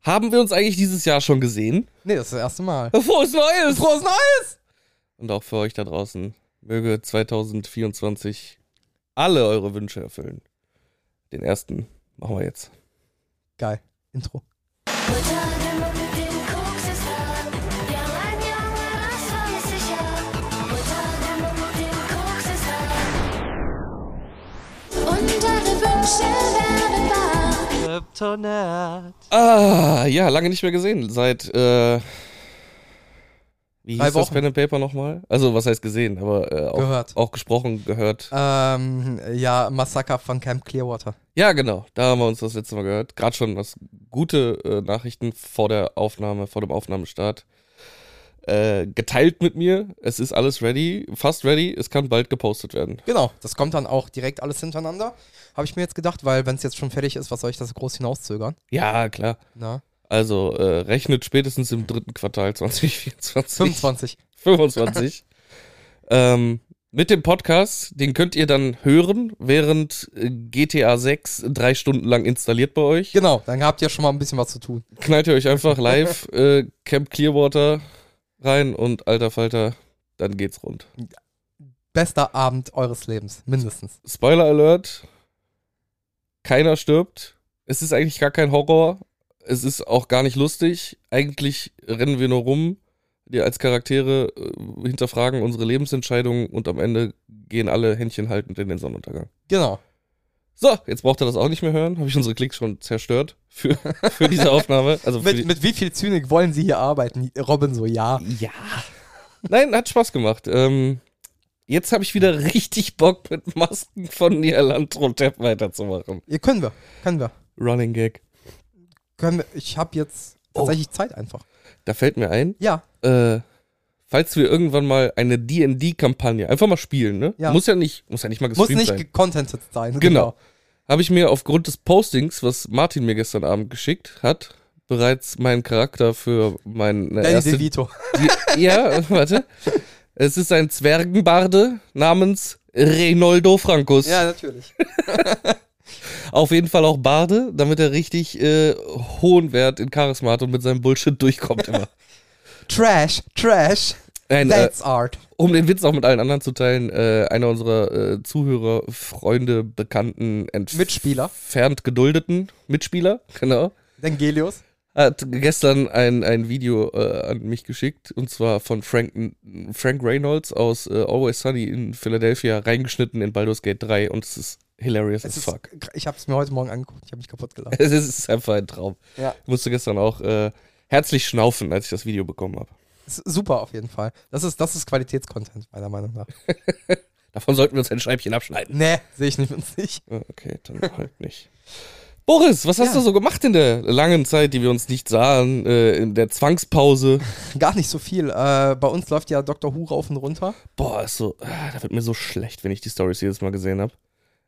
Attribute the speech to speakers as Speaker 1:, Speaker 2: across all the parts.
Speaker 1: Haben wir uns eigentlich dieses Jahr schon gesehen?
Speaker 2: Nee, das ist das erste Mal.
Speaker 1: Frohes Neues!
Speaker 2: Frohes Neues!
Speaker 1: Und auch für euch da draußen. Möge 2024 alle eure Wünsche erfüllen. Den ersten machen wir jetzt.
Speaker 2: Geil. Intro.
Speaker 1: Ah, ja, lange nicht mehr gesehen. Seit, äh, wie hieß
Speaker 2: Drei
Speaker 1: das
Speaker 2: Wochen.
Speaker 1: Pen and Paper nochmal? Also, was heißt gesehen, aber äh, auch,
Speaker 2: Gehört.
Speaker 1: auch gesprochen, gehört.
Speaker 2: Ähm, ja, Massaker von Camp Clearwater.
Speaker 1: Ja, genau. Da haben wir uns das letzte Mal gehört. Gerade schon was gute äh, Nachrichten vor der Aufnahme, vor dem Aufnahmestart. Äh, geteilt mit mir. Es ist alles ready, fast ready. Es kann bald gepostet werden.
Speaker 2: Genau, das kommt dann auch direkt alles hintereinander. Habe ich mir jetzt gedacht, weil wenn es jetzt schon fertig ist, was soll ich das groß hinauszögern?
Speaker 1: Ja, klar.
Speaker 2: Na?
Speaker 1: Also äh, rechnet spätestens im dritten Quartal 2024.
Speaker 2: 25.
Speaker 1: 25. ähm, mit dem Podcast, den könnt ihr dann hören, während äh, GTA 6 drei Stunden lang installiert bei euch.
Speaker 2: Genau, dann habt ihr schon mal ein bisschen was zu tun.
Speaker 1: knallt ihr euch einfach live äh, Camp Clearwater rein und alter Falter, dann geht's rund.
Speaker 2: Bester Abend eures Lebens, mindestens.
Speaker 1: Spoiler Alert: Keiner stirbt. Es ist eigentlich gar kein Horror. Es ist auch gar nicht lustig. Eigentlich rennen wir nur rum. Wir als Charaktere äh, hinterfragen unsere Lebensentscheidungen und am Ende gehen alle Händchen haltend in den Sonnenuntergang.
Speaker 2: Genau.
Speaker 1: So, jetzt braucht ihr das auch nicht mehr hören. Habe ich unsere Klicks schon zerstört für, für diese Aufnahme. Also für die,
Speaker 2: Mit, mit wie viel Zynik wollen sie hier arbeiten? Robin so, ja.
Speaker 1: Ja. Nein, hat Spaß gemacht. Ähm, jetzt habe ich wieder richtig Bock, mit Masken von Niederland Tap weiterzumachen.
Speaker 2: Ihr können wir, können wir.
Speaker 1: Running Gag.
Speaker 2: Können wir. Ich habe jetzt tatsächlich Zeit einfach.
Speaker 1: Da fällt mir ein,
Speaker 2: Ja,
Speaker 1: äh, falls wir irgendwann mal eine D&D-Kampagne einfach mal spielen, ne?
Speaker 2: Ja.
Speaker 1: Muss ja nicht, muss ja nicht mal
Speaker 2: muss
Speaker 1: gestreamt
Speaker 2: nicht
Speaker 1: sein.
Speaker 2: gecontented sein.
Speaker 1: Genau. Habe ich mir aufgrund des Postings, was Martin mir gestern Abend geschickt hat, bereits meinen Charakter für meine
Speaker 2: Danny
Speaker 1: erste
Speaker 2: DeVito.
Speaker 1: Die, ja, warte. Es ist ein Zwergenbarde namens Renoldo Francus.
Speaker 2: Ja, natürlich.
Speaker 1: Auf jeden Fall auch Barde, damit er richtig äh, hohen Wert in Charisma hat und mit seinem Bullshit durchkommt immer.
Speaker 2: Trash, Trash.
Speaker 1: Nein, äh,
Speaker 2: That's art.
Speaker 1: um den Witz auch mit allen anderen zu teilen, äh, einer unserer äh, Zuhörer, Freunde, Bekannten,
Speaker 2: Mitspieler.
Speaker 1: entfernt geduldeten Mitspieler, genau.
Speaker 2: Dengelius.
Speaker 1: hat gestern ein, ein Video äh, an mich geschickt und zwar von Frank, Frank Reynolds aus äh, Always Sunny in Philadelphia reingeschnitten in Baldur's Gate 3 und es ist hilarious
Speaker 2: Es
Speaker 1: as
Speaker 2: ist,
Speaker 1: fuck.
Speaker 2: ich habe es mir heute Morgen angeguckt. Ich habe mich kaputt gelacht.
Speaker 1: Es ist einfach ein Traum.
Speaker 2: Ja.
Speaker 1: Ich musste gestern auch äh, herzlich schnaufen, als ich das Video bekommen habe.
Speaker 2: Ist super auf jeden Fall. Das ist, das ist Qualitätscontent, meiner Meinung nach.
Speaker 1: Davon sollten wir uns ein Scheibchen abschneiden.
Speaker 2: Nee, sehe ich nicht mit sich.
Speaker 1: Äh, Okay, dann halt nicht. Boris, was hast
Speaker 2: Ja.
Speaker 1: du so gemacht in der langen Zeit, die wir uns nicht sahen, äh, in der Zwangspause?
Speaker 2: Gar nicht so viel. Äh, bei uns läuft ja Dr. Who rauf und runter.
Speaker 1: Boah, ist so, ah, da wird mir so schlecht, wenn ich die Stories jedes Mal gesehen habe.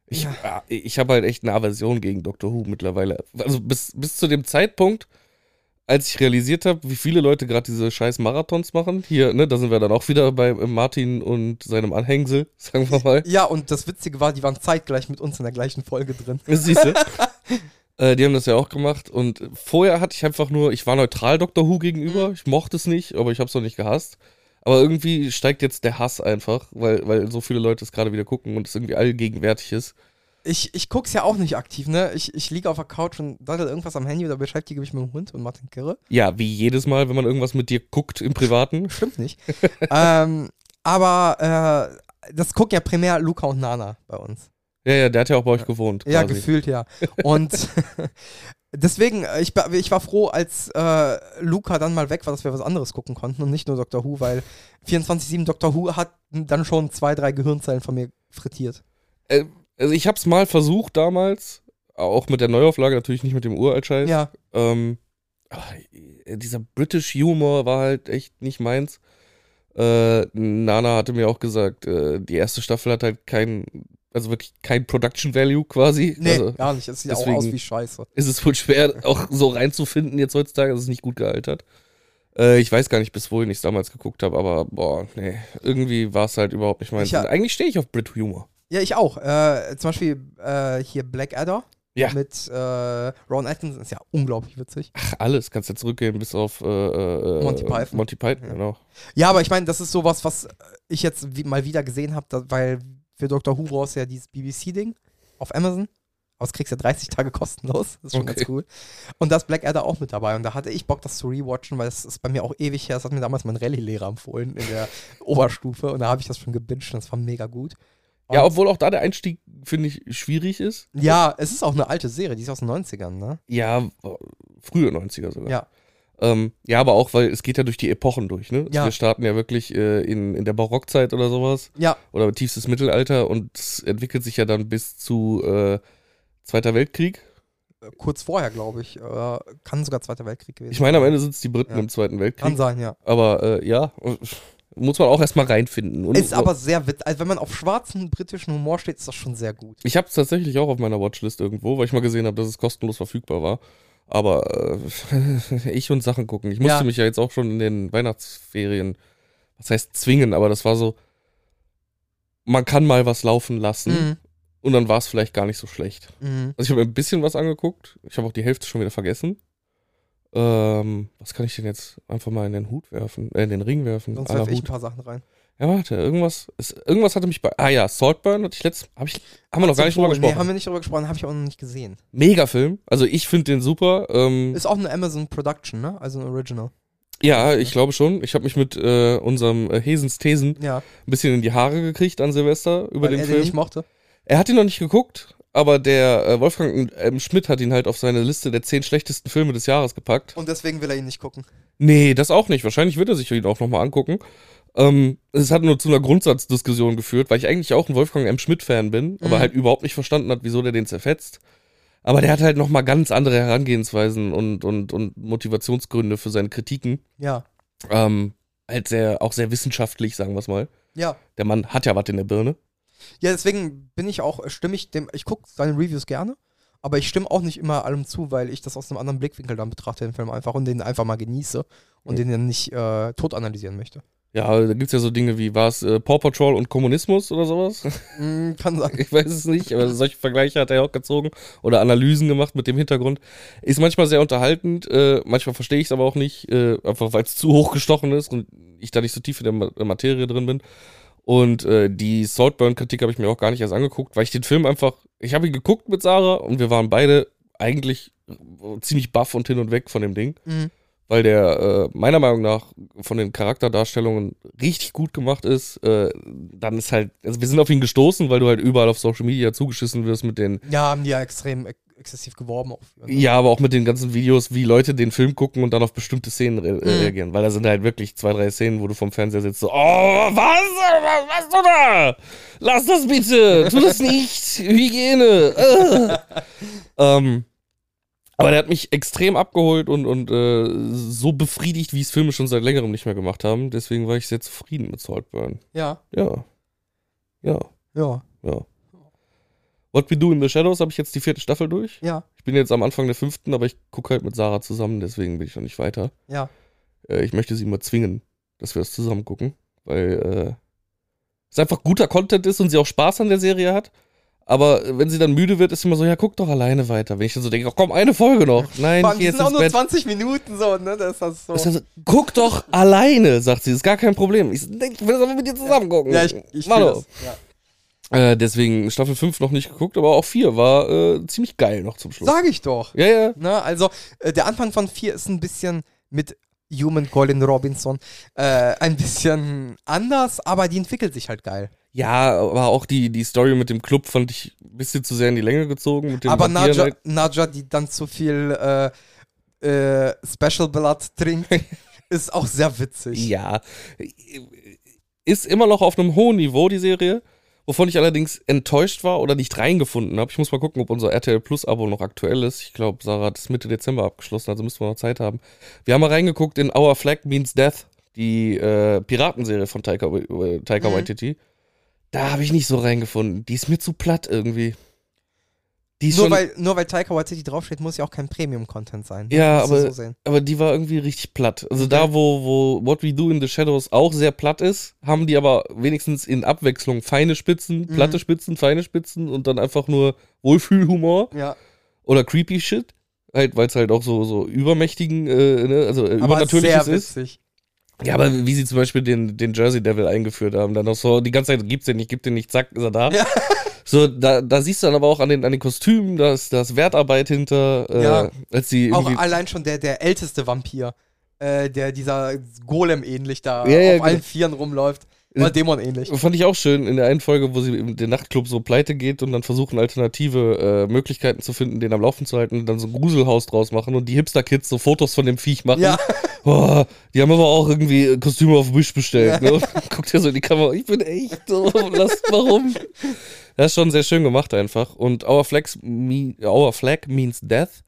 Speaker 1: Ich,
Speaker 2: Ja.
Speaker 1: ah, ich habe halt echt eine Aversion gegen Doctor Who mittlerweile. Also bis, bis zu dem Zeitpunkt, als ich realisiert habe, wie viele Leute gerade diese scheiß Marathons machen. Hier, ne, da sind wir dann auch wieder bei äh, Martin und seinem Anhängsel, sagen wir mal.
Speaker 2: Ja, und das Witzige war, die waren zeitgleich mit uns in der gleichen Folge drin.
Speaker 1: Siehst du? äh, die haben das ja auch gemacht. Und vorher hatte ich einfach nur, ich war neutral Doctor Who gegenüber.
Speaker 2: Mhm.
Speaker 1: Ich mochte es nicht, aber ich habe es noch nicht gehasst. Aber irgendwie steigt jetzt der Hass einfach, weil, weil so viele Leute es gerade wieder gucken und es irgendwie allgegenwärtig ist.
Speaker 2: Ich, ich guck's ja auch nicht aktiv, ne? Ich, ich liege auf der Couch und daddel irgendwas am Handy oder beschäftige mich mit dem Hund und Martin Kirre.
Speaker 1: Ja, wie jedes Mal, wenn man irgendwas mit dir guckt im Privaten.
Speaker 2: Stimmt nicht. ähm, aber äh, das guckt ja primär Luca und Nana bei uns.
Speaker 1: Ja, ja, der hat ja auch bei euch gewohnt.
Speaker 2: Ja,
Speaker 1: quasi.
Speaker 2: gefühlt ja. Und deswegen, äh, ich, ba- ich war froh, als äh, Luca dann mal weg war, dass wir was anderes gucken konnten und nicht nur Doctor Who, weil 24-7 Doctor Who hat dann schon zwei, drei Gehirnzellen von mir frittiert.
Speaker 1: Äh, also ich habe es mal versucht damals, auch mit der Neuauflage, natürlich nicht mit dem Uralt-Scheiß.
Speaker 2: Ja,
Speaker 1: Ähm, ach, äh, dieser British Humor war halt echt nicht meins. Äh, Nana hatte mir auch gesagt, äh, die erste Staffel hat halt kein, also wirklich kein Production Value quasi.
Speaker 2: nee,
Speaker 1: Also
Speaker 2: gar nicht. Es sieht auch
Speaker 1: deswegen-
Speaker 2: aus wie Scheiße.
Speaker 1: ist es wohl schwer, auch so reinzufinden jetzt heutzutage, dass es nicht gut gealtert. Äh, ich weiß gar nicht, bis wohin ich es damals geguckt habe, aber boah, nee, irgendwie war es halt überhaupt nicht meins.
Speaker 2: Ich ha-
Speaker 1: Und Eigentlich stehe ich auf Brit Humor.
Speaker 2: Ja, ich auch. Äh, zum Beispiel äh, hier Blackadder.
Speaker 1: Ja.
Speaker 2: mit äh, Ron Atkinson ist ja unglaublich witzig.
Speaker 1: Ach, alles kannst du zurückgehen bis auf äh, äh,
Speaker 2: Monty Python.
Speaker 1: Monty Python,
Speaker 2: Ja.
Speaker 1: genau.
Speaker 2: Ja, aber ich meine, das ist sowas, was äh, ich jetzt wie, mal wieder gesehen habe, weil für Dr. Who brauchst du ja dieses BBC-Ding auf Amazon. Aber das kriegst du ja 30 Tage kostenlos. Das ist schon ganz
Speaker 1: Okay.
Speaker 2: cool. Und da ist Blackadder auch mit dabei. Und da hatte ich Bock, das zu rewatchen, weil das ist bei mir auch ewig her. Das hat mir damals mein Rallye-Lehrer empfohlen in der Oberstufe. Und da habe ich das schon gebinged und das war mega gut. Und-
Speaker 1: Ja, obwohl auch da der Einstieg, finde ich, schwierig ist.
Speaker 2: Ja, es ist auch eine alte Serie, die ist aus den 90ern, ne?
Speaker 1: Ja, w- frühe 90er sogar.
Speaker 2: Ja.
Speaker 1: Ähm, ja, aber auch, weil es geht ja durch die Epochen durch, ne?
Speaker 2: Ja.
Speaker 1: Wir starten ja wirklich äh, in, in der Barockzeit oder sowas.
Speaker 2: Ja,
Speaker 1: Oder tiefstes Mittelalter und es entwickelt sich ja dann bis zu äh, Zweiter Weltkrieg.
Speaker 2: äh, kurz vorher, glaube ich. Äh, kann sogar Zweiter Weltkrieg gewesen
Speaker 1: Ich meine, am Ende sind es die Briten
Speaker 2: Ja.
Speaker 1: im Zweiten
Speaker 2: Kann
Speaker 1: Weltkrieg.
Speaker 2: sein, ja.
Speaker 1: Aber äh, ja, muss man auch erstmal reinfinden. Und,
Speaker 2: Ist aber sehr witzig. Also, wenn man auf schwarzen britischen Humor steht, ist das schon sehr gut.
Speaker 1: Ich habe es tatsächlich auch auf meiner Watchlist irgendwo, weil ich mal gesehen habe, dass es kostenlos verfügbar war. Aber äh, ich und Sachen gucken. Ich musste
Speaker 2: Ja.
Speaker 1: mich ja jetzt auch schon in den Weihnachtsferien, was heißt zwingen, aber das war so, man kann mal was laufen lassen und dann war es vielleicht gar nicht so schlecht.
Speaker 2: Mhm.
Speaker 1: Also ich habe ein bisschen was angeguckt. Ich habe auch die Hälfte schon wieder vergessen. Ähm, was kann ich denn jetzt einfach mal in den Hut werfen? Äh, in den Ring werfen.
Speaker 2: Sonst
Speaker 1: Aller
Speaker 2: werfe ich ein
Speaker 1: Hut.
Speaker 2: paar Sachen rein.
Speaker 1: Ja, warte, irgendwas, ist, irgendwas hatte mich bei. Ah ja, Saltburn hatte ich letztens. Hab ich, haben wir noch gar nicht drüber
Speaker 2: Symbol.
Speaker 1: gesprochen.
Speaker 2: Nee, haben wir nicht drüber gesprochen, habe ich auch noch nicht gesehen.
Speaker 1: Megafilm. Also ich finde den super. Ähm,
Speaker 2: Ist auch eine Amazon Production, ne? Also ein Original.
Speaker 1: ja, ich glaube schon. Ich habe mich mit äh, unserem äh, Hesens Thesen
Speaker 2: Ja,
Speaker 1: ein bisschen in die Haare gekriegt an Silvester über
Speaker 2: weil
Speaker 1: den
Speaker 2: er
Speaker 1: Film.
Speaker 2: den nicht mochte.
Speaker 1: er hat ihn noch nicht geguckt, aber der äh, Wolfgang ähm, Schmidt hat ihn halt auf seine Liste der zehn schlechtesten Filme des Jahres gepackt.
Speaker 2: Und deswegen will er ihn nicht gucken.
Speaker 1: Nee, das auch nicht. Wahrscheinlich wird er sich ihn auch nochmal angucken. Ähm, es hat nur zu einer Grundsatzdiskussion geführt, weil ich eigentlich auch ein Wolfgang M. Schmidt-Fan bin, aber
Speaker 2: Mhm.
Speaker 1: halt überhaupt nicht verstanden hat, wieso der den zerfetzt. Aber der hat halt nochmal ganz andere Herangehensweisen und, und, und Motivationsgründe für seine Kritiken.
Speaker 2: Ja.
Speaker 1: Ähm, halt sehr, auch sehr wissenschaftlich, sagen wir es mal.
Speaker 2: Ja.
Speaker 1: Der Mann hat ja was in der Birne.
Speaker 2: Ja, deswegen bin ich auch, äh, stimme ich dem, ich gucke seine Reviews gerne, aber ich stimme auch nicht immer allem zu, weil ich das aus einem anderen Blickwinkel dann betrachte, den Film einfach und den einfach mal genieße und
Speaker 1: Mhm.
Speaker 2: den dann nicht äh, tot analysieren möchte.
Speaker 1: Ja, da gibt's ja so Dinge wie, war es äh, Paw Patrol und Kommunismus oder sowas? Hm,
Speaker 2: Mm, kann sein.
Speaker 1: Ich weiß es nicht, aber solche Vergleiche hat er ja auch gezogen oder Analysen gemacht mit dem Hintergrund. Ist manchmal sehr unterhaltend, äh, manchmal verstehe ich es aber auch nicht, äh, einfach weil es zu hoch gestochen ist und ich da nicht so tief in der Ma Materie drin bin. Und äh, die Saltburn-Kritik habe ich mir auch gar nicht erst angeguckt, weil ich den Film einfach, ich habe ihn geguckt mit Sarah und wir waren beide eigentlich äh, ziemlich baff und hin und weg von dem Ding,
Speaker 2: Mhm.
Speaker 1: weil der äh, meiner Meinung nach von den Charakterdarstellungen richtig gut gemacht ist. Äh, dann ist halt, also wir sind auf ihn gestoßen, weil du halt überall auf Social Media zugeschissen wirst mit den
Speaker 2: Ja, haben die ja extrem ex- exzessiv geworben. Auf,
Speaker 1: ja, aber auch mit den ganzen Videos, wie Leute den Film gucken und dann auf bestimmte Szenen re
Speaker 2: Mhm.
Speaker 1: reagieren. Weil da sind halt wirklich zwei, drei Szenen, wo du vom Fernseher sitzt, so, oh, was? Was machst du da? Lass das bitte! Tu das nicht! Hygiene! Äh. ähm, aber der hat mich extrem abgeholt und, und äh, so befriedigt, wie es Filme schon seit längerem nicht mehr gemacht haben. Deswegen war ich sehr zufrieden mit Saltburn.
Speaker 2: Ja.
Speaker 1: Ja. Ja,
Speaker 2: Ja.
Speaker 1: ja. What We Do in the Shadows habe ich jetzt die vierte Staffel durch.
Speaker 2: Ja.
Speaker 1: Ich bin jetzt am Anfang der fünften, aber ich gucke halt mit Sarah zusammen, deswegen bin ich noch nicht weiter.
Speaker 2: Ja.
Speaker 1: Äh, ich möchte sie mal zwingen, dass wir das zusammen gucken, weil äh, es einfach guter Content ist und sie auch Spaß an der Serie hat. Aber äh, wenn sie dann müde wird, ist sie immer so, ja, guck doch alleine weiter. Wenn ich dann so denke, oh, komm, eine Folge noch. Nein, ich
Speaker 2: Vor allem,
Speaker 1: geh
Speaker 2: die
Speaker 1: jetzt
Speaker 2: sind auch
Speaker 1: ins
Speaker 2: nur
Speaker 1: Bett.
Speaker 2: 20 Minuten so, ne? Das ist das so.
Speaker 1: Ist dann so, guck doch alleine, sagt sie, ist gar kein Problem. Ich, so, "Nee, ich will das aber mit dir zusammen gucken.
Speaker 2: ja, ich, ich
Speaker 1: Mach
Speaker 2: fühl
Speaker 1: doch.
Speaker 2: das. Ja.
Speaker 1: Äh, deswegen Staffel 5 noch nicht geguckt, aber auch 4 war äh, ziemlich geil noch zum Schluss.
Speaker 2: Sag ich doch.
Speaker 1: Ja, ja.
Speaker 2: Ne? Also, äh, der Anfang von 4 ist ein bisschen mit Human Colin Robinson äh, ein bisschen anders, aber die entwickelt sich halt geil.
Speaker 1: Ja, aber auch die, die Story mit dem Club fand ich ein bisschen zu sehr in die Länge gezogen. Mit dem
Speaker 2: aber
Speaker 1: Barbieren
Speaker 2: Nadja,
Speaker 1: halt.
Speaker 2: Nadja, die dann zu viel äh, äh, Special Blood trinkt, ist auch sehr witzig.
Speaker 1: Ja. Ist immer noch auf einem hohen Niveau, die Serie. Wovon ich allerdings enttäuscht war oder nicht reingefunden habe. Ich muss mal gucken, ob unser RTL Plus-Abo noch aktuell ist. Ich glaube, Sarah hat es Mitte Dezember abgeschlossen, also müssen wir noch Zeit haben. Wir haben mal reingeguckt in Our Flag Means Death, die äh, Piratenserie von Taika, äh, Taika
Speaker 2: Mhm.
Speaker 1: Waititi. Da habe ich nicht so reingefunden. Die ist mir zu platt irgendwie. Die ist
Speaker 2: Nur
Speaker 1: schon,
Speaker 2: weil, nur weil Taika Waititi draufsteht, muss ja auch kein Premium-Content sein. ne?
Speaker 1: Ja,
Speaker 2: Musst du
Speaker 1: aber-
Speaker 2: So sehen.
Speaker 1: aber die war irgendwie richtig platt. Also da, wo, wo What We Do in the Shadows auch sehr platt ist, haben die aber wenigstens in
Speaker 2: Mhm.
Speaker 1: Abwechslung feine Spitzen, platte Spitzen, feine Spitzen und dann einfach nur Wohlfühlhumor.
Speaker 2: Ja.
Speaker 1: Oder creepy Shit. Halt, weil es halt auch so, so übermächtigen, äh, ne, also äh,
Speaker 2: Aber
Speaker 1: übernatürliches
Speaker 2: sehr
Speaker 1: ist.
Speaker 2: witzig.
Speaker 1: Ja, aber wie sie zum Beispiel den, den Jersey Devil eingeführt haben, dann auch so, die ganze Zeit gibt's den nicht, gibt den nicht, zack, ist er da.
Speaker 2: Ja.
Speaker 1: So, da, da siehst du dann aber auch an den, an den Kostümen, da ist, da ist Wertarbeit hinter, äh,
Speaker 2: Ja.
Speaker 1: als sie
Speaker 2: Auch
Speaker 1: irgendwie
Speaker 2: allein schon der, der älteste Vampir, äh, der dieser Golem ähnlich da
Speaker 1: Ja, genau. Äh, ja,
Speaker 2: auf allen Vieren rumläuft. Oder Dämon ähnlich.
Speaker 1: Fand ich auch schön in der einen Folge, wo sie in den Nachtclub so pleite geht und dann versuchen, alternative äh, Möglichkeiten zu finden, den am Laufen zu halten und dann so ein Gruselhaus draus machen und die Hipster-Kids so Fotos von dem Viech machen.
Speaker 2: Ja.
Speaker 1: Boah, die haben aber auch irgendwie äh, Kostüme auf Wish bestellt. Ne? Und Guckt ja so in die Kamera, ich bin echt so, lasst mal rum. Das ist schon sehr schön gemacht einfach. Und Our, Flags mean, Our Flag means Death.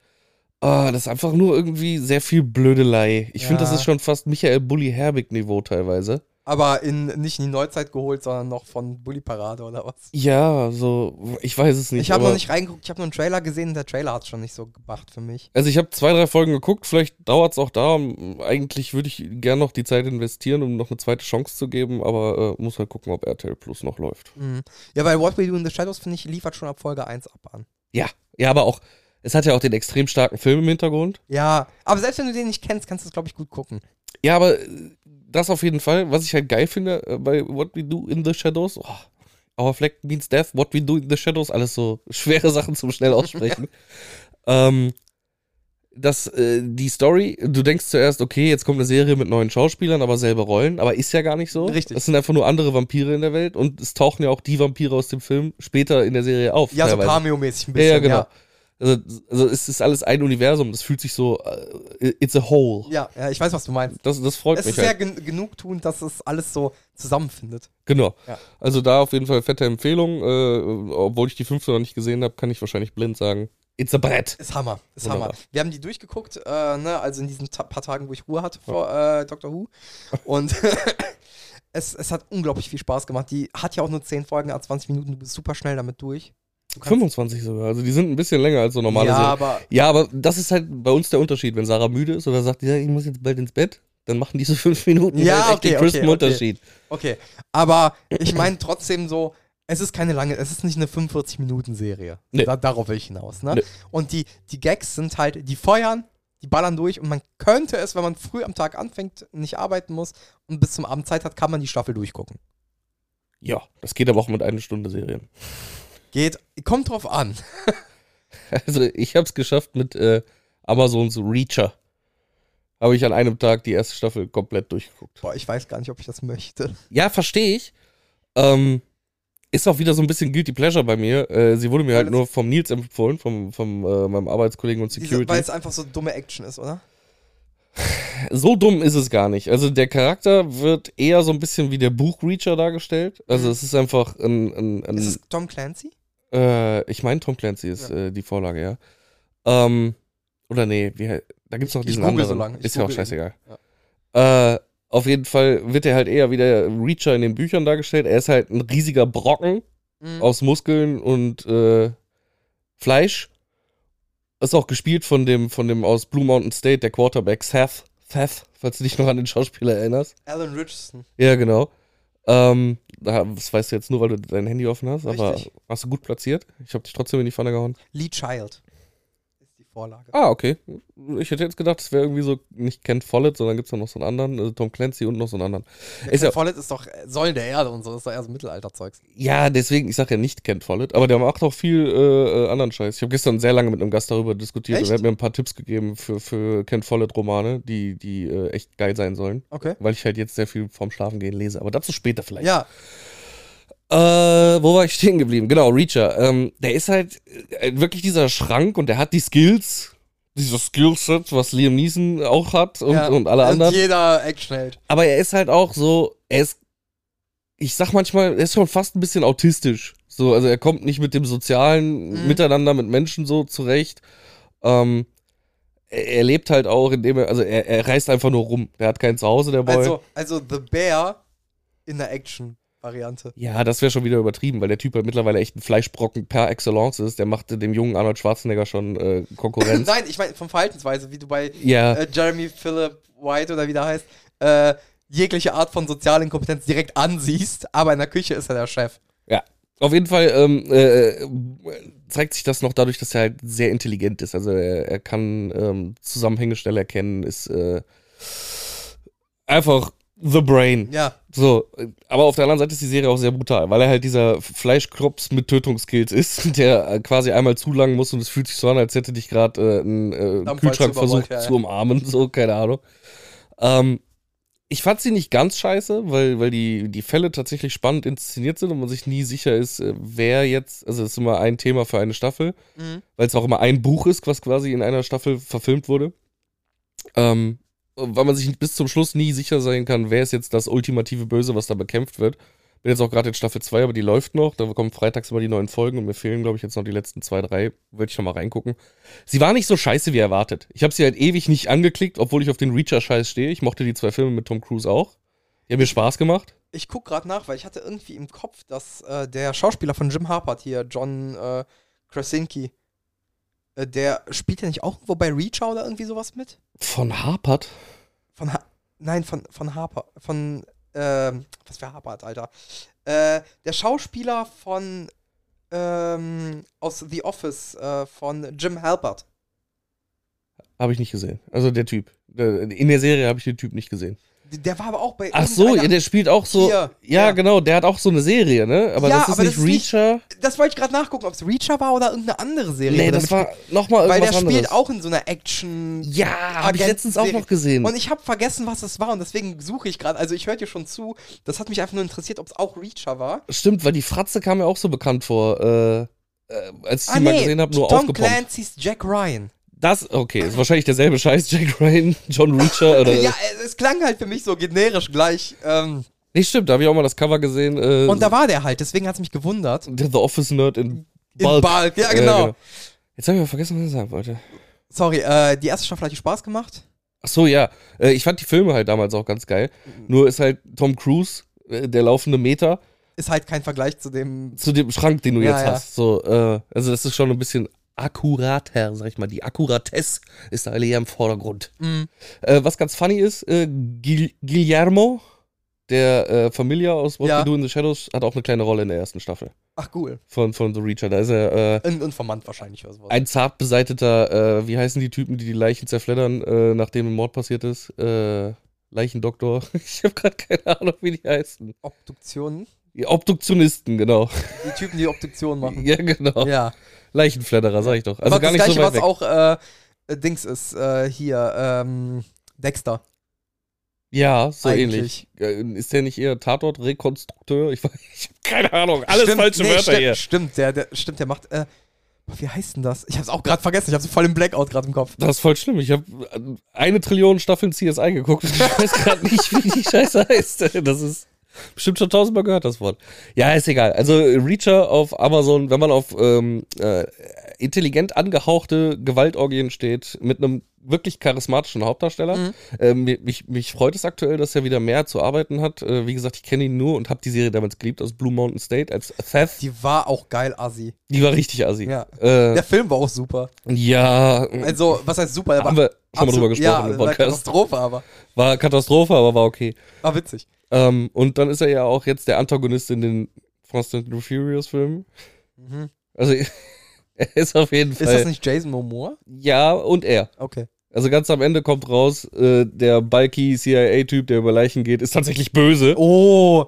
Speaker 1: Ah, das ist einfach nur irgendwie sehr viel Blödelei. Ich finde, das
Speaker 2: Ja.
Speaker 1: ist schon fast Michael Bulli Herbig-Niveau teilweise.
Speaker 2: Aber in, nicht in die Neuzeit geholt, sondern noch von Bully Parade oder was.
Speaker 1: Ja, so, ich weiß es nicht.
Speaker 2: Ich habe
Speaker 1: aber-
Speaker 2: noch nicht reingeguckt, ich habe nur einen Trailer gesehen und der Trailer hat schon nicht so gemacht für mich.
Speaker 1: Also ich habe zwei, drei Folgen geguckt, vielleicht dauert es auch da. Eigentlich würde ich gern noch die Zeit investieren, um noch eine zweite Chance zu geben, aber äh, muss halt gucken, ob RTL Plus noch läuft.
Speaker 2: Mhm. Ja, weil What We Do in the Shadows, finde ich, liefert schon ab Folge 1 ab an.
Speaker 1: Ja, ja, aber auch, es hat ja auch den extrem starken Film im Hintergrund.
Speaker 2: Ja, aber selbst wenn du den nicht kennst, kannst du es, glaube ich, gut gucken.
Speaker 1: Ja, aber äh, das auf jeden Fall, was ich halt geil finde äh, bei What We Do in the Shadows, oh, Our Flag Means Death, What We Do in the Shadows, alles so schwere Sachen zum schnell aussprechen. ähm, dass äh, die Story, du denkst zuerst, okay, jetzt kommt eine Serie mit neuen Schauspielern, aber selbe Rollen, aber ist ja gar nicht so.
Speaker 2: Richtig.
Speaker 1: Es sind einfach nur andere Vampire in der Welt und es tauchen ja auch die Vampire aus dem Film später in der Serie auf.
Speaker 2: Ja, so
Speaker 1: teilweise.
Speaker 2: Cameo-mäßig ein
Speaker 1: Ja,
Speaker 2: bisschen.
Speaker 1: ja, genau. Also, also es ist alles ein Universum, das fühlt sich so, äh, it's a whole.
Speaker 2: Ja, ja, ich weiß, was du meinst.
Speaker 1: Das, das freut
Speaker 2: Es
Speaker 1: mich
Speaker 2: ist
Speaker 1: halt.
Speaker 2: sehr gen genugtuend, dass es alles so zusammenfindet.
Speaker 1: Genau.
Speaker 2: Ja.
Speaker 1: Also da auf jeden Fall fette Empfehlung. Äh, obwohl ich die fünfte noch nicht gesehen habe, kann ich wahrscheinlich blind sagen. It's a Brett.
Speaker 2: Ist Hammer, ist
Speaker 1: Wunderbar.
Speaker 2: Hammer. Wir haben die durchgeguckt, äh, ne, also in diesen ta paar Tagen, wo ich Ruhe hatte vor äh, Doctor Who. Und es, es hat unglaublich viel Spaß gemacht. Die hat ja auch nur 10 Folgen, a 20 Minuten, du bist super schnell damit durch. Du kannst-
Speaker 1: 25 sogar. Also die sind ein bisschen länger als so normale
Speaker 2: ja,
Speaker 1: Serien.
Speaker 2: aber
Speaker 1: Ja, aber das ist halt bei uns der Unterschied. Wenn Sarah müde ist oder sagt, ja, ich muss jetzt bald ins Bett, dann machen diese fünf Minuten
Speaker 2: Ja,
Speaker 1: halt echt
Speaker 2: okay,
Speaker 1: den
Speaker 2: okay,
Speaker 1: größten
Speaker 2: okay.
Speaker 1: Unterschied.
Speaker 2: okay. Aber ich meine trotzdem so, es ist keine lange, es ist nicht eine 45-Minuten-Serie.
Speaker 1: Nee.
Speaker 2: Da, darauf will ich hinaus. Ne?
Speaker 1: Nee.
Speaker 2: Und die, die Gags sind halt, die feuern, die ballern durch und man könnte es, wenn man früh am Tag anfängt, nicht arbeiten muss und bis zum Abend Zeit hat, kann man die Staffel durchgucken.
Speaker 1: Ja, das geht aber auch mit einer Stunde Serien.
Speaker 2: Geht, kommt drauf an.
Speaker 1: Also ich habe es geschafft mit äh, Amazons Reacher. Habe ich an einem Tag die erste Staffel komplett durchgeguckt.
Speaker 2: Boah, ich weiß gar nicht, ob ich das möchte.
Speaker 1: Ja, verstehe ich. Ähm, ist auch wieder so ein bisschen Guilty Pleasure bei mir. Äh, sie wurde mir halt
Speaker 2: Weil es-
Speaker 1: nur vom Nils empfohlen, vom, vom äh, meinem Arbeitskollegen und Security.
Speaker 2: Weil es einfach so dumme Action ist, oder?
Speaker 1: so dumm ist es gar nicht. Also der Charakter wird eher so ein bisschen wie der Buchreacher dargestellt. Also
Speaker 2: Mhm.
Speaker 1: es ist einfach ein, ein, ein
Speaker 2: Ist es Tom Clancy?
Speaker 1: äh, ich meine Tom Clancy ist äh, die Vorlage, ja. Ähm, oder nee, wie, he- da gibt's noch
Speaker 2: Ich- ich
Speaker 1: diesen
Speaker 2: google
Speaker 1: anderen.
Speaker 2: so lange. Ich
Speaker 1: Ist ja auch
Speaker 2: google eben.
Speaker 1: scheißegal. Äh, auf jeden Fall wird er halt eher wie der Reacher in den Büchern dargestellt. Er ist halt ein riesiger Brocken.
Speaker 2: Mhm.
Speaker 1: aus Muskeln und äh, Fleisch. Ist auch gespielt von dem, von dem aus Blue Mountain State, der Quarterback Seth, Seth, falls du dich noch an den Schauspieler erinnerst.
Speaker 2: Alan Richardson.
Speaker 1: Ja, genau. Ähm, da- das weißt du jetzt nur, weil du dein Handy offen hast, aber
Speaker 2: Richtig.
Speaker 1: hast du gut platziert. Ich habe dich trotzdem in die Pfanne gehauen.
Speaker 2: Lee Child. Ist die Vorlage.
Speaker 1: Ah, okay. Ich hätte jetzt gedacht, es wäre irgendwie so, nicht Ken Follett, sondern gibt es noch so einen anderen, also Tom Clancy und noch so einen anderen.
Speaker 2: Der
Speaker 1: ist
Speaker 2: ist
Speaker 1: ja-
Speaker 2: Follett ist doch äh, Säulen der Erde und so. Das ist doch eher so Mittelalterzeugs.
Speaker 1: Ja, deswegen, ich sag ja nicht Ken Follett, aber der macht auch viel äh, äh, anderen Scheiß. Ich habe gestern sehr lange mit einem Gast darüber diskutiert und
Speaker 2: Echt?
Speaker 1: er hat mir ein paar Tipps gegeben für, für Ken Follett-Romane, die, die äh, echt geil sein sollen.
Speaker 2: Okay.
Speaker 1: Weil ich halt jetzt sehr viel vorm Schlafen gehen lese, aber dazu später vielleicht.
Speaker 2: Ja,
Speaker 1: Äh, wo war ich stehen geblieben? Genau, Reacher. Ähm, der ist halt äh, wirklich dieser Schrank und der hat die Skills, dieses Skillset, was Liam Neeson auch hat und,
Speaker 2: ja.
Speaker 1: und alle anderen.
Speaker 2: jeder Actionheld.
Speaker 1: Aber er ist halt auch so, er ist, ich sag manchmal, er ist schon fast ein bisschen autistisch. So, also er kommt nicht mit dem sozialen
Speaker 2: Mhm.
Speaker 1: Miteinander mit Menschen so zurecht. Ähm, er, er lebt halt auch, indem er, also er, er reist einfach nur rum. Er hat kein Zuhause, der Boy.
Speaker 2: Also, also The Bear in der Action-Variante.
Speaker 1: ja, das wäre schon wieder übertrieben, weil der Typ halt mittlerweile echt ein Fleischbrocken per Excellence ist. Der machte dem jungen Arnold Schwarzenegger schon äh, Konkurrenz.
Speaker 2: Nein, ich meine, von Verhaltensweise, wie du bei
Speaker 1: ja,
Speaker 2: äh, Jeremy Phillip White oder wie der heißt, äh, jegliche Art von sozialer Inkompetenz direkt ansiehst, aber in der Küche ist er der Chef.
Speaker 1: ja. Auf jeden Fall ähm, äh, zeigt sich das noch dadurch, dass er halt sehr intelligent ist. Also er, er kann ähm, Zusammenhänge schnell erkennen, ist äh, einfach the brain.
Speaker 2: Ja,
Speaker 1: So, äh, aber auf der anderen Seite ist die Serie auch sehr brutal, weil er halt dieser Fleischkrops mit Tötungskills ist, der äh, quasi einmal zu lang muss und es fühlt sich so an, als hätte dich gerade äh, ein äh,
Speaker 2: Dampfwalze
Speaker 1: Kühlschrank versucht
Speaker 2: überrollt, ja, ja.
Speaker 1: zu umarmen, so, keine Ahnung. Ähm, ich fand sie nicht ganz scheiße, weil, weil die, die Fälle tatsächlich spannend inszeniert sind und man sich nie sicher ist, äh, wer jetzt, also das ist immer ein Thema für eine Staffel,
Speaker 2: Mhm.
Speaker 1: weil es auch immer ein Buch ist, was quasi in einer Staffel verfilmt wurde. Ähm, weil man sich bis zum Schluss nie sicher sein kann, wer ist jetzt das ultimative Böse, was da bekämpft wird. Bin jetzt auch gerade in Staffel 2, aber die läuft noch. Da kommen freitags immer die neuen Folgen und mir fehlen, glaube ich, jetzt noch die letzten zwei, drei. Würde ich noch mal reingucken. Sie war nicht so scheiße, wie erwartet. Ich habe sie halt ewig nicht angeklickt, obwohl ich auf den Reacher-Scheiß stehe. Ich mochte die zwei Filme mit Tom Cruise auch. Die haben mir Spaß gemacht.
Speaker 2: ich guck gerade nach, weil ich hatte irgendwie im Kopf, dass äh, der Schauspieler von Jim Harpert hier, John äh, Krasinski, äh, der spielt ja nicht auch irgendwo bei Reacher oder irgendwie sowas mit?
Speaker 1: Von Harpert?
Speaker 2: Von ha Nein, von, von Harper. Von, ähm, was für Harpert, Alter. Äh, der Schauspieler von, ähm, aus The Office, äh, von Jim Halpert.
Speaker 1: Habe ich nicht gesehen. Also der Typ. Äh, In der Serie habe ich den Typ nicht gesehen.
Speaker 2: D- Der war aber auch bei.
Speaker 1: Ach so, ja,
Speaker 2: irgendeiner-
Speaker 1: der spielt auch so.
Speaker 2: Hier,
Speaker 1: ja,
Speaker 2: ja.
Speaker 1: genau, der hat auch so eine Serie, ne? Aber
Speaker 2: Ja,
Speaker 1: das ist
Speaker 2: aber
Speaker 1: nicht
Speaker 2: das ist nicht-
Speaker 1: Reacher.
Speaker 2: das wollte ich gerade nachgucken, ob es Reacher war oder irgendeine andere Serie.
Speaker 1: nee,
Speaker 2: wo der
Speaker 1: das war
Speaker 2: mitgespielt-
Speaker 1: nochmal
Speaker 2: Weil der
Speaker 1: irgendwas anderes.
Speaker 2: spielt auch in so einer Action.
Speaker 1: ja, habe ich
Speaker 2: Agenten-
Speaker 1: letztens auch noch gesehen.
Speaker 2: Und ich habe vergessen, was das war und deswegen suche ich gerade. Also ich höre dir schon zu. Das hat mich einfach nur interessiert, ob es auch Reacher war.
Speaker 1: Stimmt, weil die Fratze kam mir auch so bekannt vor. Äh, äh, als ich sie mal gesehen habe, nur
Speaker 2: Ah, Tom
Speaker 1: aufgepumpt.
Speaker 2: Clancy's Jack Ryan.
Speaker 1: Das, okay, ist wahrscheinlich derselbe Scheiß, Jack Ryan, John Reacher oder.
Speaker 2: Ja, es- es klang halt für mich so generisch gleich. Ähm,
Speaker 1: Nee, stimmt, da habe ich auch mal das Cover gesehen. Äh,
Speaker 2: und da war der halt, deswegen hat es mich gewundert.
Speaker 1: der The Office Nerd in
Speaker 2: In
Speaker 1: Bulk.
Speaker 2: Bulk, ja
Speaker 1: Äh,
Speaker 2: genau.
Speaker 1: Jetzt habe ich aber vergessen, was ich sagen wollte.
Speaker 2: Sorry, äh, die erste Staffel hat dir Spaß gemacht.
Speaker 1: Ach so, ja. Äh, ich fand die Filme halt damals auch ganz geil.
Speaker 2: Mhm.
Speaker 1: Nur ist halt Tom Cruise, äh, der laufende Meter,
Speaker 2: Ist halt kein Vergleich zu dem.
Speaker 1: zu dem Schrank, den du
Speaker 2: Ja,
Speaker 1: jetzt
Speaker 2: ja.
Speaker 1: hast. So, äh, also das ist schon ein bisschen akkurater, sag ich mal. Die Akkuratesse ist da alle eher im Vordergrund.
Speaker 2: Mhm.
Speaker 1: Äh, was ganz funny ist, äh, Gil Guillermo, der äh, Familie aus What
Speaker 2: Ja.
Speaker 1: We Do in the Shadows, hat auch eine kleine Rolle in der ersten Staffel
Speaker 2: Ach cool.
Speaker 1: von, von The Reacher. Da ist er äh,
Speaker 2: Und, und vermannt wahrscheinlich oder sowas.
Speaker 1: ein zart beseiteter, äh, wie heißen die Typen, die die Leichen zerfleddern, äh, nachdem ein Mord passiert ist? Äh, Leichendoktor. Ich habe gerade keine Ahnung, wie die heißen.
Speaker 2: Obduktionen.
Speaker 1: Die Obduktionisten, genau.
Speaker 2: Die Typen, die Obduktionen machen.
Speaker 1: Ja, genau.
Speaker 2: Ja.
Speaker 1: Leichenfledderer, sag ich doch. Also
Speaker 2: Aber
Speaker 1: gar
Speaker 2: das
Speaker 1: nicht
Speaker 2: gleiche,
Speaker 1: so weit
Speaker 2: was
Speaker 1: weg.
Speaker 2: auch äh, äh, Dings ist, äh, hier, ähm, Dexter.
Speaker 1: Ja, so
Speaker 2: Eigentlich.
Speaker 1: ähnlich. Äh, Ist der nicht eher Tatortrekonstrukteur? Ich, weiß- ich habe keine Ahnung. Alles
Speaker 2: Stimmt,
Speaker 1: falsche
Speaker 2: nee,
Speaker 1: Wörter
Speaker 2: sti-
Speaker 1: hier.
Speaker 2: Stimmt, der, der, stimmt, der macht, äh, boah, wie heißt denn das? Ich hab's auch gerade vergessen, ich hab's voll im Blackout gerade im Kopf.
Speaker 1: Das ist voll schlimm. Ich habe eine Trillion Staffeln CSI geguckt und ich weiß gerade nicht, wie die Scheiße heißt. Das ist bestimmt schon tausendmal gehört, das Wort. Ja, ist egal. Also Reacher auf Amazon, wenn man auf ähm, äh, intelligent angehauchte Gewaltorgien steht, mit einem wirklich charismatischen Hauptdarsteller.
Speaker 2: Mhm.
Speaker 1: Ähm, mi- mich, mich freut es aktuell, dass er wieder mehr zu arbeiten hat. Äh, wie gesagt, ich kenne ihn nur und habe die Serie damals geliebt aus Blue Mountain State als Theft.
Speaker 2: Die war auch geil, Assi.
Speaker 1: Die war richtig assi.
Speaker 2: Ja.
Speaker 1: Äh,
Speaker 2: Der Film war auch super.
Speaker 1: ja.
Speaker 2: Also, was heißt super? Der war
Speaker 1: haben wir schon mal drüber
Speaker 2: absolut-
Speaker 1: gesprochen
Speaker 2: ja,
Speaker 1: im
Speaker 2: war
Speaker 1: Podcast.
Speaker 2: Katastrophe, aber
Speaker 1: War Katastrophe, aber war okay.
Speaker 2: war witzig.
Speaker 1: Ähm, und dann ist er ja auch jetzt der Antagonist in den Fast and the Furious Filmen.
Speaker 2: Mhm.
Speaker 1: Also er ist auf jeden
Speaker 2: Ist das
Speaker 1: Fall.
Speaker 2: nicht Jason Momoa?
Speaker 1: Ja, und er.
Speaker 2: Okay.
Speaker 1: Also ganz am Ende kommt raus, äh, der bulky CIA-Typ, der über Leichen geht, ist tatsächlich böse.
Speaker 2: Oh,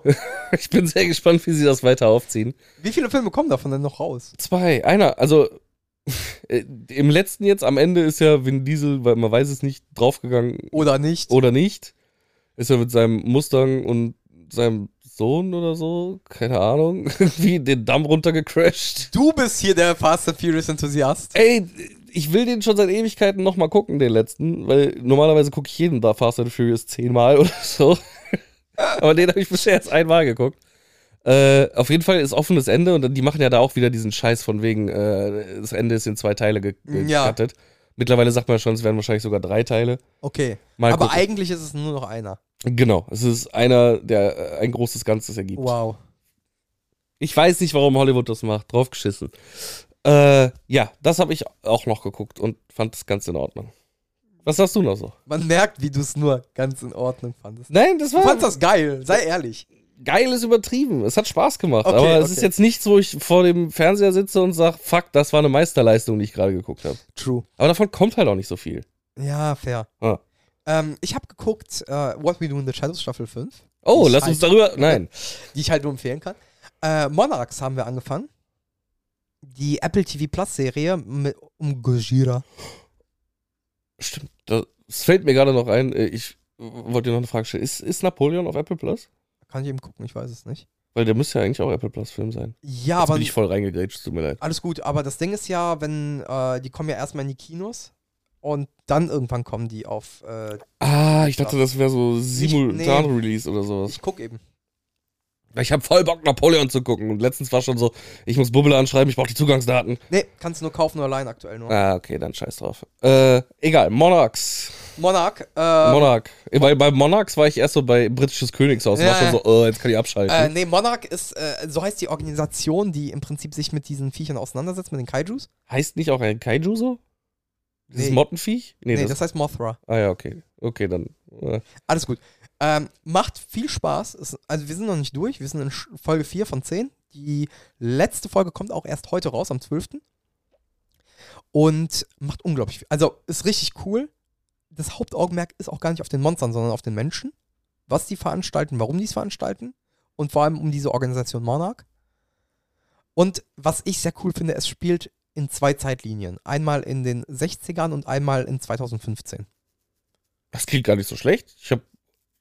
Speaker 1: Ich bin sehr gespannt, wie sie das weiter aufziehen.
Speaker 2: wie viele Filme kommen davon denn noch raus?
Speaker 1: Zwei, einer, also äh, im letzten jetzt am Ende ist ja Vin Diesel, weil man weiß es nicht, draufgegangen
Speaker 2: Oder nicht?
Speaker 1: oder nicht. Ist er mit seinem Mustang und seinem Sohn oder so, keine Ahnung, irgendwie den Damm runtergecrashed.
Speaker 2: Du bist hier der Fast and Furious Enthusiast.
Speaker 1: Ey, ich will den schon seit Ewigkeiten nochmal gucken, den letzten, weil normalerweise gucke ich jeden da Fast and Furious zehnmal oder so. Aber den habe ich bisher erst einmal geguckt. Äh, auf jeden Fall ist offenes Ende und die machen ja da auch wieder diesen Scheiß von wegen, äh, das Ende ist in zwei Teile ge ge-
Speaker 2: Ja.
Speaker 1: gecuttet. Mittlerweile sagt man ja schon, es werden wahrscheinlich sogar drei Teile.
Speaker 2: Okay.
Speaker 1: Mal
Speaker 2: aber
Speaker 1: gucken.
Speaker 2: eigentlich ist es nur noch einer.
Speaker 1: Genau, es ist einer, der äh, ein großes Ganzes ergibt.
Speaker 2: Wow.
Speaker 1: Ich weiß nicht, warum Hollywood das macht. Draufgeschissen. Äh, ja, das habe ich auch noch geguckt und fand das ganz in Ordnung. Was sagst du noch so?
Speaker 2: Man merkt, wie du es nur ganz in Ordnung fandest.
Speaker 1: Nein, das
Speaker 2: Du
Speaker 1: war.
Speaker 2: fandst das geil, sei ehrlich.
Speaker 1: geil ist übertrieben. Es hat Spaß gemacht.
Speaker 2: Okay,
Speaker 1: aber es
Speaker 2: okay.
Speaker 1: ist jetzt nichts, wo ich vor dem Fernseher sitze und sage, fuck, das war eine Meisterleistung, die ich gerade geguckt habe.
Speaker 2: True.
Speaker 1: Aber davon kommt halt auch nicht so viel.
Speaker 2: Ja, fair.
Speaker 1: Ah.
Speaker 2: Ähm, ich habe geguckt, äh, What We Do in the Shadows Staffel 5,
Speaker 1: Oh,
Speaker 2: Das
Speaker 1: lass uns
Speaker 2: heißt-
Speaker 1: darüber. Nein.
Speaker 2: die ich halt nur empfehlen kann. Äh, Monarchs haben wir angefangen. Die Apple TV Plus Serie mit, um Gojira.
Speaker 1: Stimmt. Das es fällt mir gerade noch ein. äh, Ich wollte dir noch eine Frage stellen. Ist, ist Napoleon auf Apple Plus?
Speaker 2: Kann ich eben gucken, ich weiß es nicht.
Speaker 1: Weil der müsste ja eigentlich auch Apple Plus-Film sein.
Speaker 2: Ja,
Speaker 1: Jetzt
Speaker 2: aber
Speaker 1: bin ich voll reingegrätscht, tut mir leid.
Speaker 2: alles gut, aber das Ding ist ja, wenn äh, die kommen ja erstmal in die Kinos und dann irgendwann kommen die auf. Äh,
Speaker 1: Ah, ich dachte, das wäre so simultan
Speaker 2: nee.
Speaker 1: Release oder sowas.
Speaker 2: ich guck eben.
Speaker 1: Ich habe voll Bock, Napoleon zu gucken. Und letztens war schon so, ich muss Bubble anschreiben, ich brauche die Zugangsdaten.
Speaker 2: Nee, kannst du nur kaufen oder leihen aktuell nur.
Speaker 1: Ah, okay, dann scheiß drauf. Äh, egal, Monarchs.
Speaker 2: Monarch, äh,
Speaker 1: Monarch. Äh, Bei, bei Monarchs war ich erst so bei britisches Königshaus.
Speaker 2: Ja,
Speaker 1: war schon so, oh, jetzt kann ich abschalten.
Speaker 2: Äh, nee, Monarch ist, äh, so heißt die Organisation, die im Prinzip sich mit diesen Viechern auseinandersetzt, mit den Kaijus.
Speaker 1: heißt nicht auch ein Kaiju so? Dieses
Speaker 2: Nee.
Speaker 1: Mottenviech?
Speaker 2: Nee,
Speaker 1: Nee,
Speaker 2: das,
Speaker 1: das,
Speaker 2: heißt Mothra.
Speaker 1: Ah ja, okay. Okay, dann. Äh,
Speaker 2: Alles gut. Ähm, macht viel Spaß. Ist, also wir sind noch nicht durch. Wir sind in Sch- Folge 4 von 10. Die letzte Folge kommt auch erst heute raus, am 12. Und macht unglaublich viel. Also ist richtig cool. Das Hauptaugenmerk ist auch gar nicht auf den Monstern, sondern auf den Menschen. Was die veranstalten, warum die es veranstalten. Und vor allem um diese Organisation Monarch. Und was ich sehr cool finde, es spielt in zwei Zeitlinien. Einmal in den 60ern und einmal in 2015.
Speaker 1: das klingt gar nicht so schlecht. Ich habe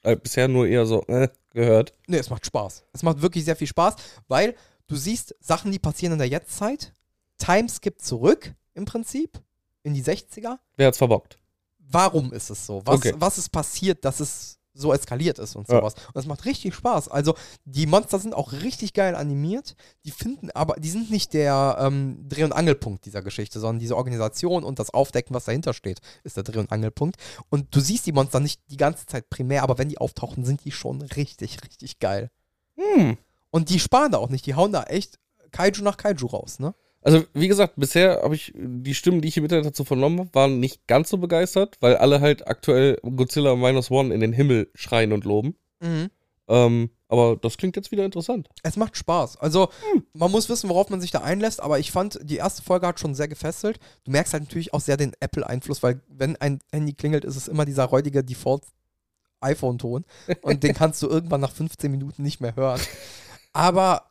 Speaker 1: äh, bisher nur eher so äh, gehört.
Speaker 2: Nee, es macht Spaß. Es macht wirklich sehr viel Spaß, weil du siehst Sachen, die passieren in der Jetztzeit. Timeskip zurück im Prinzip in die 60er.
Speaker 1: Wer hat's verbockt?
Speaker 2: Warum ist es so? Was,
Speaker 1: Okay.
Speaker 2: was ist passiert, dass es so eskaliert ist und
Speaker 1: Ja.
Speaker 2: sowas? Und das macht richtig Spaß. Also die Monster sind auch richtig geil animiert. Die finden aber, die sind nicht der ähm, Dreh- und Angelpunkt dieser Geschichte, sondern diese Organisation und das Aufdecken, was dahinter steht, ist der Dreh- und Angelpunkt. Und du siehst die Monster nicht die ganze Zeit primär, aber wenn die auftauchen, sind die schon richtig, richtig geil.
Speaker 1: Hm.
Speaker 2: Und die sparen da auch nicht. Die hauen da echt Kaiju nach Kaiju raus, ne?
Speaker 1: Also, wie gesagt, bisher habe ich die Stimmen, die ich im Internet dazu vernommen habe, waren nicht ganz so begeistert, weil alle halt aktuell Godzilla Minus One in den Himmel schreien und loben. Ähm, aber das klingt jetzt wieder interessant.
Speaker 2: Es macht Spaß. Also, man muss wissen, worauf man sich da einlässt, aber ich fand, die erste Folge hat schon sehr gefesselt. Du merkst halt natürlich auch sehr den Apple-Einfluss, weil wenn ein Handy klingelt, ist es immer dieser räudige Default-iPhone-Ton. Und den kannst du irgendwann nach 15 Minuten nicht mehr hören. Aber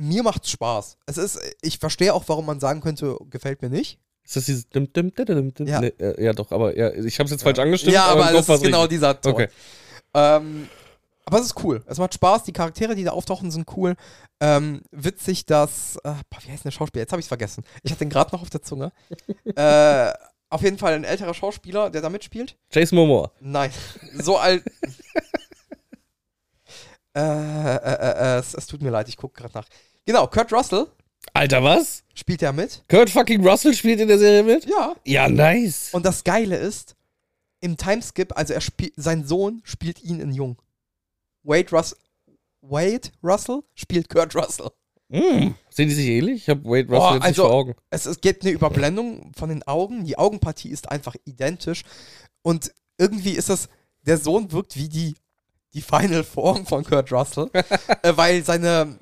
Speaker 2: mir macht's Spaß. Es ist, ich verstehe auch, warum man sagen könnte, gefällt mir nicht.
Speaker 1: Ist das dieses dim, dim, dim, dim, dim?
Speaker 2: Ja.
Speaker 1: Nee, äh, ja, doch, aber ja, ich habe es jetzt falsch angestimmt.
Speaker 2: ja, aber
Speaker 1: im
Speaker 2: das
Speaker 1: Kopf war's
Speaker 2: ist genau
Speaker 1: richtig.
Speaker 2: dieser Ton.
Speaker 1: Okay.
Speaker 2: Ähm, aber es ist cool. Es macht Spaß. Die Charaktere, die da auftauchen, sind cool. Ähm, witzig, dass. Äh, boah, wie heißt denn der Schauspieler? Jetzt habe ich es vergessen. Ich hatte den gerade noch auf der Zunge. äh, auf jeden Fall ein älterer Schauspieler, der da mitspielt.
Speaker 1: Jason Momoa.
Speaker 2: Nein, so alt. äh, äh, äh, es, es tut mir leid, ich gucke gerade nach. Genau, Kurt Russell
Speaker 1: Alter, was?
Speaker 2: spielt ja mit.
Speaker 1: Kurt fucking Russell spielt in der Serie mit?
Speaker 2: Ja.
Speaker 1: Ja, nice.
Speaker 2: Und das Geile ist, im Timeskip, also er spielt, sein Sohn spielt ihn in Jung. Wade, Rus Wade Russell spielt Kurt Russell.
Speaker 1: Mm. Sehen die sich ähnlich? Ich habe Wade Russell
Speaker 2: Boah,
Speaker 1: jetzt
Speaker 2: also-
Speaker 1: nicht vor Augen.
Speaker 2: Es, es gibt eine Überblendung von den Augen. Die Augenpartie ist einfach identisch. Und irgendwie ist das, der Sohn wirkt wie die, die Final Form von Kurt Russell, äh, weil seine,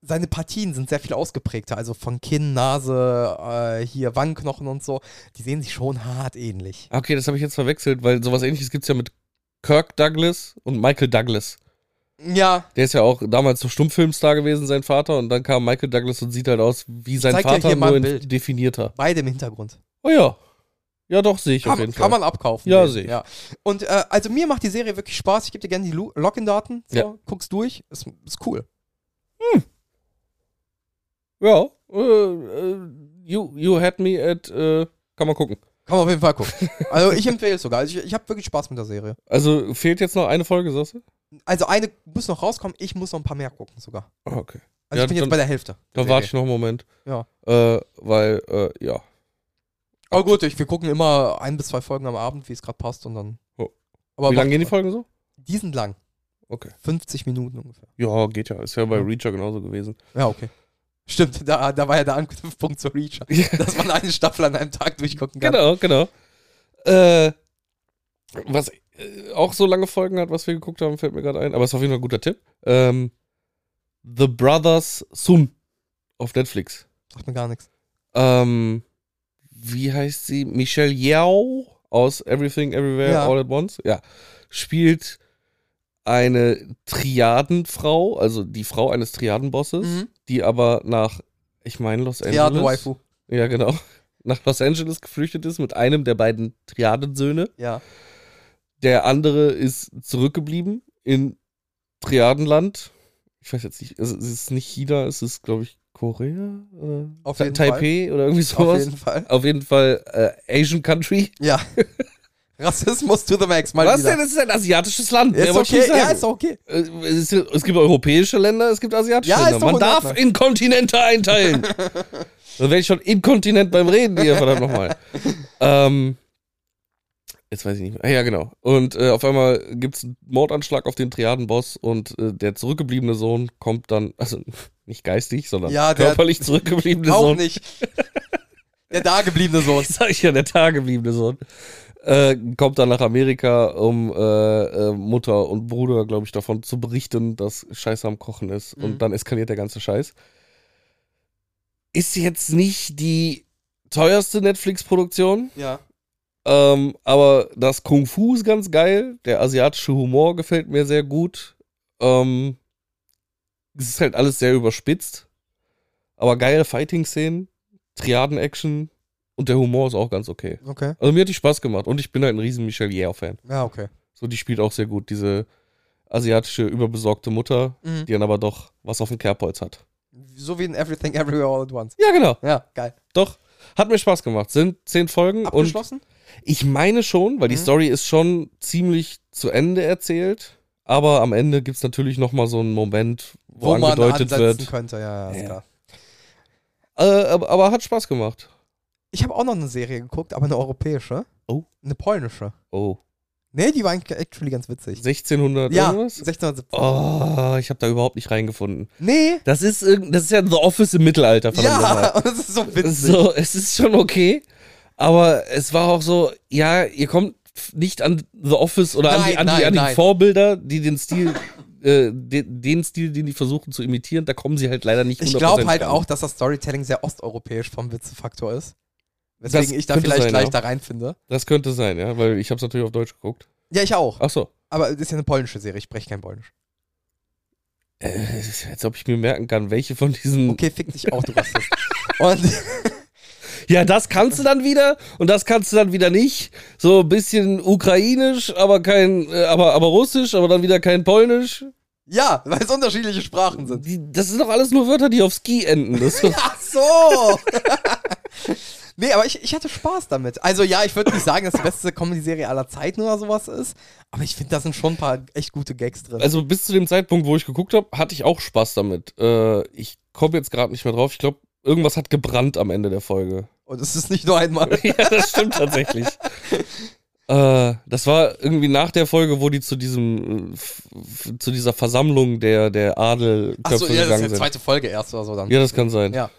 Speaker 2: seine Partien sind sehr viel ausgeprägter. Also von Kinn, Nase, äh, hier Wangenknochen und so. Die sehen sich schon hart ähnlich.
Speaker 1: Ah, Okay, das habe ich jetzt verwechselt, weil sowas ähnliches gibt's ja mit Kirk Douglas und Michael Douglas.
Speaker 2: Ja,
Speaker 1: Der ist ja auch damals so Stummfilmstar gewesen, sein Vater. Und dann kam Michael Douglas und sieht halt aus wie sein
Speaker 2: zeig dir
Speaker 1: Vater,
Speaker 2: hier mal
Speaker 1: nur
Speaker 2: ein
Speaker 1: in
Speaker 2: Bild.
Speaker 1: definierter.
Speaker 2: Beide im Hintergrund.
Speaker 1: Oh ja. Ja, doch, sehe ich auf
Speaker 2: Kann,
Speaker 1: jeden
Speaker 2: kann
Speaker 1: Fall.
Speaker 2: man abkaufen.
Speaker 1: Ja,
Speaker 2: den,
Speaker 1: sehe ich.
Speaker 2: Ja. Und äh, also mir macht die Serie wirklich Spaß. Ich gebe dir gerne die Lu- Login-Daten. So,
Speaker 1: Ja.
Speaker 2: Guckst durch. Ist, ist cool.
Speaker 1: Ja. Äh, äh, you, you had me at. Äh, kann man gucken.
Speaker 2: Kann man auf jeden Fall gucken. also ich empfehle es sogar. Also ich, ich habe wirklich Spaß mit der Serie.
Speaker 1: Also fehlt jetzt noch eine Folge, sagst du?
Speaker 2: Also eine muss noch rauskommen. Ich muss noch ein paar mehr gucken sogar.
Speaker 1: Ah, Okay.
Speaker 2: Also
Speaker 1: Ja,
Speaker 2: ich bin jetzt
Speaker 1: dann-
Speaker 2: bei der Hälfte.
Speaker 1: Da
Speaker 2: der
Speaker 1: warte ich
Speaker 2: Serie.
Speaker 1: noch einen Moment.
Speaker 2: Ja.
Speaker 1: Äh, weil, äh, ja.
Speaker 2: Aber gut, ich, wir gucken immer ein bis zwei Folgen am Abend, wie es gerade passt und dann.
Speaker 1: Oh.
Speaker 2: Aber
Speaker 1: Wie lange
Speaker 2: macht-
Speaker 1: gehen die Folgen so?
Speaker 2: Die sind lang.
Speaker 1: Okay.
Speaker 2: 50 Minuten ungefähr.
Speaker 1: Ja, geht ja. Ist ja bei
Speaker 2: Ja.
Speaker 1: Reacher genauso gewesen.
Speaker 2: Ja, okay. Stimmt, da, da war ja der Anknüpfpunkt zu Reacher. Dass man eine Staffel an einem Tag durchgucken kann.
Speaker 1: genau, genau. Äh, Genau, was äh, auch so lange Folgen hat, was wir geguckt haben, fällt mir gerade ein. Aber es ist auf jeden Fall ein guter Tipp. Ähm, The Brothers Sum auf Netflix.
Speaker 2: Sagt mir gar nichts.
Speaker 1: Ähm, wie heißt sie? Michelle Yao aus Everything Everywhere
Speaker 2: Ja.
Speaker 1: All at Once. Ja. Spielt eine Triadenfrau, also die Frau eines Triadenbosses,
Speaker 2: Mhm.
Speaker 1: die aber nach, ich meine, Los Angeles.
Speaker 2: Ja, du Waifu.
Speaker 1: Ja, genau. Nach Los Angeles geflüchtet ist mit einem der beiden Triadensöhne.
Speaker 2: Ja.
Speaker 1: Der andere ist zurückgeblieben in Triadenland. Ich weiß jetzt nicht, also es ist nicht China, es ist, glaube ich, Korea oder
Speaker 2: Auf
Speaker 1: Ta-
Speaker 2: jeden
Speaker 1: Taipei oder irgendwie
Speaker 2: Auf
Speaker 1: sowas.
Speaker 2: jeden Fall.
Speaker 1: Auf jeden Fall, äh, Asian Country.
Speaker 2: Ja. Rassismus to the max, mal
Speaker 1: Was
Speaker 2: wieder.
Speaker 1: denn? Das ist ein asiatisches Land.
Speaker 2: Ist
Speaker 1: Mehr wollte ich
Speaker 2: okay.
Speaker 1: nicht
Speaker 2: Ja,
Speaker 1: sagen.
Speaker 2: ist okay.
Speaker 1: Äh, es, ist, es gibt europäische Länder, es gibt asiatische
Speaker 2: Ja, ist
Speaker 1: Länder.
Speaker 2: doch
Speaker 1: Man
Speaker 2: in Ordnung.
Speaker 1: darf in Kontinente einteilen. da werde ich schon inkontinent beim Reden hier, verdammt nochmal. Ähm, jetzt weiß ich nicht mehr. Ah, Ja, genau. Und äh, auf einmal gibt es einen Mordanschlag auf den Triadenboss und äh, der zurückgebliebene Sohn kommt dann, also nicht geistig, sondern
Speaker 2: Ja, der-
Speaker 1: körperlich zurückgebliebene
Speaker 2: Auch
Speaker 1: Sohn.
Speaker 2: nicht. Der dagebliebene Sohn.
Speaker 1: Sag ich ja, der tagebliebene Sohn. Äh, kommt dann nach Amerika, um äh, äh, Mutter und Bruder, glaube ich, davon zu berichten, dass Scheiße am Kochen ist.
Speaker 2: Mhm.
Speaker 1: Und dann eskaliert der ganze Scheiß. Ist jetzt nicht die teuerste Netflix-Produktion,
Speaker 2: Ja.
Speaker 1: ähm, aber das Kung Fu ist ganz geil. Der asiatische Humor gefällt mir sehr gut. Ähm, es ist halt alles sehr überspitzt, aber geile Fighting-Szenen, Triaden-Action und der Humor ist auch ganz okay.
Speaker 2: Okay.
Speaker 1: Also mir hat die Spaß gemacht und ich bin halt ein riesen Michelle Yeoh-Fan.
Speaker 2: Ja, okay.
Speaker 1: So, die spielt auch sehr gut, diese asiatische, überbesorgte Mutter,
Speaker 2: Mhm.
Speaker 1: die dann aber doch was auf dem Kerbholz hat.
Speaker 2: So wie in Everything Everywhere All at Once.
Speaker 1: Ja, genau,
Speaker 2: Ja, geil.
Speaker 1: doch. Hat mir Spaß gemacht. Sind zehn Folgen und
Speaker 2: Abgeschlossen?
Speaker 1: ich meine schon, weil die
Speaker 2: Mhm.
Speaker 1: Story ist schon ziemlich zu Ende erzählt, aber am Ende gibt es natürlich nochmal so einen Moment, wo, angedeutet wird.
Speaker 2: könnte, ja, ja, ist
Speaker 1: Ja.
Speaker 2: klar.
Speaker 1: Äh, aber, aber hat Spaß gemacht.
Speaker 2: Ich habe auch noch eine Serie geguckt, aber eine europäische.
Speaker 1: Oh.
Speaker 2: Eine polnische.
Speaker 1: Oh.
Speaker 2: Nee, die war eigentlich actually ganz witzig.
Speaker 1: 1600
Speaker 2: Ja,
Speaker 1: irgendwas?
Speaker 2: 1670.
Speaker 1: Oh, ich habe da überhaupt nicht reingefunden.
Speaker 2: Nee.
Speaker 1: Das ist, irgend- das ist ja The Office im Mittelalter, Oh. verdammt nochmal.
Speaker 2: Ja, und das ist so witzig.
Speaker 1: So, es ist schon okay, aber es war auch so, ja, ihr kommt nicht an The Office oder an die,
Speaker 2: Nein,
Speaker 1: an die,
Speaker 2: nein,
Speaker 1: an die
Speaker 2: nein.
Speaker 1: Vorbilder, die den Stil, äh, den, den Stil, den die versuchen zu imitieren, da kommen sie halt leider nicht
Speaker 2: Ich glaube
Speaker 1: 100%
Speaker 2: halt
Speaker 1: ran.
Speaker 2: auch, dass das Storytelling sehr osteuropäisch vom Witzefaktor ist. Weswegen
Speaker 1: Das
Speaker 2: ich da
Speaker 1: könnte
Speaker 2: vielleicht
Speaker 1: sein,
Speaker 2: gleich
Speaker 1: ja.
Speaker 2: da reinfinde.
Speaker 1: Das könnte sein, ja, weil ich habe es natürlich auf Deutsch geguckt.
Speaker 2: Ja, ich auch.
Speaker 1: Ach so.
Speaker 2: Aber es ist ja eine polnische Serie, ich spreche kein Polnisch.
Speaker 1: Äh, als ob ich mir merken kann, welche von diesen.
Speaker 2: Okay, fick dich auch, du Rassist. Und
Speaker 1: Ja, das kannst du dann wieder und das kannst du dann wieder nicht. So ein bisschen ukrainisch, aber kein, äh, aber, aber russisch, aber dann wieder kein polnisch.
Speaker 2: ja, weil es unterschiedliche Sprachen sind.
Speaker 1: Die, das sind doch alles nur Wörter, die auf Ski enden. Das ist
Speaker 2: Ach so! nee, aber ich, ich hatte Spaß damit. Also ja, ich würde nicht sagen, dass die beste Comedy-Serie aller Zeiten oder sowas ist, aber ich finde, da sind schon ein paar echt gute Gags drin.
Speaker 1: Also bis zu dem Zeitpunkt, wo ich geguckt habe, hatte ich auch Spaß damit. Äh, ich komme jetzt gerade nicht mehr drauf. Ich glaube, irgendwas hat gebrannt am Ende der Folge.
Speaker 2: Und es ist nicht nur einmal.
Speaker 1: ja, das stimmt tatsächlich. Äh, das war irgendwie nach der Folge, wo die zu diesem äh, f- f- zu dieser Versammlung der der Adelköpfe
Speaker 2: Achso, ja, das
Speaker 1: gegangen
Speaker 2: ist die
Speaker 1: sind.
Speaker 2: zweite Folge erst oder so dann.
Speaker 1: ja, das kann sein.
Speaker 2: Ja.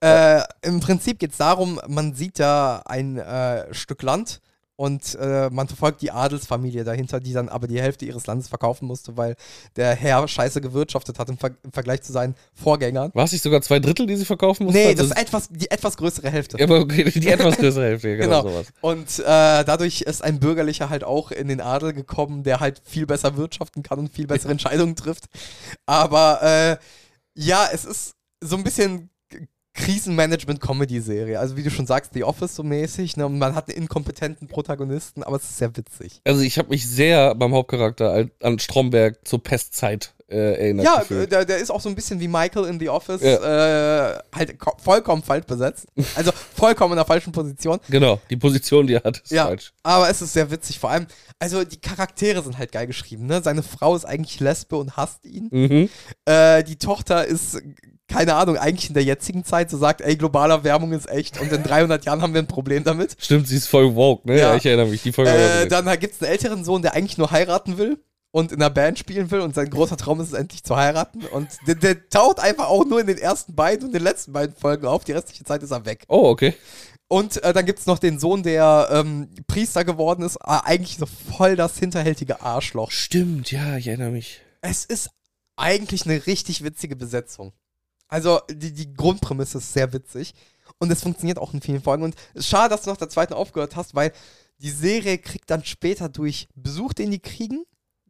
Speaker 2: Äh, Im Prinzip geht es darum, man sieht da ein äh, Stück Land und äh, man verfolgt die Adelsfamilie dahinter, die dann aber die Hälfte ihres Landes verkaufen musste, weil der Herr scheiße gewirtschaftet hat im, Ver im Vergleich zu seinen Vorgängern.
Speaker 1: War es nicht sogar zwei Drittel, die sie verkaufen mussten?
Speaker 2: Nee,
Speaker 1: Also,
Speaker 2: das ist etwas, die etwas größere Hälfte.
Speaker 1: ja, aber okay, die etwas größere Hälfte, ja, genau,
Speaker 2: genau.
Speaker 1: sowas.
Speaker 2: Und äh, dadurch ist ein Bürgerlicher halt auch in den Adel gekommen, der halt viel besser wirtschaften kann und viel bessere Entscheidungen trifft. Aber äh, ja, es ist so ein bisschen K- Krisenmanagement-Comedy-Serie. Also wie du schon sagst, The Office so mäßig. Ne? Und man hat einen inkompetenten Protagonisten, aber es ist sehr witzig.
Speaker 1: Also ich habe mich sehr beim Hauptcharakter al- an Stromberg zur Pestzeit äh, erinnert.
Speaker 2: ja,
Speaker 1: gefühlt.
Speaker 2: äh, der, der ist auch so ein bisschen wie Michael in The Office, äh, halt ko- vollkommen falsch besetzt. Also vollkommen in der falschen Position.
Speaker 1: Genau, die Position, die er hat, ist
Speaker 2: Ja.
Speaker 1: falsch.
Speaker 2: Aber es ist sehr witzig. Vor allem, also die Charaktere sind halt geil geschrieben. Ne? Seine Frau ist eigentlich Lesbe und hasst ihn.
Speaker 1: Mhm.
Speaker 2: Äh, die Tochter ist, keine Ahnung, eigentlich in der jetzigen Zeit so sagt, ey, globaler Wärmung ist echt und in 300 Jahren haben wir ein Problem damit.
Speaker 1: Stimmt, sie ist voll woke, ne? Ja,
Speaker 2: Ja.
Speaker 1: ich erinnere mich. Die Folge hab ich
Speaker 2: Äh,
Speaker 1: gesehen.
Speaker 2: dann gibt es einen älteren Sohn, der eigentlich nur heiraten will und in einer Band spielen will und sein großer Traum ist es endlich zu heiraten und der, der taucht einfach auch nur in den ersten beiden und den letzten beiden Folgen auf, die restliche Zeit ist er weg.
Speaker 1: Oh, okay.
Speaker 2: Und äh, dann gibt es noch den Sohn, der ähm, Priester geworden ist, ah, eigentlich so voll das hinterhältige Arschloch.
Speaker 1: Stimmt, ja, ich erinnere mich.
Speaker 2: Es ist eigentlich eine richtig witzige Besetzung. Also die, die Grundprämisse ist sehr witzig. Und es funktioniert auch in vielen Folgen. Und es ist schade, dass du nach der zweiten aufgehört hast, weil die Serie kriegt dann später durch Besuch, den die kriegen,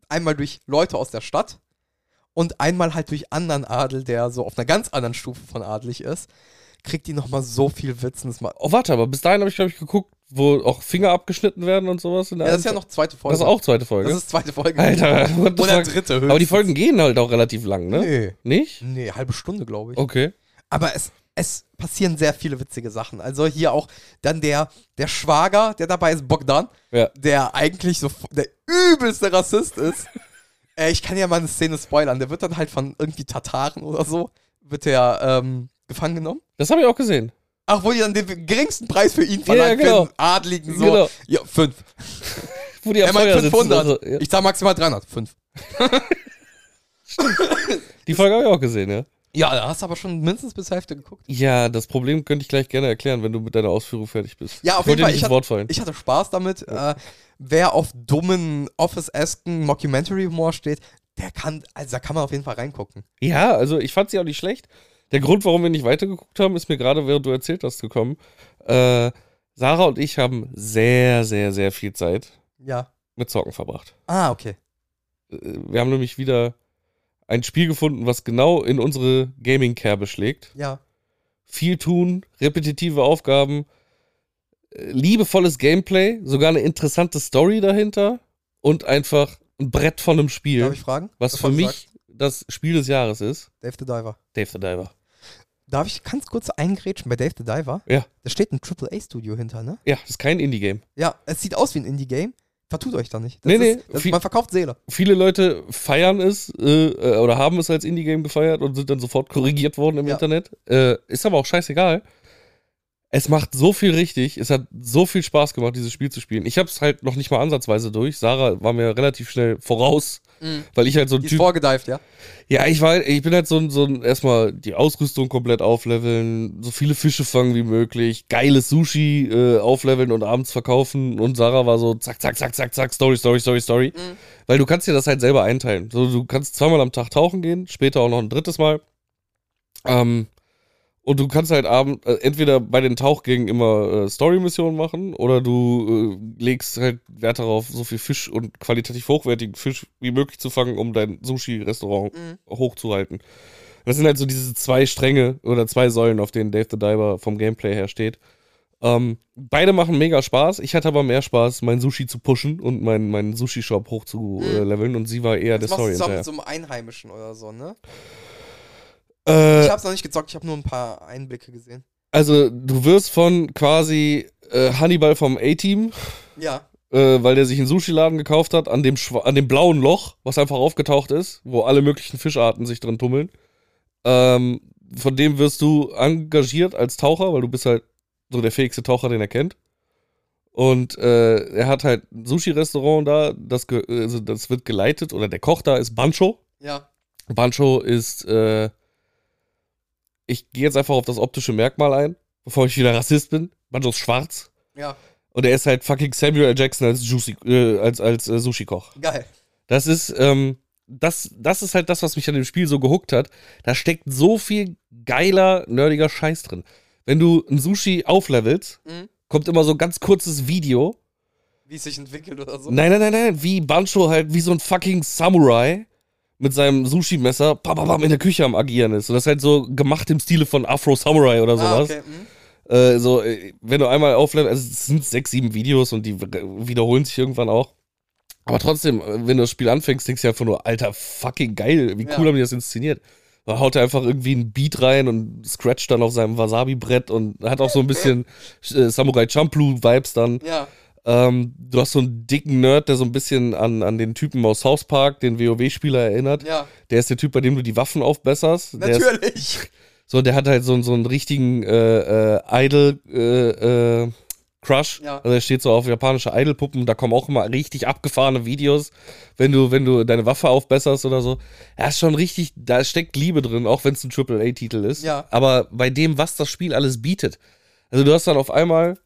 Speaker 2: einmal durch Leute aus der Stadt und einmal halt durch anderen Adel, der so auf einer ganz anderen Stufe von adelig ist, kriegt die nochmal so viel Witz. Und das, ma-
Speaker 1: Oh, warte, aber bis dahin habe ich, glaube ich, geguckt, wo auch Finger abgeschnitten werden und sowas. In der
Speaker 2: ja, das ist ja
Speaker 1: einen-
Speaker 2: noch zweite Folge.
Speaker 1: Das ist auch zweite Folge.
Speaker 2: Das ist zweite Folge.
Speaker 1: Alter, what the fuck?
Speaker 2: Oder dritte höchstens.
Speaker 1: Aber die Folgen gehen halt auch relativ lang, ne?
Speaker 2: Nee.
Speaker 1: Nicht?
Speaker 2: Nee, halbe Stunde, glaube ich.
Speaker 1: Okay.
Speaker 2: Aber es, es passieren sehr viele witzige Sachen. Also hier auch dann der, der Schwager, der dabei ist, Bogdan,
Speaker 1: Ja.
Speaker 2: der eigentlich so f- der übelste Rassist ist. äh, ich kann ja mal eine Szene spoilern. Der wird dann halt von irgendwie Tataren oder so, wird der ähm, gefangen genommen.
Speaker 1: Das habe ich auch gesehen.
Speaker 2: Ach, wo die dann den geringsten Preis für ihn verlangen
Speaker 1: genau.
Speaker 2: für einen Adligen. So.
Speaker 1: Genau.
Speaker 2: Ja, fünf.
Speaker 1: Wo die
Speaker 2: Er
Speaker 1: am
Speaker 2: meint
Speaker 1: Feuer sitzen.
Speaker 2: 500.
Speaker 1: Also, ja.
Speaker 2: Ich zahle maximal 300. Fünf.
Speaker 1: Die Folge habe ich auch gesehen, ja.
Speaker 2: Ja, da hast du aber schon mindestens bis Hälfte geguckt.
Speaker 1: Ja, das Problem könnte ich gleich gerne erklären, wenn du mit deiner Ausführung fertig bist.
Speaker 2: Ja, auf
Speaker 1: ich wollte
Speaker 2: jeden Fall.
Speaker 1: dir nicht
Speaker 2: Ich
Speaker 1: ins
Speaker 2: hatte,
Speaker 1: Wort fallen.
Speaker 2: ich hatte Spaß damit. Äh, wer auf dummen Office-esken Mockumentary-Humor steht, der kann, also da kann man auf jeden Fall reingucken.
Speaker 1: Ja, also ich fand sie auch nicht schlecht. Der Grund, warum wir nicht weitergeguckt haben, ist mir gerade, während du erzählt hast, gekommen. Äh, Sarah und ich haben sehr, sehr, sehr viel Zeit
Speaker 2: Ja.
Speaker 1: mit Zocken verbracht.
Speaker 2: Ah, okay.
Speaker 1: Äh, Wir haben nämlich wieder ein Spiel gefunden, was genau in unsere Gaming-Kerbe schlägt.
Speaker 2: Ja.
Speaker 1: Viel tun, repetitive Aufgaben, äh, liebevolles Gameplay, sogar eine interessante Story dahinter und einfach ein Brett von einem Spiel,
Speaker 2: Darf ich fragen?
Speaker 1: was
Speaker 2: Bevor
Speaker 1: für
Speaker 2: du
Speaker 1: mich
Speaker 2: sagst?
Speaker 1: das Spiel des Jahres ist.
Speaker 2: Dave the Diver.
Speaker 1: Dave the Diver.
Speaker 2: Darf ich ganz kurz eingrätschen bei Dave the Diver?
Speaker 1: Ja.
Speaker 2: Da steht ein AAA-Studio hinter, ne?
Speaker 1: Ja, das ist kein Indie-Game.
Speaker 2: Ja, es sieht aus wie ein Indie-Game. Vertut euch da nicht. Das
Speaker 1: Nee, nee,
Speaker 2: ist, Das,
Speaker 1: viel-
Speaker 2: man verkauft Seele.
Speaker 1: viele Leute feiern es äh, äh, oder haben es als Indie-Game gefeiert und sind dann sofort korrigiert worden im
Speaker 2: Ja.
Speaker 1: Internet. Äh, ist aber auch scheißegal. Es macht so viel richtig. Es hat so viel Spaß gemacht, dieses Spiel zu spielen. Ich habe es halt noch nicht mal ansatzweise durch. Sarah war mir relativ schnell voraus, weil ich halt so ein
Speaker 2: Mhm. Die ist
Speaker 1: Typ
Speaker 2: vorgedived, ja.
Speaker 1: ja, ich war, ich bin halt so ein, so ein, erstmal die Ausrüstung komplett aufleveln, so viele Fische fangen wie möglich, geiles Sushi äh, aufleveln und abends verkaufen und Sarah war so zack, zack, zack, zack, zack, Story, Story, Story, Story.
Speaker 2: Mhm.
Speaker 1: Weil du kannst dir das halt selber einteilen. So, du kannst zweimal am Tag tauchen gehen, später auch noch ein drittes Mal. Ähm, und du kannst halt abend äh, entweder bei den Tauchgängen immer äh, Story-Missionen machen oder du äh, legst halt Wert darauf, so viel Fisch und qualitativ hochwertigen Fisch wie möglich zu fangen, um dein Sushi-Restaurant
Speaker 2: Mhm.
Speaker 1: hochzuhalten. Das sind halt so diese zwei Stränge oder zwei Säulen, auf denen Dave the Diver vom Gameplay her steht. Ähm, beide machen mega Spaß. Ich hatte aber mehr Spaß, meinen Sushi zu pushen und meinen, meinen Sushi-Shop hochzuleveln. Äh, leveln. und sie war eher der
Speaker 2: Mhm. Das machst du
Speaker 1: Story
Speaker 2: zusammen mit
Speaker 1: hinterher.
Speaker 2: so einem Einheimischen oder so, ne?
Speaker 1: Äh,
Speaker 2: Ich hab's noch nicht gezockt, ich habe nur ein paar Einblicke gesehen.
Speaker 1: also, du wirst von quasi äh, Hannibal vom A-Team,
Speaker 2: Ja.
Speaker 1: äh, weil der sich einen Sushi-Laden gekauft hat, an dem, schwa- an dem blauen Loch, was einfach aufgetaucht ist, wo alle möglichen Fischarten sich drin tummeln. Ähm, von dem wirst du engagiert als Taucher, weil du bist halt so der fähigste Taucher, den er kennt. Und äh, er hat halt ein Sushi-Restaurant da, das, ge also das wird geleitet, oder der Koch da ist Bancho.
Speaker 2: Ja.
Speaker 1: Bancho ist, äh, ich gehe jetzt einfach auf das optische Merkmal ein, bevor ich wieder Rassist bin. Bancho ist schwarz.
Speaker 2: Ja.
Speaker 1: Und er ist halt fucking Samuel L. Jackson als, Juicy- äh, als, als äh, Sushi-Koch.
Speaker 2: Geil.
Speaker 1: Das ist, ähm, das, das ist halt das, was mich an dem Spiel so gehuckt hat. Da steckt so viel geiler, nerdiger Scheiß drin. Wenn du ein Sushi auflevelst,
Speaker 2: Mhm.
Speaker 1: kommt immer so ein ganz kurzes Video.
Speaker 2: Wie es sich entwickelt oder so.
Speaker 1: Nein, nein, nein, nein, wie Bancho halt wie so ein fucking Samurai mit seinem Sushi-Messer bam, bam, bam, in der Küche am Agieren ist. Und das ist halt so gemacht im Stile von Afro-Samurai oder sowas.
Speaker 2: ah, okay. mhm.
Speaker 1: Äh, so, äh, wenn du einmal auflässt, also es sind sechs, sieben Videos und die w- wiederholen sich irgendwann auch. Aber trotzdem, äh, wenn du das Spiel anfängst, denkst du einfach nur, alter, fucking geil, wie cool
Speaker 2: Ja.
Speaker 1: haben die das inszeniert. Da haut er einfach irgendwie einen Beat rein und scratcht dann auf seinem Wasabi-Brett und hat auch so ein bisschen äh, Samurai Champloo-Vibes dann.
Speaker 2: Ja.
Speaker 1: Ähm, du hast so einen dicken Nerd, der so ein bisschen an, an den Typen aus House Park, den WoW-Spieler erinnert.
Speaker 2: Ja.
Speaker 1: Der ist der Typ, bei dem du die Waffen aufbesserst. Der ist
Speaker 2: Natürlich.
Speaker 1: so, der hat halt so, so einen richtigen äh, äh, Idol äh, äh, Crush.
Speaker 2: Ja.
Speaker 1: Also er steht so auf japanische Idol-Puppen. Da kommen auch immer richtig abgefahrene Videos, wenn du, wenn du deine Waffe aufbesserst oder so. Er ist schon richtig, da steckt Liebe drin, auch wenn es ein Triple-A-Titel ist.
Speaker 2: Ja.
Speaker 1: Aber bei dem, was das Spiel alles bietet, Also du hast dann auf einmal,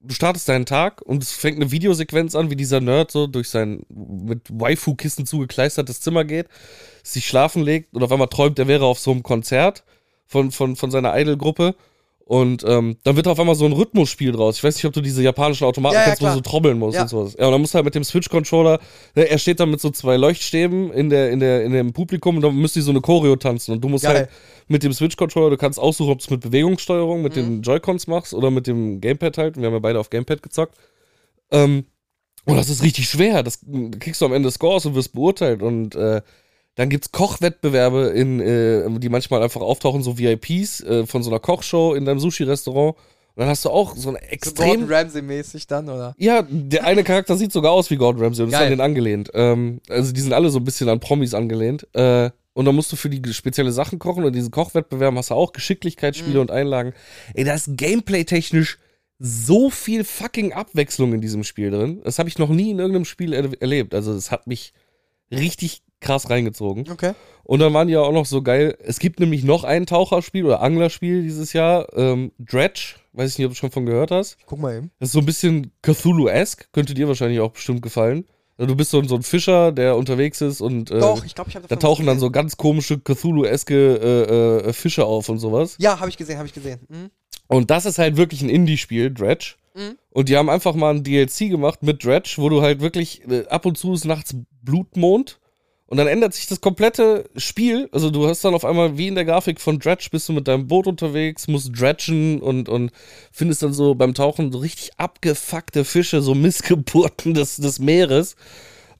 Speaker 1: du startest deinen Tag und es fängt eine Videosequenz an, wie dieser Nerd so durch sein mit Waifu-Kissen zugekleistertes Zimmer geht, sich schlafen legt und auf einmal träumt, er wäre auf so einem Konzert von, von, von seiner Idol-Gruppe. Und ähm, dann wird auf einmal so ein Rhythmusspiel draus. Ich weiß nicht, ob du diese japanischen Automaten
Speaker 2: Ja, ja,
Speaker 1: kennst, wo du
Speaker 2: klar.
Speaker 1: so trommeln musst
Speaker 2: Ja.
Speaker 1: und sowas. Ja, und dann musst du halt mit dem Switch-Controller, ne, er steht dann mit so zwei Leuchtstäben in der, in der, in dem Publikum und dann müsst ihr so eine Choreo tanzen. Und du musst
Speaker 2: Geil.
Speaker 1: halt mit dem Switch-Controller, du kannst aussuchen, ob du es mit Bewegungssteuerung,
Speaker 2: Mhm.
Speaker 1: mit den Joy-Cons machst oder mit dem Gamepad halt. Wir haben ja beide auf Gamepad gezockt. Ähm, und das ist richtig schwer. Das mh, kriegst du am Ende Scores und wirst beurteilt. Und äh, dann gibt's Kochwettbewerbe, in, äh, die manchmal einfach auftauchen, so VIPs äh, von so einer Kochshow in deinem Sushi-Restaurant. Und dann hast du auch so ein extrem
Speaker 2: Gordon Ramsay-mäßig dann, oder?
Speaker 1: ja, der eine Charakter sieht sogar aus wie Gordon Ramsay und ist
Speaker 2: Geil.
Speaker 1: an den angelehnt. Ähm, also die sind alle so ein bisschen an Promis angelehnt. Äh, und dann musst du für die spezielle Sachen kochen und diesen Kochwettbewerben hast du auch Geschicklichkeitsspiele und Einlagen. Ey, da ist gameplay-technisch so viel fucking Abwechslung in diesem Spiel drin. Das habe ich noch nie in irgendeinem Spiel er erlebt. Also das hat mich richtig krass reingezogen.
Speaker 2: Okay.
Speaker 1: Und dann waren die ja auch noch so geil. Es gibt nämlich noch ein Taucherspiel oder Anglerspiel dieses Jahr. Ähm, Dredge. Weiß ich nicht, ob du schon von gehört hast.
Speaker 2: Ich guck mal eben.
Speaker 1: Das ist so ein bisschen Cthulhu-esque. Könnte dir wahrscheinlich auch bestimmt gefallen. Also Du bist so, ein- so ein Fischer, der unterwegs ist und äh,
Speaker 2: Doch, ich glaube, ich habe
Speaker 1: da tauchen dann so ganz komische Cthulhu-eske äh, äh, Fische auf und sowas.
Speaker 2: Ja, habe ich gesehen, habe ich gesehen. Mhm.
Speaker 1: Und das ist halt wirklich ein Indie-Spiel, Dredge.
Speaker 2: Mhm.
Speaker 1: Und die haben einfach mal ein DLC gemacht mit Dredge, wo du halt wirklich äh, ab und zu ist nachts Blutmond. Und dann ändert sich das komplette Spiel. Also du hast dann auf einmal, wie in der Grafik von Dredge, bist du mit deinem Boot unterwegs, musst dredgen und, und findest dann so beim Tauchen so richtig abgefuckte Fische, so Missgeburten des, des Meeres.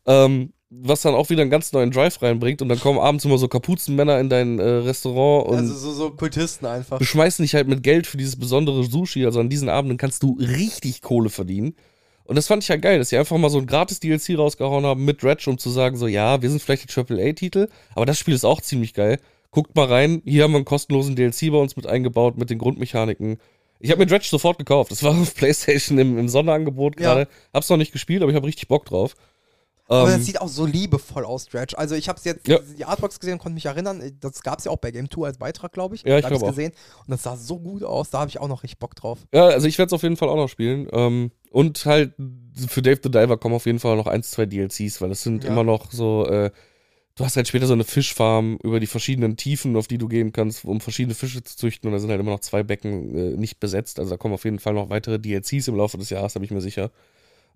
Speaker 1: Ähm, was dann auch wieder einen ganz neuen Drive reinbringt. Und dann kommen abends immer so Kapuzenmänner in dein äh, Restaurant und
Speaker 2: Also so, so Kultisten einfach.
Speaker 1: beschmeißen dich halt mit Geld für dieses besondere Sushi. Also an diesen Abenden kannst du richtig Kohle verdienen. Und das fand ich ja geil, dass sie einfach mal so ein gratis DLC rausgehauen haben mit Ratch, um zu sagen, so, ja, wir sind vielleicht ein AAA-Titel, aber das Spiel ist auch ziemlich geil. Guckt mal rein, hier haben wir einen kostenlosen DLC bei uns mit eingebaut, mit den Grundmechaniken. Ich habe mir Dredge sofort gekauft. Das war auf PlayStation im, im Sonderangebot
Speaker 2: Ja.
Speaker 1: gerade. Hab's noch nicht gespielt, aber ich habe richtig Bock drauf.
Speaker 2: Aber
Speaker 1: Ähm,
Speaker 2: das sieht auch so liebevoll aus, Stretch. Also ich habe es jetzt
Speaker 1: Ja.
Speaker 2: die Artbox gesehen und konnte mich erinnern. äh, Das gab es ja auch bei Game 2 als Beitrag, glaube ich.
Speaker 1: Ja, ich
Speaker 2: Da hab ich's
Speaker 1: glaub auch.
Speaker 2: gesehen. Und das sah so gut aus. Da habe ich auch noch richtig Bock drauf.
Speaker 1: Ja, also ich werde es auf jeden Fall auch noch spielen. Ähm, und halt für Dave the Diver kommen auf jeden Fall noch ein, zwei DLCs, weil es sind
Speaker 2: Ja.
Speaker 1: immer noch so. Äh, du hast halt später so eine Fischfarm über die verschiedenen Tiefen, auf die du gehen kannst, um verschiedene Fische zu züchten. Und da sind halt immer noch zwei Becken äh, nicht besetzt. Also da kommen auf jeden Fall noch weitere DLCs im Laufe des Jahres, da bin ich mir sicher.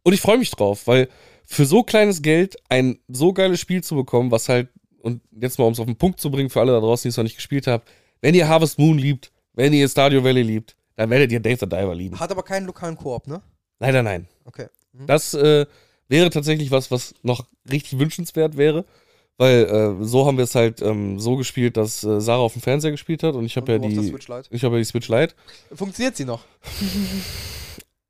Speaker 1: Und ich freue mich drauf, weil für so kleines Geld ein so geiles Spiel zu bekommen, was halt, und jetzt mal um es auf den Punkt zu bringen für alle da draußen, die es noch nicht gespielt haben, wenn ihr Harvest Moon liebt, wenn ihr Stadio Valley liebt, dann werdet ihr Dave the Diver lieben.
Speaker 2: Hat aber keinen lokalen Koop, ne?
Speaker 1: Leider nein.
Speaker 2: Okay. Mhm.
Speaker 1: Das äh, wäre tatsächlich was, was noch richtig wünschenswert wäre, weil äh, so haben wir es halt ähm, so gespielt, dass äh, Sarah auf dem Fernseher gespielt hat und ich habe ja
Speaker 2: Und du auf der
Speaker 1: die,
Speaker 2: Switch Lite.
Speaker 1: ich habe ja die Switch Lite.
Speaker 2: Funktioniert sie noch?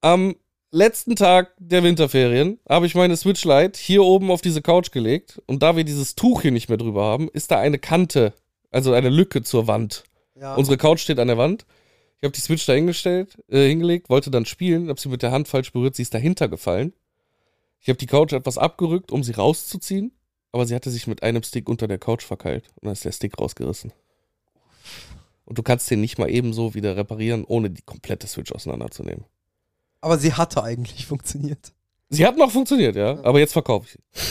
Speaker 1: Am letzten Tag der Winterferien habe ich meine Switch Lite hier oben auf diese Couch gelegt und da wir dieses Tuch hier nicht mehr drüber haben, ist da eine Kante, also eine Lücke zur Wand.
Speaker 2: Ja.
Speaker 1: Unsere Couch steht an der Wand. Ich habe die Switch da hingestellt, äh, hingelegt, wollte dann spielen, habe sie mit der Hand falsch berührt, sie ist dahinter gefallen. Ich habe die Couch etwas abgerückt, um sie rauszuziehen, aber sie hatte sich mit einem Stick unter der Couch verkeilt und dann ist der Stick rausgerissen. Und du kannst den nicht mal ebenso wieder reparieren, ohne die komplette Switch auseinanderzunehmen.
Speaker 2: aber sie hatte eigentlich funktioniert.
Speaker 1: Sie hat noch funktioniert, ja, aber jetzt verkaufe ich sie.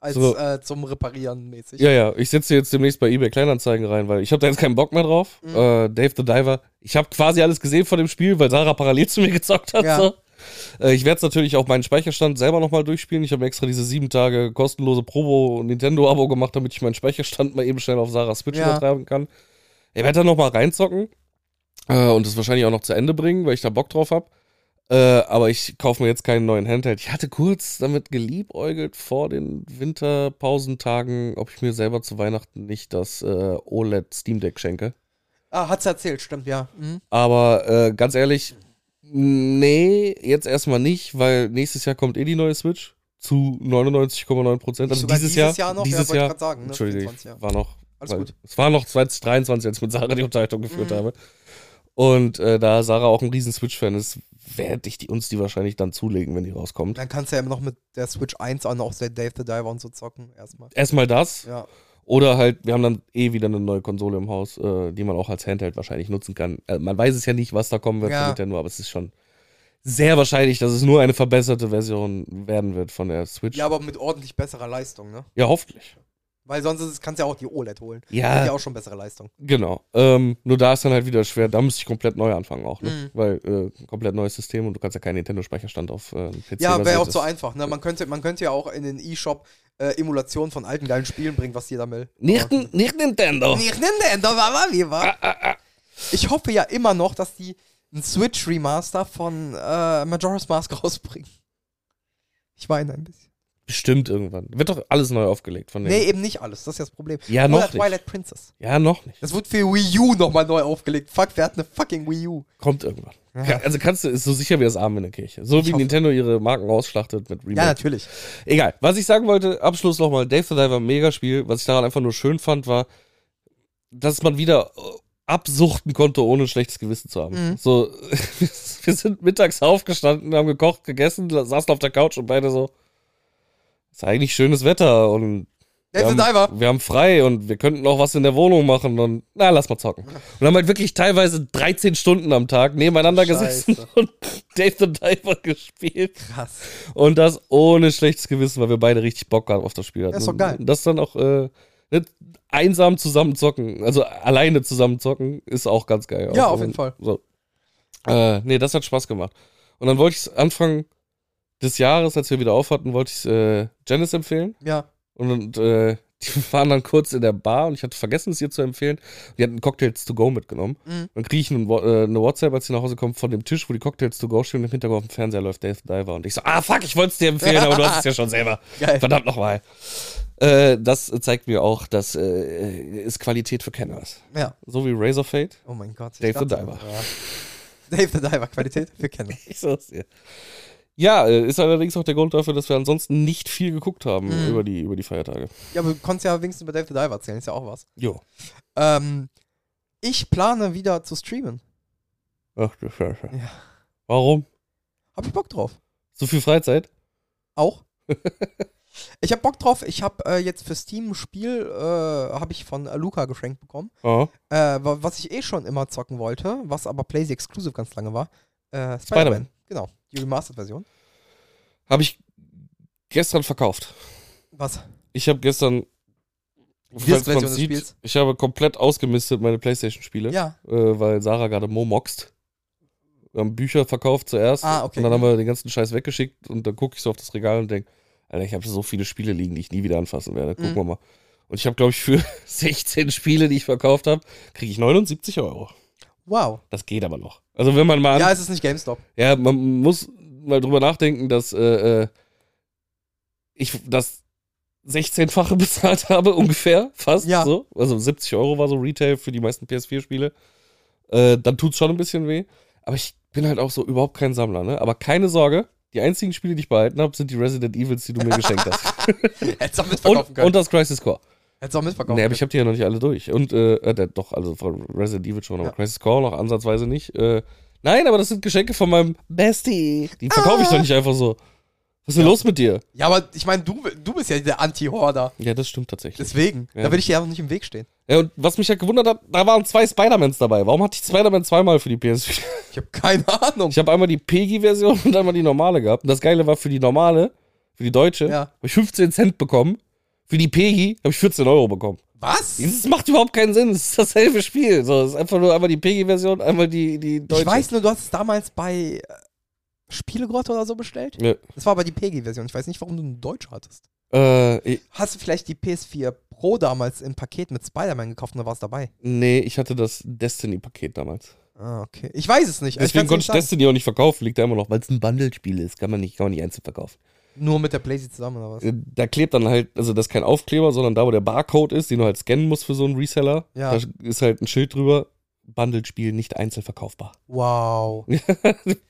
Speaker 2: Als
Speaker 1: So.
Speaker 2: äh, zum Reparieren mäßig.
Speaker 1: Ja, ja, ich setze jetzt demnächst bei eBay Kleinanzeigen rein, weil ich habe da jetzt keinen Bock mehr drauf.
Speaker 2: Mhm.
Speaker 1: Äh, Dave the Diver, ich habe quasi alles gesehen von dem Spiel, weil Sarah parallel zu mir gezockt hat.
Speaker 2: Ja.
Speaker 1: So. Äh, ich werde es natürlich auch meinen Speicherstand selber nochmal durchspielen. Ich habe extra diese sieben Tage kostenlose Probo Nintendo Abo gemacht, damit ich meinen Speicherstand mal eben schnell auf Sarahs Switch
Speaker 2: Ja.
Speaker 1: übertragen kann. Ich werde da nochmal reinzocken äh, und das wahrscheinlich auch noch zu Ende bringen, weil ich da Bock drauf habe. Äh, aber ich kaufe mir jetzt keinen neuen Handheld. Ich hatte kurz damit geliebäugelt vor den Winterpausentagen, ob ich mir selber zu Weihnachten nicht das äh, OLED Steam Deck schenke.
Speaker 2: Ah, hat's erzählt, stimmt, ja. Mhm.
Speaker 1: Aber äh, ganz ehrlich, nee, jetzt erstmal nicht, weil nächstes Jahr kommt eh die neue Switch zu 99,9 Prozent. Also
Speaker 2: Sogar
Speaker 1: dieses, Jahr,
Speaker 2: noch,
Speaker 1: dieses
Speaker 2: ja, wollte ich
Speaker 1: Jahr,
Speaker 2: gerade sagen. Ne?
Speaker 1: Entschuldigung,
Speaker 2: 24, ja.
Speaker 1: war noch.
Speaker 2: Alles
Speaker 1: weil-
Speaker 2: gut.
Speaker 1: Es war noch 2023, als ich mit Sarah die Unterhaltung geführt
Speaker 2: Mhm.
Speaker 1: habe. Und äh, da Sarah auch ein riesen Switch-Fan ist, werde ich die, uns die wahrscheinlich dann zulegen, wenn die rauskommt.
Speaker 2: Dann kannst du ja immer noch mit der Switch 1 auch noch Dave the Diver und so zocken, erstmal.
Speaker 1: Erstmal das.
Speaker 2: Ja.
Speaker 1: Oder halt, wir haben dann eh wieder eine neue Konsole im Haus, äh, die man auch als Handheld wahrscheinlich nutzen kann. Äh, man weiß es ja nicht, was da kommen wird
Speaker 2: Ja.
Speaker 1: von Nintendo, aber es ist schon sehr wahrscheinlich, dass es nur eine verbesserte Version werden wird von der Switch.
Speaker 2: Ja, aber mit ordentlich besserer Leistung, ne?
Speaker 1: ja hoffentlich.
Speaker 2: Weil sonst ist es, kannst du ja auch die OLED holen.
Speaker 1: Ja.
Speaker 2: Hat ja auch schon bessere Leistung.
Speaker 1: Genau. Ähm, nur da ist dann halt wieder schwer, da müsste ich komplett neu anfangen auch, ne?
Speaker 2: Mhm.
Speaker 1: Weil äh, ein komplett neues System und du kannst ja keinen Nintendo-Speicherstand auf äh, einen PC
Speaker 2: Ja, wäre auch
Speaker 1: basiertes-
Speaker 2: zu einfach, ne? Man könnte, man könnte ja auch in den E-Shop äh, Emulationen von alten geilen Spielen bringen, was jeder will.
Speaker 1: Nicht, nicht Nintendo.
Speaker 2: Nicht Nintendo, Mama, wie
Speaker 1: Ah,
Speaker 2: war? Ich hoffe ja immer noch, dass die einen Switch-Remaster von äh, Majora's Mask rausbringen. Ich weine ein bisschen.
Speaker 1: Bestimmt irgendwann. Wird doch alles neu aufgelegt von
Speaker 2: Nee,
Speaker 1: denen.
Speaker 2: eben nicht alles. Das ist ja das Problem.
Speaker 1: Ja,
Speaker 2: Oder
Speaker 1: noch nicht.
Speaker 2: Twilight Princess.
Speaker 1: Ja, noch nicht.
Speaker 2: Das wird für Wii U nochmal neu aufgelegt. Fuck, wer hat eine fucking Wii U?
Speaker 1: Kommt irgendwann.
Speaker 2: Ja.
Speaker 1: Ka- Also kannst du, ist so sicher wie das Arm in der Kirche. So
Speaker 2: Ich
Speaker 1: wie
Speaker 2: hoffe.
Speaker 1: Nintendo ihre Marken ausschlachtet mit
Speaker 2: Ja,
Speaker 1: Remakes.
Speaker 2: natürlich.
Speaker 1: Egal. Was ich sagen wollte, Abschluss nochmal. Dave the Diver, Megaspiel. Was ich daran einfach nur schön fand, war, dass man wieder äh, absuchten konnte, ohne ein schlechtes Gewissen zu haben.
Speaker 2: Mhm.
Speaker 1: So, wir sind mittags aufgestanden, haben gekocht, gegessen, saßen auf der Couch und beide so, ist eigentlich schönes Wetter und
Speaker 2: Dave the
Speaker 1: wir
Speaker 2: Diver.
Speaker 1: haben, wir haben frei und wir könnten auch was in der Wohnung machen und na, lass mal zocken. Und haben halt wirklich teilweise 13 Stunden am Tag nebeneinander
Speaker 2: Scheiße.
Speaker 1: gesessen und Dave the Diver gespielt.
Speaker 2: Krass.
Speaker 1: Und das ohne schlechtes Gewissen, weil wir beide richtig Bock hatten auf das Spiel. Hatten.
Speaker 2: Ja, ist doch geil.
Speaker 1: Und das dann auch äh, ne, einsam zusammen zocken, also alleine zusammen zocken, ist auch ganz geil.
Speaker 2: Ja,
Speaker 1: Auch
Speaker 2: auf
Speaker 1: wenn-
Speaker 2: jeden Fall.
Speaker 1: So. Äh, nee, das hat Spaß gemacht. Und dann wollte ich es Anfang des Jahres, als wir wieder auf hatten, wollte ich es äh, Janice empfehlen.
Speaker 2: Ja.
Speaker 1: Und, und äh, die waren dann kurz in der Bar und ich hatte vergessen, es ihr zu empfehlen. Die hatten Cocktails to go mitgenommen.
Speaker 2: Mhm.
Speaker 1: Dann kriege ich einen, Wo- äh, eine WhatsApp, als sie nach Hause kommen, von dem Tisch, wo die Cocktails to go stehen und im Hintergrund auf dem Fernseher läuft Dave the Diver. Und ich so, ah fuck, ich wollte es dir empfehlen, aber du hast es ja schon selber.
Speaker 2: Geil.
Speaker 1: Verdammt nochmal. Äh, das zeigt mir auch, dass äh, es Qualität für Kenner ist.
Speaker 2: Ja.
Speaker 1: So wie Razor Fate.
Speaker 2: Oh mein Gott. ich
Speaker 1: Dave the
Speaker 2: dachte-
Speaker 1: Diver.
Speaker 2: Ja. Dave the Diver, Qualität, wir kennen.
Speaker 1: Ich sag's dir. Ja, äh, ist allerdings auch der Grund dafür, dass wir ansonsten nicht viel geguckt haben
Speaker 2: Mhm.
Speaker 1: über, die, über die Feiertage.
Speaker 2: Ja, aber du konntest ja wenigstens über Dave the Diver erzählen, ist ja auch was.
Speaker 1: Jo.
Speaker 2: Ähm, ich plane wieder zu streamen.
Speaker 1: Ach du Scheiße.
Speaker 2: Ja.
Speaker 1: Warum?
Speaker 2: Hab ich Bock drauf.
Speaker 1: So viel Freizeit?
Speaker 2: Auch. ich hab Bock drauf. Ich hab äh, jetzt für Steam ein Spiel, äh, habe ich von äh, Luca geschenkt bekommen.
Speaker 1: Ja.
Speaker 2: Äh, wa- was ich eh schon immer zocken wollte, was aber PlayStation Exclusive ganz lange war. Äh, Spider-Man.
Speaker 1: Spider-Man.
Speaker 2: Genau. Die Remastered-Version.
Speaker 1: Habe ich gestern verkauft.
Speaker 2: Was?
Speaker 1: Ich habe gestern. falls
Speaker 2: Version
Speaker 1: man
Speaker 2: des Spiels?
Speaker 1: ich habe komplett ausgemistet meine Playstation-Spiele,
Speaker 2: Ja.
Speaker 1: äh, weil Sarah gerade momoxt. Wir haben Bücher verkauft zuerst
Speaker 2: Ah, okay.
Speaker 1: und dann haben wir den ganzen Scheiß weggeschickt und dann gucke ich so auf das Regal und denke, Alter, ich habe so viele Spiele liegen, die ich nie wieder anfassen werde. Gucken
Speaker 2: Mhm.
Speaker 1: wir mal. Und ich habe, glaube ich, für 16 Spiele, die ich verkauft habe, kriege ich 79 Euro.
Speaker 2: Wow.
Speaker 1: Das geht aber noch. Also wenn man mal an
Speaker 2: Ja, es ist nicht GameStop.
Speaker 1: ja, man muss mal drüber nachdenken, dass äh, äh, ich das 16-fache bezahlt habe, ungefähr, fast
Speaker 2: Ja.
Speaker 1: so. Also 70 Euro war so Retail für die meisten PS4-Spiele. Äh, dann tut's schon ein bisschen weh. Aber ich bin halt auch so überhaupt kein Sammler, ne? Aber keine Sorge, die einzigen Spiele, die ich behalten habe, sind die Resident Evils, die du mir geschenkt hast.
Speaker 2: Hättest du auch mitverkaufen
Speaker 1: und,
Speaker 2: können.
Speaker 1: und das Crisis Core.
Speaker 2: Hättest du auch mitverkaufen
Speaker 1: Nee, aber
Speaker 2: können.
Speaker 1: ich habe die ja noch nicht alle durch. Und, äh, äh, der- doch, also von Resident Evil schon, aber
Speaker 2: Ja.
Speaker 1: Crisis Core noch ansatzweise nicht. Äh, nein, aber das sind Geschenke von meinem Bestie. Die verkaufe ich doch nicht einfach so. Was ist denn
Speaker 2: Ja.
Speaker 1: los mit dir?
Speaker 2: Ja, aber ich meine, du, du bist ja der Anti-Horder.
Speaker 1: Ja, das stimmt tatsächlich.
Speaker 2: Deswegen.
Speaker 1: Ja.
Speaker 2: Da will ich dir ja auch nicht im Weg stehen.
Speaker 1: ja, und was mich ja gewundert hat, da waren zwei Spider-Mans dabei. Warum hatte ich Spider-Man zweimal für die PS4?
Speaker 2: Ich habe keine Ahnung.
Speaker 1: Ich habe einmal die PEGI-Version und einmal die normale gehabt. Und das Geile war für die normale, für die deutsche,
Speaker 2: Ja.
Speaker 1: habe ich 15 Cent bekommen. Für die PEGI habe ich 14 Euro bekommen.
Speaker 2: Was?
Speaker 1: Das macht überhaupt keinen Sinn. Es ist dasselbe Spiel. So, es ist einfach nur einmal die PEGI-Version, einmal die, die deutsche.
Speaker 2: Ich weiß nur, du hast es damals bei äh, Spielegrotte oder so bestellt.
Speaker 1: Ja.
Speaker 2: Das war aber die PG-Version. Ich weiß nicht, warum du eine Deutsche hattest.
Speaker 1: Äh, ich-
Speaker 2: Hast du vielleicht die PS4 Pro damals im Paket mit Spider-Man gekauft und da war es dabei?
Speaker 1: nee, ich hatte das Destiny-Paket damals.
Speaker 2: Ah, okay. Ich weiß es nicht. Also
Speaker 1: Deswegen konnte
Speaker 2: kann's
Speaker 1: ich
Speaker 2: nicht sagen.
Speaker 1: Destiny auch nicht verkaufen, liegt da immer noch, weil es ein Bundle-Spiel ist. Kann man nicht, kann man nicht einzeln verkaufen.
Speaker 2: Nur mit der Blazy zusammen oder was?
Speaker 1: Äh, Da klebt dann halt, also das ist kein Aufkleber, sondern da, wo der Barcode ist, den du halt scannen musst für so einen Reseller,
Speaker 2: Ja.
Speaker 1: da ist halt ein Schild drüber. Bundle-Spiel nicht einzeln verkaufbar.
Speaker 2: Wow. Ja,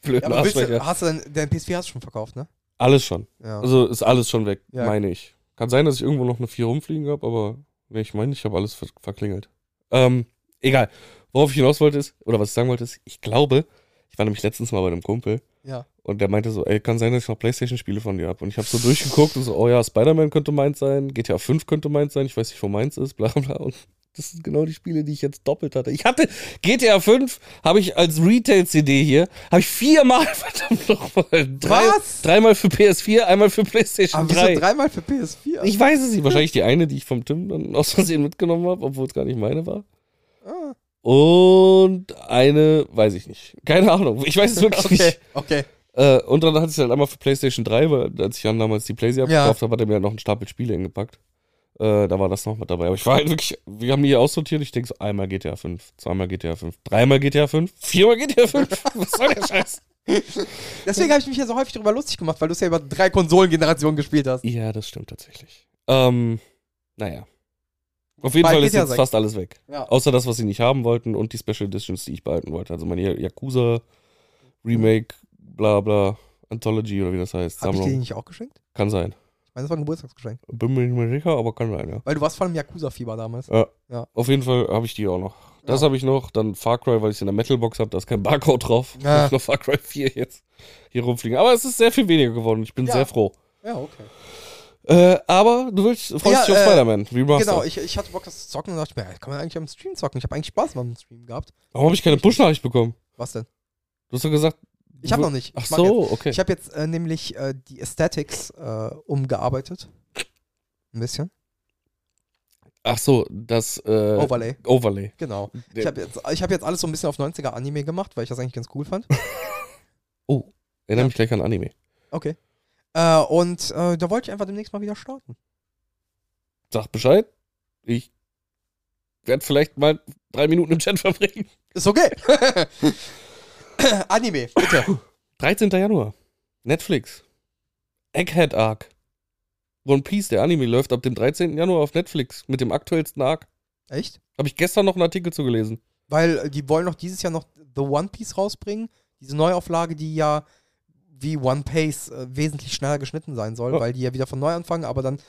Speaker 1: Blöden
Speaker 2: aber willst
Speaker 1: Arschlöcher.
Speaker 2: du, hast du denn, dein PS4 hast du schon verkauft, ne?
Speaker 1: Alles schon.
Speaker 2: Ja.
Speaker 1: Also ist alles schon weg,
Speaker 2: Ja.
Speaker 1: meine ich. Kann sein, dass ich irgendwo noch eine 4 rumfliegen habe, aber nee, ich meine, ich habe alles ver verklingelt. Ähm, egal. Worauf ich hinaus wollte ist, oder was ich sagen wollte ist, ich glaube, ich war nämlich letztens mal bei einem Kumpel
Speaker 2: Ja.
Speaker 1: Und der meinte so, ey, kann sein, dass ich noch Playstation-Spiele von dir habe. Und ich habe so durchgeguckt und so, oh ja, Spider-Man könnte meins sein, GTA 5 könnte meins sein, ich weiß nicht, wo meins ist, bla bla. Und das sind genau die Spiele, die ich jetzt doppelt hatte. Ich hatte GTA 5, habe ich als Retail-CD hier, habe ich viermal, verdammt nochmal, drei,
Speaker 2: Was?
Speaker 1: dreimal für PS4, einmal für Playstation
Speaker 2: Aber
Speaker 1: 3.
Speaker 2: wieso dreimal für PS4?
Speaker 1: Ich weiß es nicht, wahrscheinlich die eine, die ich vom Tim dann aus Versehen mitgenommen habe, obwohl es gar nicht meine war.
Speaker 2: ah,
Speaker 1: Und eine, weiß ich nicht. Keine Ahnung, ich weiß es wirklich
Speaker 2: okay,
Speaker 1: nicht.
Speaker 2: okay.
Speaker 1: Äh, und dann hatte ich dann einmal für PlayStation 3, weil als ich Jan damals die PlayStation
Speaker 2: Ja.
Speaker 1: abgekauft habe, hat er mir halt noch einen Stapel Spiele hingepackt. Äh, da war das noch mit dabei. Aber ich war halt wirklich, wir haben die hier aussortiert. Ich denke so, einmal GTA 5, zweimal GTA 5, dreimal GTA 5, viermal GTA 5. Was soll der Scheiß?
Speaker 2: Deswegen habe ich mich ja so häufig darüber lustig gemacht, weil du es ja über drei Konsolengenerationen gespielt hast.
Speaker 1: Ja, das stimmt tatsächlich. Ähm, naja. Auf jeden
Speaker 2: Bei
Speaker 1: Fall ist
Speaker 2: GTA
Speaker 1: jetzt
Speaker 2: sechs.
Speaker 1: fast alles weg.
Speaker 2: Ja.
Speaker 1: Außer das, was sie nicht haben wollten und die Special Editions, die ich behalten wollte. Also meine Yakuza Remake, bla bla, Anthology oder wie das heißt.
Speaker 2: Habe ich dir die
Speaker 1: Sammlung.
Speaker 2: nicht auch geschenkt?
Speaker 1: Kann sein.
Speaker 2: Ich meine, das war ein Geburtstagsgeschenk.
Speaker 1: Bin mir nicht mehr sicher, aber kann sein, ja.
Speaker 2: Weil du warst vor allem Yakuza-Fieber damals.
Speaker 1: Auf jeden Fall habe ich die auch noch. Das
Speaker 2: Ja.
Speaker 1: habe ich noch. Dann Far Cry, weil ich in der Metalbox habe. Da ist kein Barcode drauf.
Speaker 2: Ja.
Speaker 1: Ich noch Far Cry 4 jetzt hier rumfliegen. Aber es ist sehr viel weniger geworden. Ich bin
Speaker 2: Ja.
Speaker 1: sehr froh.
Speaker 2: Ja, okay.
Speaker 1: Äh, aber du willst, freust
Speaker 2: Ja,
Speaker 1: dich auf
Speaker 2: äh,
Speaker 1: Spider-Man. Remastered.
Speaker 2: Genau, ich, ich hatte Bock, das zu zocken und dachte mir, ey, kann man eigentlich am Stream zocken? Ich habe eigentlich Spaß am Stream gehabt.
Speaker 1: Warum habe ich keine Push-Nachricht bekommen?
Speaker 2: Was denn?
Speaker 1: Du hast doch gesagt.
Speaker 2: Ich habe
Speaker 1: du-
Speaker 2: noch nicht.
Speaker 1: Ach
Speaker 2: Ich mag jetzt-
Speaker 1: so, okay.
Speaker 2: Ich habe jetzt äh, nämlich äh, die Aesthetics äh, umgearbeitet. Ein bisschen.
Speaker 1: Ach so, das äh,
Speaker 2: Overlay,
Speaker 1: Overlay.
Speaker 2: genau.
Speaker 1: Der-
Speaker 2: Ich habe jetzt, ich hab jetzt alles so ein bisschen auf 90er Anime gemacht, weil ich das eigentlich ganz cool fand.
Speaker 1: Erinnere mich gleich an Anime.
Speaker 2: Okay. Äh, und äh, da wollte ich einfach demnächst mal wieder starten.
Speaker 1: Sag Bescheid. Ich werde vielleicht mal drei Minuten im Chat verbringen.
Speaker 2: Ist okay. Anime, bitte.
Speaker 1: 13. Januar. Netflix. Egghead Arc. One Piece, der Anime, läuft ab dem 13. Januar auf Netflix mit dem aktuellsten Arc.
Speaker 2: Echt?
Speaker 1: Habe ich gestern noch einen Artikel zu gelesen.
Speaker 2: Weil äh, die wollen noch dieses Jahr noch The One Piece rausbringen. Diese Neuauflage, die ja wie One Piece äh, wesentlich schneller geschnitten sein soll,
Speaker 1: Ja.
Speaker 2: weil die ja wieder von neu anfangen, aber dann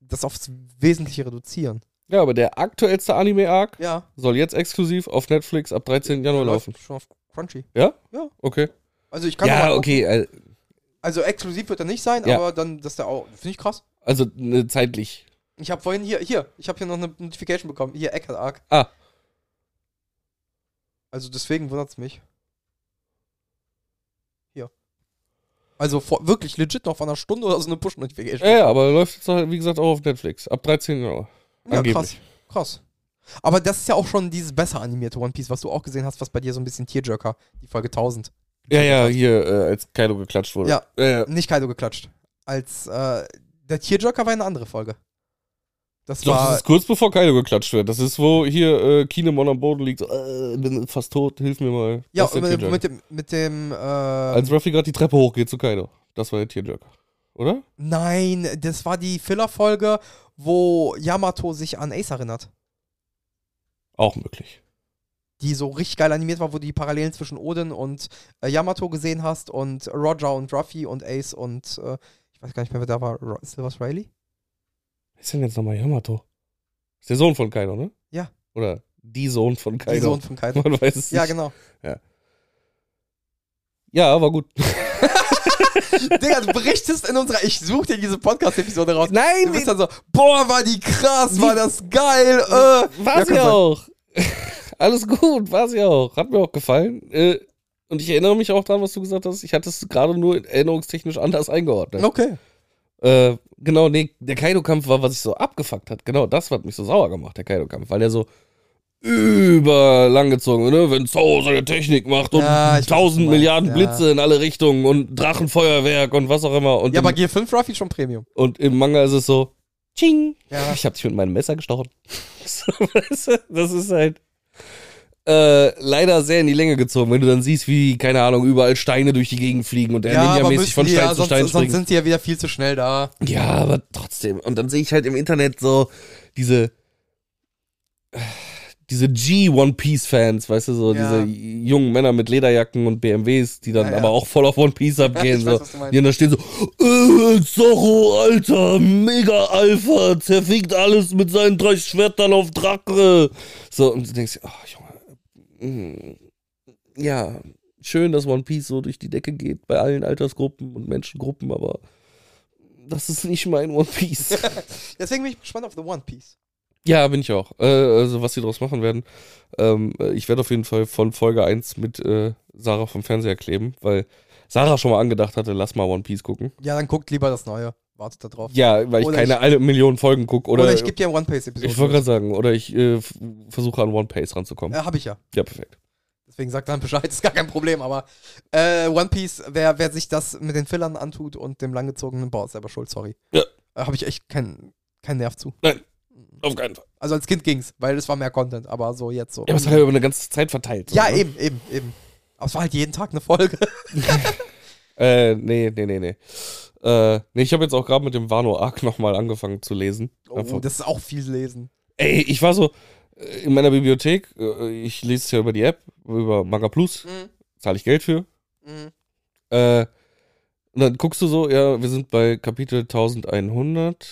Speaker 2: das aufs Wesentliche reduzieren.
Speaker 1: Ja, aber der aktuellste Anime-Arc
Speaker 2: Ja.
Speaker 1: soll jetzt exklusiv auf Netflix ab 13. Januar laufen.
Speaker 2: Schon auf Crunchy.
Speaker 1: Okay.
Speaker 2: Also ich kann noch
Speaker 1: Ja,
Speaker 2: mal-
Speaker 1: okay. äh,
Speaker 2: Also exklusiv wird er nicht sein,
Speaker 1: Ja.
Speaker 2: aber dann, dass der auch. Finde ich krass.
Speaker 1: Also ne, zeitlich.
Speaker 2: Ich habe vorhin hier, hier, ich habe hier noch eine Notification bekommen. Hier, Eckhard Arc.
Speaker 1: Ah.
Speaker 2: Also deswegen wundert es mich. Hier. Also vor, wirklich legit noch vor einer Stunde oder so eine Push-Notification.
Speaker 1: Ja, ja, aber läuft jetzt, halt, wie gesagt, auch auf Netflix. Ab 13. Januar.
Speaker 2: ja
Speaker 1: angeblich.
Speaker 2: krass. Krass. Aber das ist ja auch schon dieses besser animierte One Piece, was du auch gesehen hast, was bei dir so ein bisschen Tearjerker, die Folge 1000.
Speaker 1: Ja, ja, hier, äh, als Kaido geklatscht wurde.
Speaker 2: Ja.
Speaker 1: Äh,
Speaker 2: Nicht Kaido geklatscht. Als, äh, der Tearjerker war eine andere Folge. Das
Speaker 1: doch,
Speaker 2: war.
Speaker 1: das ist kurz bevor Kaido geklatscht wird. Das ist, wo hier äh, Kinemon am Boden liegt. So, äh, bin fast tot, hilf mir mal.
Speaker 2: ja,
Speaker 1: Das ist der
Speaker 2: mit,
Speaker 1: Tearjerker. Also
Speaker 2: mit dem, mit dem, äh,
Speaker 1: Als Ruffy gerade die Treppe hochgeht zu Kaido. Das war der Tearjerker. Oder?
Speaker 2: Nein, das war die Filler-Folge, wo Yamato sich an Ace erinnert.
Speaker 1: Auch möglich.
Speaker 2: Die so richtig geil animiert war, wo du die Parallelen zwischen Odin und äh, Yamato gesehen hast und Roger und Ruffy und Ace und äh, ich weiß gar nicht mehr, wer da war. Ro Silvers Riley?
Speaker 1: Wer ist denn jetzt nochmal Yamato? Ist der Sohn von Kaido, ne?
Speaker 2: Ja.
Speaker 1: Oder die Sohn von Kaido.
Speaker 2: Die Sohn von Kaido.
Speaker 1: Man weiß es
Speaker 2: ja,
Speaker 1: nicht.
Speaker 2: genau.
Speaker 1: Ja, war gut.
Speaker 2: Digga, du berichtest in unserer. Ich such dir diese Podcast-Episode raus.
Speaker 1: Nein,
Speaker 2: Du bist dann so, boah, war die krass, war das geil, äh.
Speaker 1: War sie
Speaker 2: kann sein.
Speaker 1: auch. Alles gut, war sie auch. Hat mir auch gefallen. Äh, und ich erinnere mich auch daran, was du gesagt hast. Ich hatte es gerade nur erinnerungstechnisch anders eingeordnet.
Speaker 2: Okay.
Speaker 1: Äh, genau, nee, der Kaido-Kampf war, was ich so abgefuckt hat. Genau das hat mich so sauer gemacht, der Kaido-Kampf, weil der so überlang gezogen, ne? Wenn Zau seine Technik macht und
Speaker 2: Ja, ich weiß, was du
Speaker 1: tausend
Speaker 2: meinst,
Speaker 1: Milliarden
Speaker 2: ja.
Speaker 1: Blitze in alle Richtungen und Drachenfeuerwerk und was auch immer. Und,
Speaker 2: Ja,
Speaker 1: im,
Speaker 2: aber G5 Ruffy schon Premium.
Speaker 1: und im Manga ist es so, tsching,
Speaker 2: Ja.
Speaker 1: ich hab dich mit meinem Messer gestochen. So, weißt du, das ist halt äh, leider sehr in die Länge gezogen, wenn du dann siehst, wie, keine Ahnung, überall Steine durch die Gegend fliegen und der ninja-mäßig von
Speaker 2: müssen die
Speaker 1: Stein
Speaker 2: ja,
Speaker 1: zu Stein
Speaker 2: sonst, sonst
Speaker 1: springt.
Speaker 2: sind die ja wieder viel zu schnell da.
Speaker 1: Ja, aber trotzdem. Und dann sehe ich halt im Internet so diese diese G One Piece Fans, weißt du so,
Speaker 2: Ja.
Speaker 1: diese jungen Männer mit Lederjacken und BMWs, die dann
Speaker 2: Ja, ja.
Speaker 1: aber auch voll auf One Piece abgehen
Speaker 2: ich
Speaker 1: so.
Speaker 2: weiß, was du meinst.
Speaker 1: die dann da stehen so, äh, Zorro, Alter, mega Alpha, zerfickt alles mit seinen drei Schwertern auf Drache. So und du denkst, ach Junge. mm, Ja, schön, dass One Piece so durch die Decke geht bei allen Altersgruppen und Menschengruppen, aber das ist nicht mein One Piece.
Speaker 2: Deswegen bin ich gespannt auf The One Piece.
Speaker 1: ja, bin ich auch. Äh, also, was sie daraus machen werden. Ähm, äh, ich werde auf jeden Fall von Folge 1 mit äh, Sarah vom Fernseher kleben, weil Sarah schon mal angedacht hatte, lass mal One Piece gucken.
Speaker 2: Ja, dann guckt lieber das Neue. Wartet da drauf.
Speaker 1: Ja, weil ich
Speaker 2: Oder
Speaker 1: keine
Speaker 2: ich-
Speaker 1: alle Millionen Folgen gucke. Oder,
Speaker 2: Oder, ich gebe dir ein One Piece Episode.
Speaker 1: Ich wollte gerade sagen, oder ich äh, f- versuche an One Piece ranzukommen. Ja,
Speaker 2: Äh, hab ich ja.
Speaker 1: perfekt.
Speaker 2: Deswegen sagt dann Bescheid, ist gar kein Problem, aber äh, One Piece, wer, wer sich das mit den Fillern antut und dem langgezogenen, boah, ist selber schuld, sorry.
Speaker 1: Ja.
Speaker 2: Da habe ich echt keinen keinen Nerv zu.
Speaker 1: Auf keinen Fall.
Speaker 2: Also als Kind ging's, weil es war mehr Content, aber so jetzt so.
Speaker 1: Ja, aber es hat ja über eine ganze Zeit verteilt. so,
Speaker 2: Ja,
Speaker 1: ne?
Speaker 2: eben, eben, eben. Aber es war halt jeden Tag eine Folge.
Speaker 1: Äh, nee, nee, nee, nee. Äh, nee, ich habe jetzt auch gerade mit dem Wano Arc nochmal angefangen zu lesen.
Speaker 2: Oh,
Speaker 1: Einfach-
Speaker 2: das ist auch viel lesen.
Speaker 1: Ey, ich war so äh, in meiner Bibliothek, äh, ich lese es ja über die App, über Manga Plus,
Speaker 2: Mhm.
Speaker 1: zahle ich Geld für. Äh, und dann guckst du so, ja, wir sind bei Kapitel 1100.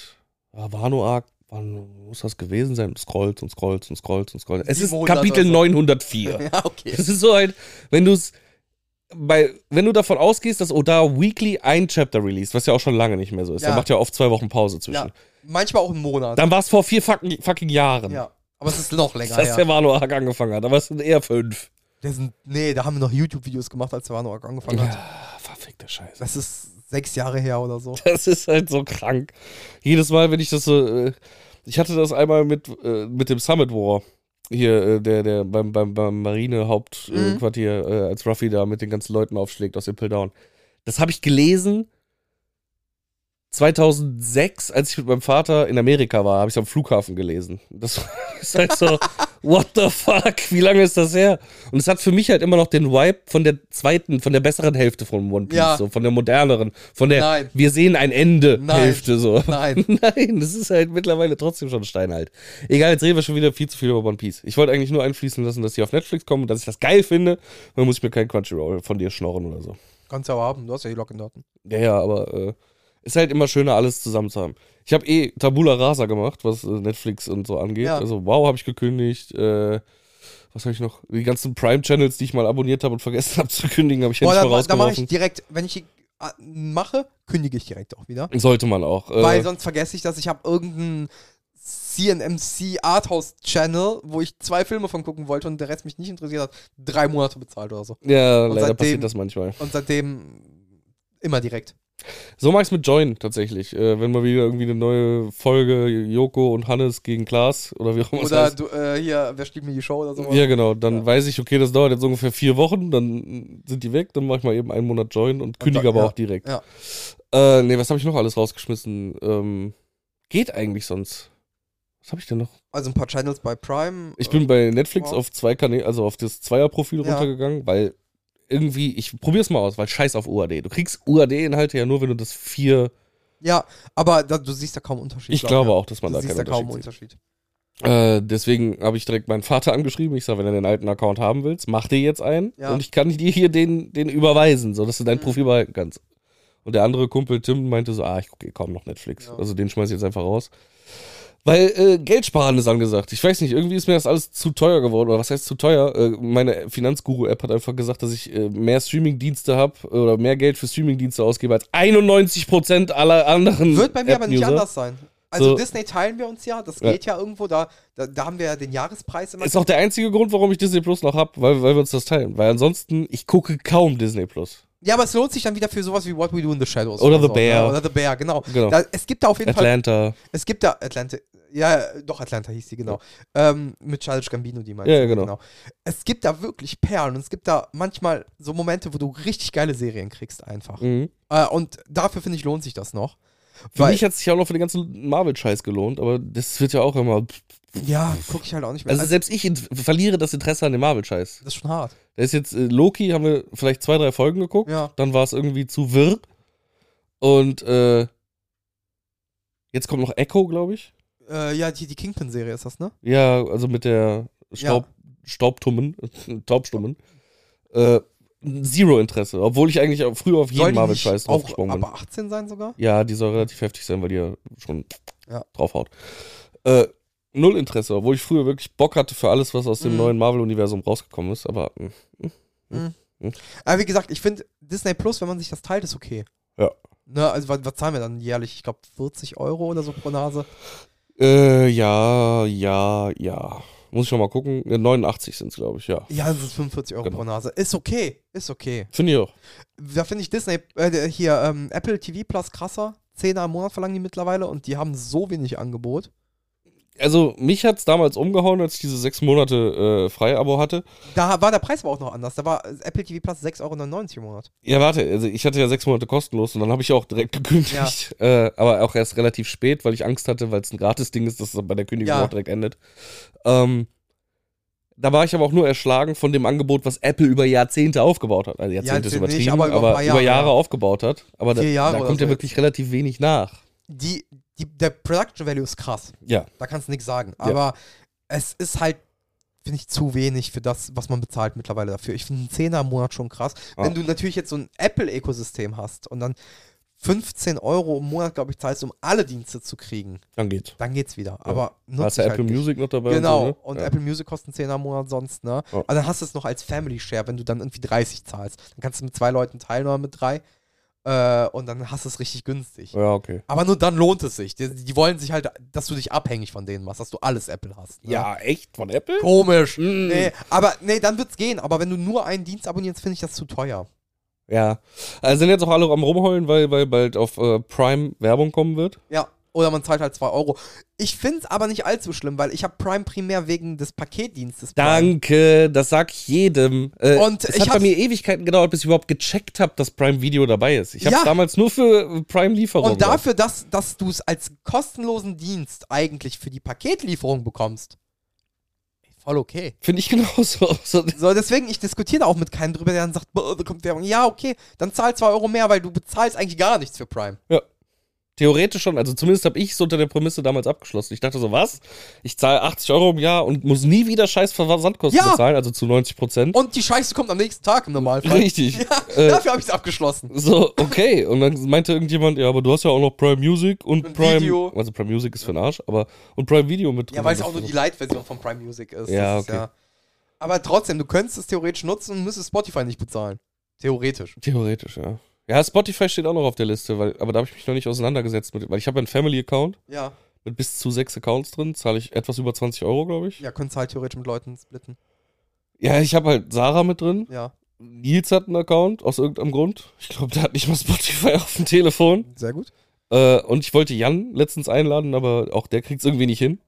Speaker 1: Ah, Wano Arc, wann muss das gewesen sein? Scrollt und scrollt und scrollt und scrollt. Es ist
Speaker 2: 700
Speaker 1: Kapitel
Speaker 2: oder so.
Speaker 1: 904.
Speaker 2: Ja, okay.
Speaker 1: Das ist so ein, wenn du es bei, wenn du davon ausgehst, dass Oda weekly ein Chapter released, was ja auch schon lange nicht mehr so ist,
Speaker 2: Ja.
Speaker 1: der macht ja oft zwei Wochen Pause zwischen.
Speaker 2: Ja, manchmal auch im Monat.
Speaker 1: Dann war es vor vier fucking, fucking Jahren,
Speaker 2: ja. Aber es ist noch länger
Speaker 1: dass
Speaker 2: her.
Speaker 1: der Wano Arc angefangen hat, aber es sind eher fünf.
Speaker 2: Der sind, nee, da haben wir noch YouTube-Videos gemacht, als der Wano angefangen hat.
Speaker 1: Ja, verfickte Scheiße.
Speaker 2: Das ist sechs Jahre her oder so.
Speaker 1: Das ist halt so krank. Jedes Mal, wenn ich das so, äh, ich hatte das einmal mit, äh, mit dem Summit War. Hier, äh, der, der beim, beim, beim Marine-Hauptquartier, äh,
Speaker 2: Mhm.
Speaker 1: Quartier, äh, als Ruffy da mit den ganzen Leuten aufschlägt aus Impel Down. Das habe ich gelesen 2006, als ich mit meinem Vater in Amerika war, habe ich es am Flughafen gelesen. Das ist halt so, what the fuck, wie lange ist das her? Und es hat für mich halt immer noch den Vibe von der zweiten, von der besseren Hälfte von One Piece,
Speaker 2: Ja.
Speaker 1: so von der moderneren, von der
Speaker 2: Nein.
Speaker 1: wir sehen ein Ende
Speaker 2: Nein.
Speaker 1: Hälfte so.
Speaker 2: Nein.
Speaker 1: Nein, das ist halt mittlerweile trotzdem schon steinalt. Egal, jetzt reden wir schon wieder viel zu viel über One Piece. Ich wollte eigentlich nur einfließen lassen, dass die auf Netflix kommen und dass ich das geil finde. Dann muss ich mir kein Crunchyroll von dir schnorren oder so.
Speaker 2: Kannst du aber haben, du hast ja die Login-Daten.
Speaker 1: Ja, ja, aber äh, ist halt immer schöner, alles zusammen zu haben. Ich habe eh Tabula Rasa gemacht, was äh, Netflix und so angeht.
Speaker 2: Ja.
Speaker 1: Also, wow, habe ich gekündigt. Äh, was habe ich noch? Die ganzen Prime-Channels, die ich mal abonniert habe und vergessen habe zu kündigen, habe ich
Speaker 2: Boah,
Speaker 1: endlich
Speaker 2: da,
Speaker 1: mal
Speaker 2: da mache ich
Speaker 1: rausgeworfen.
Speaker 2: direkt, wenn ich die äh, mache, kündige ich direkt auch wieder.
Speaker 1: Sollte man auch. Äh,
Speaker 2: Weil sonst vergesse ich, dass ich habe irgendeinen CNMC Arthouse Channel, wo ich zwei Filme von gucken wollte und der Rest mich nicht interessiert hat, drei Monate bezahlt oder so.
Speaker 1: ja,
Speaker 2: und
Speaker 1: leider
Speaker 2: seitdem-
Speaker 1: passiert das manchmal.
Speaker 2: Und seitdem immer direkt.
Speaker 1: So mache ich es mit Join tatsächlich. Äh, wenn mal wieder irgendwie eine neue Folge Joko und Hannes gegen Klaas oder wie auch immer es
Speaker 2: Oder
Speaker 1: heißt.
Speaker 2: du, äh, hier, wer stiehlt mir die Show oder sowas.
Speaker 1: Ja, genau. Dann
Speaker 2: Ja.
Speaker 1: weiß ich, okay, das dauert jetzt ungefähr vier Wochen, dann sind die weg, dann mache ich mal eben einen Monat Join und kündige
Speaker 2: dann-
Speaker 1: aber
Speaker 2: ja,
Speaker 1: auch direkt.
Speaker 2: ja.
Speaker 1: Äh, nee, was habe ich noch alles rausgeschmissen? Ähm, geht eigentlich sonst? Was habe ich denn noch?
Speaker 2: Also ein paar Channels bei Prime. Äh,
Speaker 1: Ich bin bei Netflix
Speaker 2: wow.
Speaker 1: auf zwei Kanäle, also auf das Zweierprofil
Speaker 2: Ähm, Ja.
Speaker 1: runtergegangen, weil irgendwie, ich probier's mal aus, weil scheiß auf UAD. Du kriegst UAD-Inhalte ja nur, wenn du das vier.
Speaker 2: ja, aber da, du siehst da kaum Unterschied.
Speaker 1: Ich glaube auch, dass
Speaker 2: man
Speaker 1: man
Speaker 2: du
Speaker 1: da
Speaker 2: siehst
Speaker 1: keinen
Speaker 2: da kaum
Speaker 1: Unterschied sieht.
Speaker 2: Unterschied.
Speaker 1: Äh, deswegen habe ich direkt meinen Vater angeschrieben. Ich sage, wenn du den alten Account haben willst, mach dir jetzt einen.
Speaker 2: Ja.
Speaker 1: Und ich kann dir hier den, den überweisen, sodass du dein
Speaker 2: Mhm.
Speaker 1: Profil behalten kannst. Und der andere Kumpel Tim meinte so, ah, ich gucke eh kaum noch Netflix.
Speaker 2: Ja.
Speaker 1: Also den schmeiß ich jetzt einfach raus. Weil äh, Geld sparen ist angesagt. Ich weiß nicht, irgendwie ist mir das alles zu teuer geworden. Oder was heißt zu teuer? Äh, meine Finanzguru-App hat einfach gesagt, dass ich äh, mehr Streamingdienste habe oder mehr Geld für Streamingdienste ausgebe als 91% aller anderen.
Speaker 2: Wird bei mir aber nicht
Speaker 1: App-User.
Speaker 2: anders sein. Also
Speaker 1: Hm. So.
Speaker 2: Disney teilen wir uns ja, das
Speaker 1: Ja.
Speaker 2: geht ja irgendwo, da, da, da haben wir ja den Jahrespreis immer.
Speaker 1: Ist auch der einzige Grund, warum ich Disney Plus noch hab, weil, weil wir uns das teilen. Weil ansonsten, ich gucke kaum Disney Plus.
Speaker 2: ja, aber es lohnt sich dann wieder für sowas wie What We Do in the Shadows.
Speaker 1: Oder The
Speaker 2: so,
Speaker 1: Bear.
Speaker 2: ne? Oder The Bear, genau.
Speaker 1: Genau.
Speaker 2: Da, es gibt da auf jeden Fall,
Speaker 1: Atlanta.
Speaker 2: es gibt da Atlanta, ja, äh, doch Atlanta hieß die, genau. Ähm, mit Childish Gambino, die meinst
Speaker 1: Ja,
Speaker 2: du,
Speaker 1: genau.
Speaker 2: Es gibt da wirklich Perlen und es gibt da manchmal so Momente, wo du richtig geile Serien kriegst einfach.
Speaker 1: Mhm.
Speaker 2: Äh, und dafür, finde ich, lohnt sich das noch.
Speaker 1: Für
Speaker 2: Weil-
Speaker 1: mich hat es sich auch noch für den ganzen Marvel-Scheiß gelohnt, aber das wird ja auch immer.
Speaker 2: Ja, gucke ich halt auch nicht mehr.
Speaker 1: Also selbst ich int- verliere das Interesse an dem Marvel-Scheiß.
Speaker 2: das ist schon hart.
Speaker 1: Da ist jetzt äh, Loki, haben wir vielleicht zwei, drei Folgen geguckt.
Speaker 2: Ja.
Speaker 1: Dann war es irgendwie zu wirr. Und äh, jetzt kommt noch Echo, glaube ich.
Speaker 2: Äh, ja, die, die Kingpin-Serie ist das, ne?
Speaker 1: Ja, also mit der Staub, Staubtummen, Taubstummen. Äh, Zero Interesse, obwohl ich eigentlich auch früher auf
Speaker 2: Soll
Speaker 1: jeden
Speaker 2: die
Speaker 1: Marvel-Scheiß
Speaker 2: nicht auch
Speaker 1: draufgesprungen bin.
Speaker 2: Aber 18 sein sogar?
Speaker 1: Ja, die soll relativ heftig sein, weil die ja schon
Speaker 2: Ja.
Speaker 1: draufhaut. Äh, null Interesse, obwohl ich früher wirklich Bock hatte für alles, was aus dem
Speaker 2: Mhm.
Speaker 1: hm. neuen Marvel-Universum rausgekommen ist, aber mh, mh, mh,
Speaker 2: Mhm.
Speaker 1: Hm.
Speaker 2: Aber wie gesagt, ich finde Disney Plus, wenn man sich das teilt, ist okay.
Speaker 1: Ja.
Speaker 2: Ne, also was, was zahlen wir dann jährlich? Ich glaube 40 Euro oder so pro Nase.
Speaker 1: Äh, ja, ja, ja. Muss ich schon mal gucken. Äh, 89 sind es, glaube ich, ja.
Speaker 2: Ja, das ist 45 Euro
Speaker 1: Genau.
Speaker 2: pro Nase. Ist okay, ist okay.
Speaker 1: Finde ich auch.
Speaker 2: Da finde ich Disney, äh, hier, ähm, Apple TV Plus krasser. Zehner im Monat verlangen die mittlerweile und die haben so wenig Angebot.
Speaker 1: Also, mich hat es damals umgehauen, als ich diese sechs Monate äh, Freiabo hatte.
Speaker 2: Da war der Preis aber auch noch anders. Da war äh, Apple TV Plus 6,99 Euro im Monat.
Speaker 1: Ja, warte, also ich hatte ja sechs Monate kostenlos und dann habe ich auch direkt gekündigt. Äh, aber auch erst relativ spät, weil ich Angst hatte, weil es ein Gratis-Ding ist, dass es bei der Kündigung
Speaker 2: Ja.
Speaker 1: auch direkt endet. Ähm, da war ich aber auch nur erschlagen von dem Angebot, was Apple über Jahrzehnte aufgebaut hat. Also Jahrzehnte ist
Speaker 2: nicht,
Speaker 1: übertrieben,
Speaker 2: aber
Speaker 1: aber,
Speaker 2: über ein paar
Speaker 1: über
Speaker 2: Jahre,
Speaker 1: Jahre
Speaker 2: ja.
Speaker 1: aufgebaut hat. Aber da,
Speaker 2: Vier Jahre
Speaker 1: da
Speaker 2: oder
Speaker 1: kommt
Speaker 2: so
Speaker 1: ja wirklich relativ wenig nach.
Speaker 2: Die, die, der Production Value ist krass.
Speaker 1: Ja.
Speaker 2: Da kannst du nichts sagen. Aber es ist halt, finde ich, zu wenig für das, was man bezahlt mittlerweile dafür. Ich finde einen Zehner im Monat schon krass.
Speaker 1: Ja.
Speaker 2: Wenn du natürlich jetzt so ein Apple-Ökosystem hast und dann 15 Euro im Monat, glaube ich, zahlst, um alle Dienste zu kriegen,
Speaker 1: Dann geht's.
Speaker 2: dann geht's wieder. Aber
Speaker 1: Da hast
Speaker 2: nutzt
Speaker 1: du
Speaker 2: halt
Speaker 1: Apple
Speaker 2: nicht.
Speaker 1: Music noch dabei?
Speaker 2: Genau, und,
Speaker 1: und so, ne?
Speaker 2: Apple Music kostet 10 am Monat sonst, ne?
Speaker 1: Ja.
Speaker 2: Und dann hast du es noch als Family Share, wenn du dann irgendwie 30 zahlst. Dann kannst du mit zwei Leuten teilen oder mit drei. Äh, und dann hast du es richtig günstig.
Speaker 1: ja. ja, okay.
Speaker 2: Aber nur dann lohnt es sich. Die, die wollen sich halt, dass du dich abhängig von denen machst, dass du alles Apple hast. Ne?
Speaker 1: Ja, echt? Von Apple?
Speaker 2: Komisch.
Speaker 1: Mm.
Speaker 2: Nee, aber nee, dann wird's gehen. Aber wenn du nur einen Dienst abonnierst, finde ich das zu teuer.
Speaker 1: Ja. Also sind jetzt auch alle am Rumheulen, weil, weil bald auf äh, Prime Werbung kommen wird.
Speaker 2: Ja. Oder man zahlt halt 2 Euro. Ich finde es aber nicht allzu schlimm, weil ich habe Prime primär wegen des Paketdienstes. Prime.
Speaker 1: Danke, das sag ich jedem. Äh,
Speaker 2: Und
Speaker 1: es
Speaker 2: ich
Speaker 1: hat bei
Speaker 2: hab's-
Speaker 1: mir Ewigkeiten gedauert, bis ich überhaupt gecheckt habe, dass Prime Video dabei ist. Ich habe
Speaker 2: Ja.
Speaker 1: damals nur für Prime Lieferung.
Speaker 2: Und dafür, dass, dass du es als kostenlosen Dienst eigentlich für die Paketlieferung bekommst. Voll okay.
Speaker 1: finde ich genauso. So,
Speaker 2: So, deswegen, ich diskutiere da auch mit keinem drüber, der dann sagt, "Boah, da kommt Werbung. Ja, okay, dann zahl 2 Euro mehr, weil du bezahlst eigentlich gar nichts für Prime.
Speaker 1: theoretisch schon, also zumindest habe ich es unter der Prämisse damals abgeschlossen. Ich dachte so, was? Ich zahle 80 Euro im Jahr und muss nie wieder scheiß Versandkosten
Speaker 2: Ja.
Speaker 1: bezahlen, also zu 90 Prozent.
Speaker 2: Und die Scheiße kommt am nächsten Tag im Normalfall.
Speaker 1: Richtig.
Speaker 2: Ja,
Speaker 1: Äh,
Speaker 2: dafür habe ich es abgeschlossen.
Speaker 1: so, okay. Und dann meinte irgendjemand, ja, aber du hast ja auch noch Prime Music und,
Speaker 2: Und
Speaker 1: Prime.
Speaker 2: Video.
Speaker 1: Also Prime Music ist für den Arsch, aber und Prime Video mit drin.
Speaker 2: Ja, weil es auch nur die Light-Version von Prime Music ist.
Speaker 1: Ja,
Speaker 2: Das ist
Speaker 1: okay.
Speaker 2: Aber trotzdem, du könntest es theoretisch nutzen und müsstest Spotify nicht bezahlen. Theoretisch.
Speaker 1: Theoretisch, ja. Ja, Spotify steht auch noch auf der Liste, weil, aber da habe ich mich noch nicht auseinandergesetzt mit, weil ich habe einen Family-Account
Speaker 2: Ja.
Speaker 1: mit bis zu sechs Accounts drin, zahle ich etwas über 20 Euro, glaube ich.
Speaker 2: Ja, könntest halt theoretisch mit Leuten splitten.
Speaker 1: Ja, ich habe halt Sarah mit drin.
Speaker 2: Ja.
Speaker 1: Nils hat einen Account, aus irgendeinem Grund. Ich glaube, der hat nicht mal Spotify auf dem Telefon.
Speaker 2: Sehr gut.
Speaker 1: Äh, und ich wollte Jan letztens einladen, aber auch der kriegt es irgendwie nicht hin.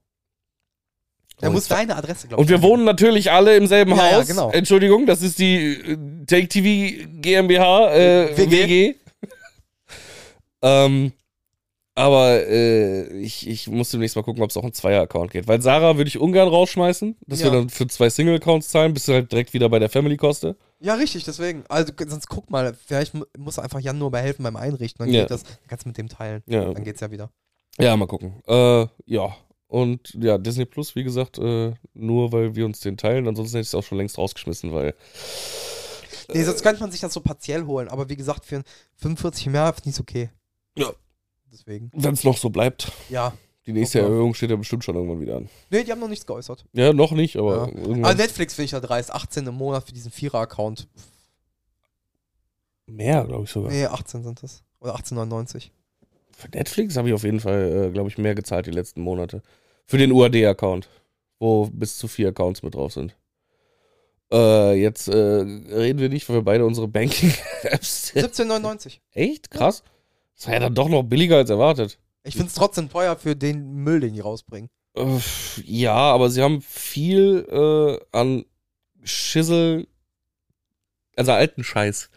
Speaker 2: Er
Speaker 1: Und-
Speaker 2: muss deine Adresse, glaube ich.
Speaker 1: Und wir wohnen natürlich alle im selben
Speaker 2: Ja, ja,
Speaker 1: Haus.
Speaker 2: genau.
Speaker 1: Entschuldigung, das ist die äh, Take TV GmbH äh,
Speaker 2: WG.
Speaker 1: WG. ähm, aber äh, ich, ich muss demnächst mal gucken, ob es auch einen Zweier-Account geht. Weil Sarah würde ich ungern rausschmeißen, dass
Speaker 2: Ja.
Speaker 1: wir dann für zwei Single-Accounts zahlen, bis du halt direkt wieder bei der Family-Koste.
Speaker 2: Ja, richtig, deswegen. Also, g- sonst guck mal, vielleicht mu- muss einfach Jan nur bei helfen beim Einrichten. Dann
Speaker 1: Ja.
Speaker 2: geht das, dann kannst du mit dem teilen.
Speaker 1: Ja.
Speaker 2: Dann geht's ja wieder.
Speaker 1: ja, mal gucken. Äh, ja. Und ja, Disney Plus, wie gesagt, äh, nur weil wir uns den teilen. Ansonsten hätte ich es auch schon längst rausgeschmissen, weil. Äh.
Speaker 2: Nee, sonst könnte man sich das so partiell holen. Aber wie gesagt, für ein 45 mehr finde ich es okay.
Speaker 1: Ja.
Speaker 2: Deswegen.
Speaker 1: Wenn es noch so bleibt,
Speaker 2: Ja.
Speaker 1: die nächste
Speaker 2: Guck mal.
Speaker 1: Erhöhung steht ja bestimmt schon irgendwann wieder an.
Speaker 2: Nee, die haben noch nichts geäußert.
Speaker 1: Ja, noch nicht, aber
Speaker 2: Ja. Also
Speaker 1: irgendwann.
Speaker 2: Aber Netflix finde ich ja dreist. 18 im Monat für diesen Vierer-Account.
Speaker 1: mehr, glaube ich sogar.
Speaker 2: Nee, 18 sind es. Oder 18,99.
Speaker 1: Für Netflix habe ich auf jeden Fall, äh, glaube ich, mehr gezahlt die letzten Monate. Für den UAD-Account, wo bis zu vier Accounts mit drauf sind. Äh, jetzt äh, reden wir nicht, weil wir beide unsere Banking-Apps.
Speaker 2: 17,99.
Speaker 1: Echt? Krass. Das war ja dann doch noch billiger als erwartet.
Speaker 2: Ich finde es trotzdem teuer für den Müll, den die rausbringen.
Speaker 1: Äh, ja, aber sie haben viel äh, an Schissel, also alten Scheiß,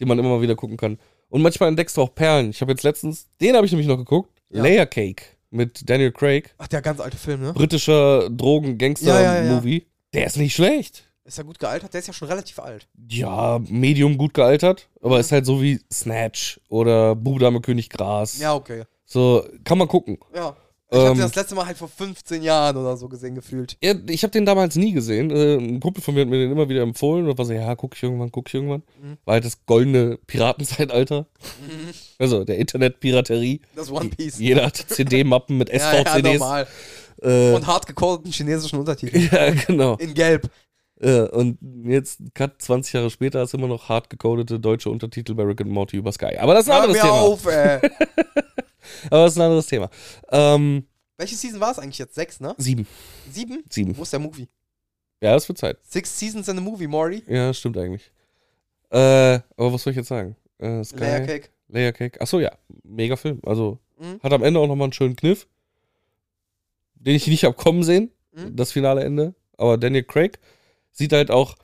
Speaker 1: den man immer mal wieder gucken kann. Und manchmal entdeckst du auch Perlen. Ich habe jetzt letztens, den habe ich nämlich noch geguckt,
Speaker 2: Ja.
Speaker 1: Layer Cake mit Daniel Craig,
Speaker 2: Ach, der ganz alte Film, ne?
Speaker 1: britischer
Speaker 2: Ja, ja, ja.
Speaker 1: Drogen-Gangster-Movie. Der ist nicht schlecht.
Speaker 2: Ist ja gut gealtert. Der ist ja schon relativ alt.
Speaker 1: Ja, medium gut gealtert, aber ist halt so wie Snatch oder Bube Dame König Gras.
Speaker 2: Ja, okay.
Speaker 1: So, kann man gucken.
Speaker 2: Ja. Ich hab
Speaker 1: Ähm.
Speaker 2: den das letzte Mal halt vor 15 Jahren oder so gesehen gefühlt.
Speaker 1: Ja, ich habe den damals nie gesehen. Äh, ein Kumpel von mir hat mir den immer wieder empfohlen und war so, ja, guck ich irgendwann, guck ich irgendwann.
Speaker 2: Mhm.
Speaker 1: War halt das goldene Piratenzeitalter. Also der Internetpiraterie.
Speaker 2: Das One Piece.
Speaker 1: Jeder hat CD-Mappen mit
Speaker 2: Ja, ja,
Speaker 1: SVCDs.
Speaker 2: normal.
Speaker 1: äh,
Speaker 2: Und hart gecodeten chinesischen Untertiteln.
Speaker 1: ja, genau.
Speaker 2: In Gelb.
Speaker 1: Äh, und jetzt, Cut, 20 Jahre später, ist immer noch hart gecodete deutsche Untertitel bei Rick and Morty über Sky. Aber das ist ein
Speaker 2: Hör
Speaker 1: anderes
Speaker 2: mir
Speaker 1: Thema.
Speaker 2: auf, ey.
Speaker 1: Aber das ist ein anderes Thema. Ähm,
Speaker 2: Welche Season war es eigentlich jetzt? Sechs, ne?
Speaker 1: sieben.
Speaker 2: Sieben?
Speaker 1: Sieben.
Speaker 2: Wo ist der Movie?
Speaker 1: Ja, das wird Zeit.
Speaker 2: Six Seasons in a Movie, Maury.
Speaker 1: Ja, stimmt eigentlich. Äh, aber was soll ich jetzt sagen? Äh, Sky,
Speaker 2: Layer Cake.
Speaker 1: Layer Cake. Achso, ja. Mega Film. Also,
Speaker 2: Mhm.
Speaker 1: hat am Ende auch nochmal einen schönen Kniff, den ich nicht hab kommen sehen,
Speaker 2: Mhm.
Speaker 1: das finale Ende. Aber Daniel Craig sieht halt auch,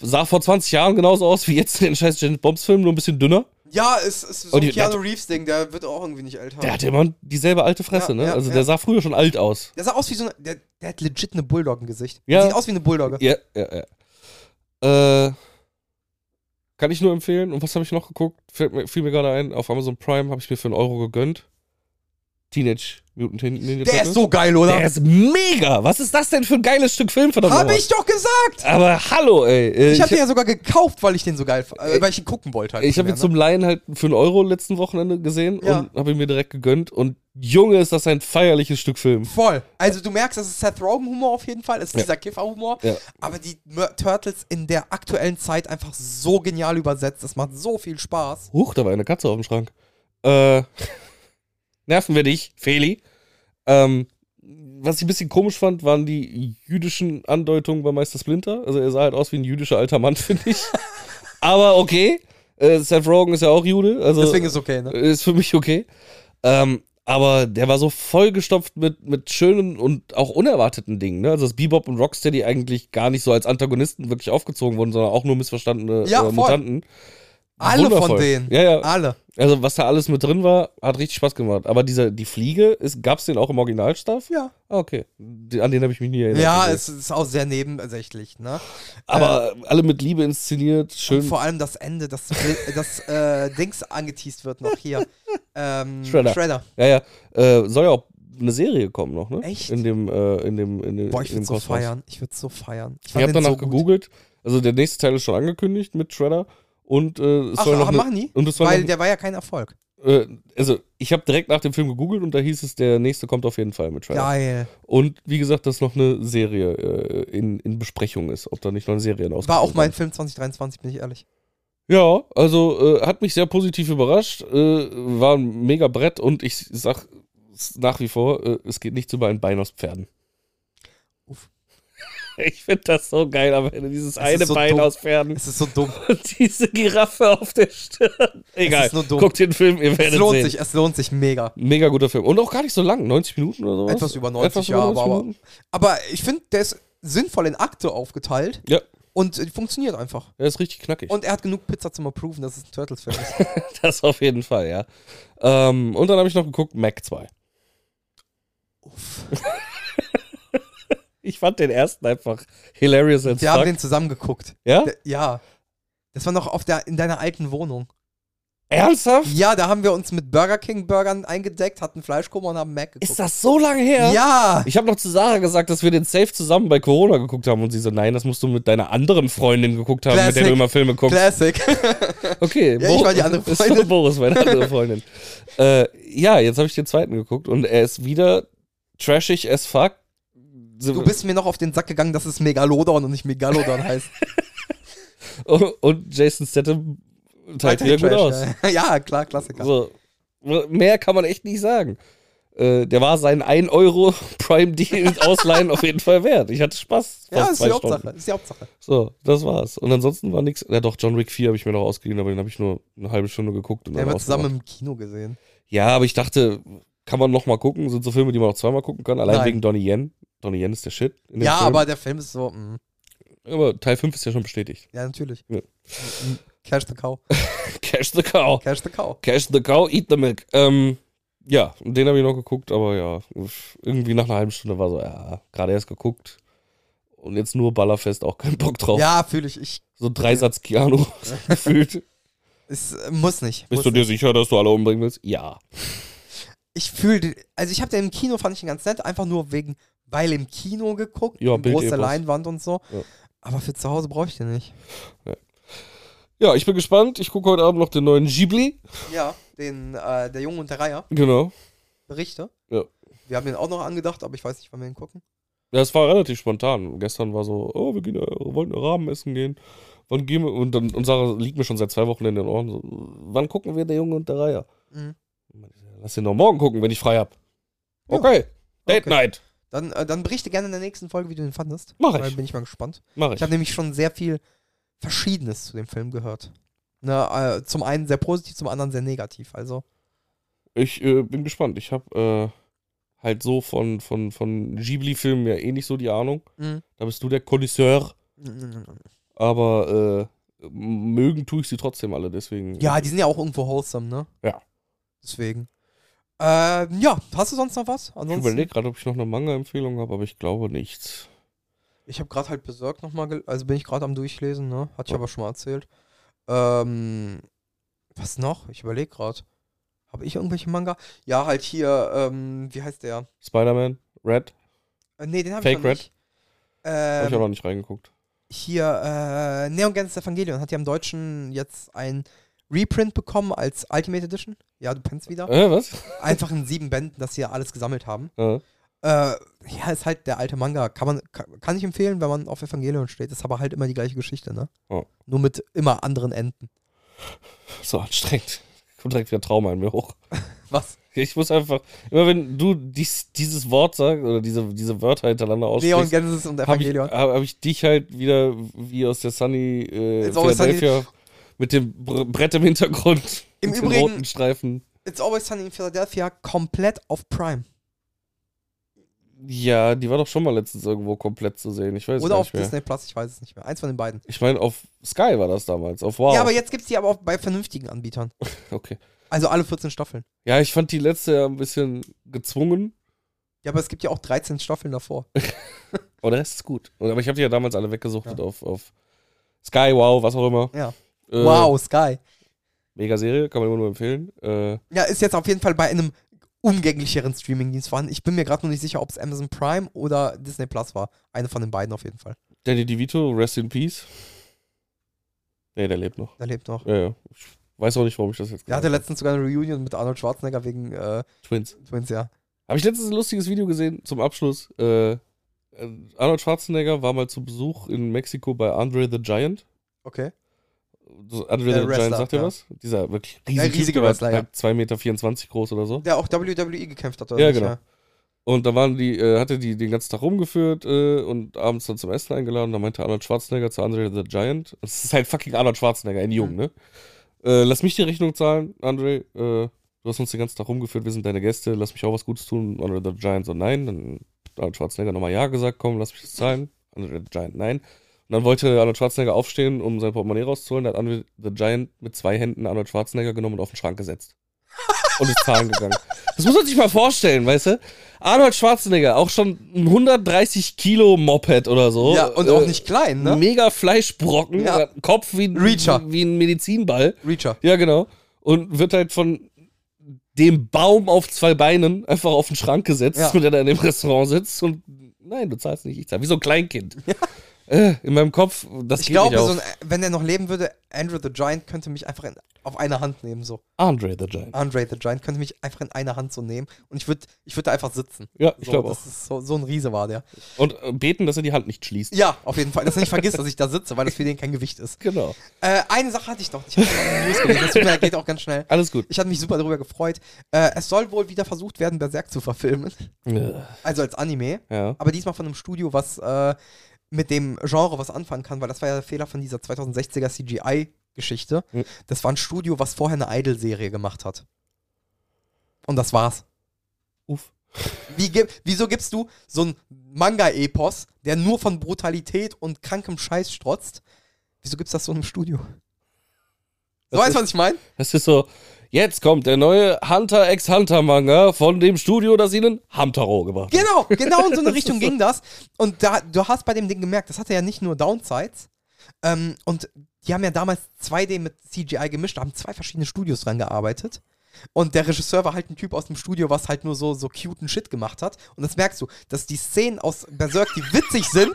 Speaker 1: sah vor 20 Jahren genauso aus wie jetzt in den scheiß James Bombs Film, nur ein bisschen dünner.
Speaker 2: Ja, es ist so
Speaker 1: Und
Speaker 2: ein
Speaker 1: Oh, die- der
Speaker 2: Keanu Reeves-Ding, der wird auch irgendwie nicht älter.
Speaker 1: Der hatte immer dieselbe alte Fresse,
Speaker 2: Ja,
Speaker 1: ne?
Speaker 2: ja,
Speaker 1: also
Speaker 2: ja.
Speaker 1: der sah früher schon alt aus.
Speaker 2: Der sah aus wie so eine. Der, der hat legit eine Bulldog im Gesicht.
Speaker 1: Ja.
Speaker 2: Der sieht aus wie eine Bulldogge.
Speaker 1: Ja, ja, ja. Äh, kann ich nur empfehlen. Und was habe ich noch geguckt? Fällt mir, fiel mir gerade ein, auf Amazon Prime habe ich mir für einen Euro gegönnt. Teenage Mutant Ninja
Speaker 2: Der
Speaker 1: Turtles.
Speaker 2: ist so geil, oder?
Speaker 1: Der ist mega! Was ist das denn für ein geiles Stück Film, verdammt?
Speaker 2: Hab
Speaker 1: nochmal?
Speaker 2: ich doch gesagt!
Speaker 1: Aber hallo, ey. Äh,
Speaker 2: Ich
Speaker 1: Ich
Speaker 2: hab den
Speaker 1: habe
Speaker 2: ja sogar gekauft, weil ich den so geil fand. Äh,
Speaker 1: Ich-
Speaker 2: weil ich ihn gucken wollte halt.
Speaker 1: ich hab
Speaker 2: primär,
Speaker 1: ihn zum Laien halt für einen Euro letzten Wochenende gesehen
Speaker 2: Ja.
Speaker 1: und habe ihn mir direkt gegönnt. Und Junge, ist das ein feierliches Stück Film.
Speaker 2: ne? Voll. Also du merkst, es ist Seth Rogen-Humor auf jeden Fall, es ist
Speaker 1: Ja.
Speaker 2: dieser Kiffer-Humor,
Speaker 1: Ja.
Speaker 2: aber die Mur- Turtles in der aktuellen Zeit einfach so genial übersetzt. Das macht so viel Spaß.
Speaker 1: Huch, da war eine Katze auf dem Schrank. Äh, nerven wir dich, Feli. Ähm, was ich ein bisschen komisch fand, waren die jüdischen Andeutungen bei Meister Splinter. Also er sah halt aus wie ein jüdischer alter Mann, finde ich. Aber okay. Äh, Seth Rogen ist ja auch Jude. Also
Speaker 2: Deswegen ist okay, ne?
Speaker 1: Ist für mich okay. Ähm, aber der war so vollgestopft mit, mit schönen und auch unerwarteten Dingen. Ne? Also, dass Bebop und Rocksteady eigentlich gar nicht so als Antagonisten wirklich aufgezogen wurden, sondern auch nur missverstandene
Speaker 2: Ja,
Speaker 1: äh,
Speaker 2: voll.
Speaker 1: Mutanten.
Speaker 2: Alle
Speaker 1: Wundervoll.
Speaker 2: von denen. Ah.
Speaker 1: Ja, ja.
Speaker 2: Alle.
Speaker 1: Also, was da alles mit drin war, hat richtig Spaß gemacht. Aber dieser, die Fliege, ist, gab's den auch im Originalstaff?
Speaker 2: Ja.
Speaker 1: Ah, okay. Die- An den habe ich mich nie erinnert.
Speaker 2: Ja,
Speaker 1: Okay.
Speaker 2: es ist auch sehr nebensächlich, ne?
Speaker 1: Aber alle mit Liebe inszeniert, schön.
Speaker 2: Und vor allem das Ende, dass das äh, Dings angeteased wird noch hier. Ähm,
Speaker 1: Shredder.
Speaker 2: Shredder.
Speaker 1: Ja, ja. Äh, soll ja auch eine Serie kommen noch, ne?
Speaker 2: Echt?
Speaker 1: In dem, äh, in dem, in dem.
Speaker 2: Boah, ich
Speaker 1: in dem
Speaker 2: würde so
Speaker 1: Kosmos.
Speaker 2: feiern. Ich würde so feiern.
Speaker 1: Ich habe
Speaker 2: fand den
Speaker 1: danach
Speaker 2: so gut.
Speaker 1: gegoogelt. Also der nächste Teil ist schon angekündigt mit Shredder und äh, es
Speaker 2: Ach,
Speaker 1: soll
Speaker 2: ach
Speaker 1: noch ne,
Speaker 2: machen die?
Speaker 1: und es soll
Speaker 2: Weil
Speaker 1: noch,
Speaker 2: der war ja kein Erfolg.
Speaker 1: äh, also ich habe direkt nach dem Film gegoogelt und da hieß es der nächste kommt auf jeden Fall mit Shredder.
Speaker 2: Geil.
Speaker 1: Und wie gesagt, dass noch eine Serie äh, in, in Besprechung ist, ob da nicht noch eine Serie rauskommt.
Speaker 2: War auch mein Film 2023, bin ich ehrlich.
Speaker 1: Ja, also äh, hat mich sehr positiv überrascht, äh, war ein mega Brett und ich sag s- nach wie vor, äh, es geht nichts über ein Bein aus Pferden.
Speaker 2: Uff.
Speaker 1: Ich finde das so geil am Ende, dieses
Speaker 2: Es
Speaker 1: eine
Speaker 2: ist so
Speaker 1: Bein
Speaker 2: dumm.
Speaker 1: aus Pferden.
Speaker 2: Es ist so dumm.
Speaker 1: und diese Giraffe auf der Stirn. Egal.
Speaker 2: ist nur dumm.
Speaker 1: Guckt den Film, ihr werdet
Speaker 2: es lohnt
Speaker 1: sehen.
Speaker 2: sich, es lohnt sich mega.
Speaker 1: Mega guter Film. Und auch gar nicht so lang, 90 Minuten oder sowas.
Speaker 2: Etwas über 90,
Speaker 1: über
Speaker 2: ja, aber- aber-
Speaker 1: Minuten.
Speaker 2: Aber ich finde, der ist sinnvoll in Akte aufgeteilt
Speaker 1: Ja,
Speaker 2: und äh, funktioniert einfach.
Speaker 1: er ist richtig knackig.
Speaker 2: Und er hat genug Pizza zum Approven, dass es ein Turtles-Film ist.
Speaker 1: das auf jeden Fall, ja. Ähm, und dann habe ich noch geguckt, Mac 2.
Speaker 2: Uff.
Speaker 1: Ich fand den ersten einfach hilarious als
Speaker 2: Wir haben
Speaker 1: fuck.
Speaker 2: den zusammengeguckt.
Speaker 1: Ja?
Speaker 2: Der- Ja. Das war noch auf der, in deiner alten Wohnung.
Speaker 1: Ernsthaft?
Speaker 2: Ja, da haben wir uns mit Burger King-Burgern eingedeckt, hatten Fleischkoma und haben Mac geguckt.
Speaker 1: Ist das so lange her?
Speaker 2: Ja!
Speaker 1: Ich habe noch zu Sarah gesagt, dass wir den Safe zusammen bei Corona geguckt haben und sie so, nein, das musst du mit deiner anderen Freundin geguckt haben, mit der du
Speaker 2: Classic.
Speaker 1: immer Filme guckst.
Speaker 2: Classic.
Speaker 1: Okay,
Speaker 2: Ja, ich war die andere
Speaker 1: es
Speaker 2: Freundin.
Speaker 1: Boris, meine andere Freundin. äh, ja, jetzt habe ich den zweiten geguckt und er ist wieder trashig as fuck. So-
Speaker 2: Du bist mir noch auf den Sack gegangen, dass es Megalodon und nicht Megalodon heißt.
Speaker 1: und Jason Statham teilt wieder halt gut aus.
Speaker 2: Trash, ja. ja, klar, Klassiker.
Speaker 1: So, mehr kann man echt nicht sagen. Äh, der war seinen 1 Euro Prime Deal ausleihen auf jeden Fall wert. Ich hatte Spaß. fast
Speaker 2: ja, ist
Speaker 1: zwei
Speaker 2: die
Speaker 1: Stunden.
Speaker 2: Hauptsache. Ist die Hauptsache.
Speaker 1: So, das war's. Und ansonsten war nichts. Ja, doch, John Wick 4 habe ich mir noch ausgeliehen, aber den habe ich nur eine halbe Stunde geguckt. Und
Speaker 2: Den haben
Speaker 1: dann
Speaker 2: wir zusammen
Speaker 1: ausgemacht.
Speaker 2: im Kino gesehen.
Speaker 1: Ja, aber ich dachte, kann man noch mal gucken? Sind so Filme, die man auch zweimal gucken kann? Allein
Speaker 2: Nein.
Speaker 1: wegen Donnie Yen. Donnie Yen ist der Shit. in dem
Speaker 2: Ja,
Speaker 1: Film.
Speaker 2: aber der Film ist so. mm.
Speaker 1: aber Teil 5 ist ja schon bestätigt.
Speaker 2: Ja, natürlich.
Speaker 1: Ja.
Speaker 2: Mm, Cash the Cow.
Speaker 1: Cash the Cow.
Speaker 2: Cash the Cow.
Speaker 1: Cash the Cow, eat the milk. Ähm, ja, und den habe ich noch geguckt, aber ja, irgendwie nach einer halben Stunde war so, ja, gerade erst geguckt. Und jetzt nur Ballerfest, auch keinen Bock drauf.
Speaker 2: Ja, fühle ich. Ich
Speaker 1: So ein Dreisatz Keanu gefühlt.
Speaker 2: es, äh, muss nicht.
Speaker 1: Bist
Speaker 2: muss
Speaker 1: du dir
Speaker 2: nicht.
Speaker 1: sicher, dass du alle umbringen willst? Ja.
Speaker 2: Ich fühle, also ich habe den im Kino fand ich ihn ganz nett, einfach nur wegen, weil im Kino geguckt,
Speaker 1: Ja, Bild
Speaker 2: große
Speaker 1: Epos.
Speaker 2: Leinwand und so.
Speaker 1: Ja.
Speaker 2: Aber für zu Hause brauche ich den nicht.
Speaker 1: Ja, ich bin gespannt. Ich gucke heute Abend noch den neuen Ghibli.
Speaker 2: Ja, den äh, der Junge und der Reiher
Speaker 1: Genau.
Speaker 2: Berichte.
Speaker 1: Ja.
Speaker 2: Wir haben den auch noch angedacht, aber ich weiß nicht, wann wir ihn gucken.
Speaker 1: Ja, es war relativ spontan. Gestern war so, oh, wir gehen, äh, wollten Rahmen essen gehen. Wann gehen wir? Und, dann, und Sarah liegt mir schon seit zwei Wochen in den Ohren. So, wann gucken wir der Junge und der Reiher?
Speaker 2: Mhm.
Speaker 1: Lass den doch morgen gucken, wenn ich frei hab.
Speaker 2: Ja.
Speaker 1: Okay. Date
Speaker 2: Okay.
Speaker 1: Night.
Speaker 2: Dann, äh, dann berichte gerne in der nächsten Folge, wie du den fandest.
Speaker 1: Mach
Speaker 2: Weil
Speaker 1: ich.
Speaker 2: bin ich mal gespannt.
Speaker 1: Mach ich.
Speaker 2: Ich ne- habe nämlich schon sehr viel Verschiedenes zu dem Film gehört. Ne, äh, zum einen sehr positiv, zum anderen sehr negativ. Also,
Speaker 1: Ich äh, bin gespannt. Ich habe äh, halt so von, von, von Ghibli-Filmen ja eh nicht so die Ahnung.
Speaker 2: mhm.
Speaker 1: Da bist du der Connoisseur. Aber äh, mögen tue ich sie trotzdem alle, deswegen.
Speaker 2: ja, die sind ja auch irgendwo wholesome, ne?
Speaker 1: Ja.
Speaker 2: Deswegen. Ähm, ja, hast du sonst noch was?
Speaker 1: Ich
Speaker 2: Ansonsten,
Speaker 1: überlege gerade, ob ich noch eine Manga-Empfehlung habe, aber ich glaube nichts.
Speaker 2: ich habe gerade halt Berserk nochmal, gel- also bin ich gerade am Durchlesen, ne? Hatte ich
Speaker 1: Ja.
Speaker 2: aber schon mal erzählt. Ähm, was noch? Ich überlege gerade. Habe ich irgendwelche Manga? Ja, halt hier, ähm, wie heißt der?
Speaker 1: Spider-Man, Red,
Speaker 2: Äh, nee, den habe ich
Speaker 1: Fake
Speaker 2: noch
Speaker 1: Red?
Speaker 2: nicht. Ähm,
Speaker 1: habe ich auch noch nicht reingeguckt.
Speaker 2: hier äh, Neon Genesis Evangelion hat ja im Deutschen jetzt ein Reprint bekommen als Ultimate Edition. Ja, du pennst wieder.
Speaker 1: Äh, was?
Speaker 2: Einfach in sieben Bänden, dass sie ja alles gesammelt haben.
Speaker 1: Äh,
Speaker 2: Äh, ja, ist halt der alte Manga. Kann man kann, kann ich empfehlen, wenn man auf Evangelion steht. Ist aber halt immer die gleiche Geschichte, ne?
Speaker 1: Ja.
Speaker 2: Nur mit immer anderen Enden.
Speaker 1: so anstrengend. Kommt direkt wieder Trauma in mir hoch.
Speaker 2: Was?
Speaker 1: Ich muss einfach, immer wenn du dies, dieses Wort sagst oder diese, diese Wörter hintereinander
Speaker 2: Neon
Speaker 1: aussprichst,
Speaker 2: Genesis und
Speaker 1: habe ich, äh,
Speaker 2: Evangelion.
Speaker 1: hab, hab ich dich halt wieder wie aus der Sunny äh,
Speaker 2: It's always
Speaker 1: Philadelphia mit dem Br Brett im Hintergrund
Speaker 2: Im
Speaker 1: und den
Speaker 2: Übrigen-
Speaker 1: roten Streifen.
Speaker 2: It's Always Sunny in Philadelphia komplett auf Prime.
Speaker 1: Ja, die war doch schon mal letztens irgendwo komplett zu sehen. Ich weiß
Speaker 2: Oder
Speaker 1: gar
Speaker 2: auf
Speaker 1: nicht mehr.
Speaker 2: Disney Plus, ich weiß es nicht mehr. Eins von den beiden.
Speaker 1: Ich meine, auf Sky war das damals, auf Wow.
Speaker 2: Ja, aber jetzt gibt's die aber auch bei vernünftigen Anbietern.
Speaker 1: okay.
Speaker 2: Also alle 14 Staffeln.
Speaker 1: Ja, ich fand die letzte ja ein bisschen gezwungen,
Speaker 2: Ja, aber es gibt ja auch 13 Staffeln davor.
Speaker 1: aber der Rest ist gut. Und- Aber ich habe die ja damals alle weggesuchtet auf, auf Sky, Wow, was auch immer.
Speaker 2: Ja.
Speaker 1: Äh,
Speaker 2: wow, Sky.
Speaker 1: Mega Serie, kann man immer nur empfehlen. Äh,
Speaker 2: Ja, ist jetzt auf jeden Fall bei einem umgänglicheren Streamingdienst vorhanden. Ich bin mir gerade noch nicht sicher, ob es Amazon Prime oder Disney Plus war. Eine von den beiden auf jeden Fall.
Speaker 1: Danny DeVito, Rest in Peace. Nee, der lebt noch.
Speaker 2: Der lebt noch.
Speaker 1: Ja, ja. Ich weiß auch nicht, warum ich das jetzt
Speaker 2: Der
Speaker 1: gesagt
Speaker 2: hatte letztens sogar eine Reunion mit Arnold Schwarzenegger wegen äh,
Speaker 1: habe. Twins.
Speaker 2: Twins, ja.
Speaker 1: Habe ich letztens ein lustiges Video gesehen zum Abschluss. Äh, äh, Arnold Schwarzenegger war mal zu Besuch in Mexiko bei Andre the Giant.
Speaker 2: Okay.
Speaker 1: So, Andre
Speaker 2: Der
Speaker 1: the
Speaker 2: Wrestler,
Speaker 1: Giant, sagt ihr
Speaker 2: ja.
Speaker 1: was? Dieser wirklich
Speaker 2: Der
Speaker 1: riesige,
Speaker 2: riesige
Speaker 1: Typ, der war
Speaker 2: Wrestler, ja.
Speaker 1: halt 2,24 Meter groß oder so.
Speaker 2: Der auch WWE gekämpft hat, oder?
Speaker 1: Ja,
Speaker 2: nicht?
Speaker 1: genau. Und da waren die, äh, hatte die den ganzen Tag rumgeführt äh, und abends dann zum Essen eingeladen. Da meinte Arnold Schwarzenegger zu Andre the Giant. Das ist halt fucking Arnold Schwarzenegger, in Jung,
Speaker 2: Mhm.
Speaker 1: ne? Äh, lass mich die Rechnung zahlen, Andre. Äh, du hast uns den ganzen Tag rumgeführt, wir sind deine Gäste, lass mich auch was Gutes tun. Andre the Giant so, nein. Dann hat Arnold Schwarzenegger nochmal Ja gesagt, komm, lass mich das zahlen. Andre the Giant, nein. Und dann wollte Arnold Schwarzenegger aufstehen, um sein Portemonnaie rauszuholen. Da hat Andre the Giant mit zwei Händen Arnold Schwarzenegger genommen und auf den Schrank gesetzt. Und ist zahlen gegangen. Das muss man sich mal vorstellen, weißt du? Arnold Schwarzenegger, auch schon ein 130 Kilo Moped oder so.
Speaker 2: Ja, und auch nicht klein, ne?
Speaker 1: Mega Fleischbrocken,
Speaker 2: Ja.
Speaker 1: hat einen Kopf wie,
Speaker 2: Reacher.
Speaker 1: wie ein Medizinball.
Speaker 2: Reacher.
Speaker 1: Ja, genau. Und wird halt von dem Baum auf zwei Beinen einfach auf den Schrank gesetzt,
Speaker 2: Ja.
Speaker 1: wenn er da in dem Restaurant sitzt und nein, du zahlst nicht, ich zahl. Wie so ein Kleinkind. Äh, in meinem Kopf, das
Speaker 2: Ich
Speaker 1: geht
Speaker 2: glaube,
Speaker 1: nicht
Speaker 2: so
Speaker 1: auf.
Speaker 2: ein, äh, wenn er noch leben würde, Andrew the Giant könnte mich einfach in, auf eine Hand nehmen, so.
Speaker 1: Andre the Giant.
Speaker 2: Andre the Giant könnte mich einfach in einer Hand so nehmen und ich würde ich würd da einfach sitzen.
Speaker 1: Ja, ich
Speaker 2: So,
Speaker 1: glaube auch.
Speaker 2: das ist so, so ein Riese war der.
Speaker 1: Und äh, beten, dass er die Hand nicht schließt.
Speaker 2: Ja, auf jeden Fall. Dass er nicht vergisst, dass ich da sitze, weil das für den kein Gewicht ist.
Speaker 1: Genau.
Speaker 2: Äh, eine Sache hatte ich noch. Ich habe noch News gelesen. Das tut mir leid, geht auch ganz schnell.
Speaker 1: Alles gut.
Speaker 2: Ich hatte mich super darüber gefreut. Äh, es soll wohl wieder versucht werden, Berserk zu verfilmen.
Speaker 1: Ja.
Speaker 2: Also als Anime. Aber diesmal von einem Studio, was äh, mit dem Genre was anfangen kann, weil das war ja der Fehler von dieser 2016er CGI-Geschichte.
Speaker 1: Mhm.
Speaker 2: Das war ein Studio, was vorher eine Idol-Serie gemacht hat. Und das war's.
Speaker 1: Uff.
Speaker 2: Wie gib, wieso gibst du so einen Manga-Epos, der nur von Brutalität und krankem Scheiß strotzt? Wieso gibst du das so einem Studio? So
Speaker 1: Das
Speaker 2: weißt du, was ich meine?
Speaker 1: Das ist so, jetzt kommt der neue Hunter x Hunter Manga von dem Studio, das ihnen Hamtaro gemacht hat.
Speaker 2: Genau, genau in so eine Richtung ging das. Und da, du hast bei dem Ding gemerkt, das hatte ja nicht nur Downsides. Ähm, und die haben ja damals 2D mit CGI gemischt, da haben zwei verschiedene Studios dran gearbeitet. Und der Regisseur war halt ein Typ aus dem Studio, was halt nur so, so cuten Shit gemacht hat. Und das merkst du, dass die Szenen aus Berserk, die witzig sind,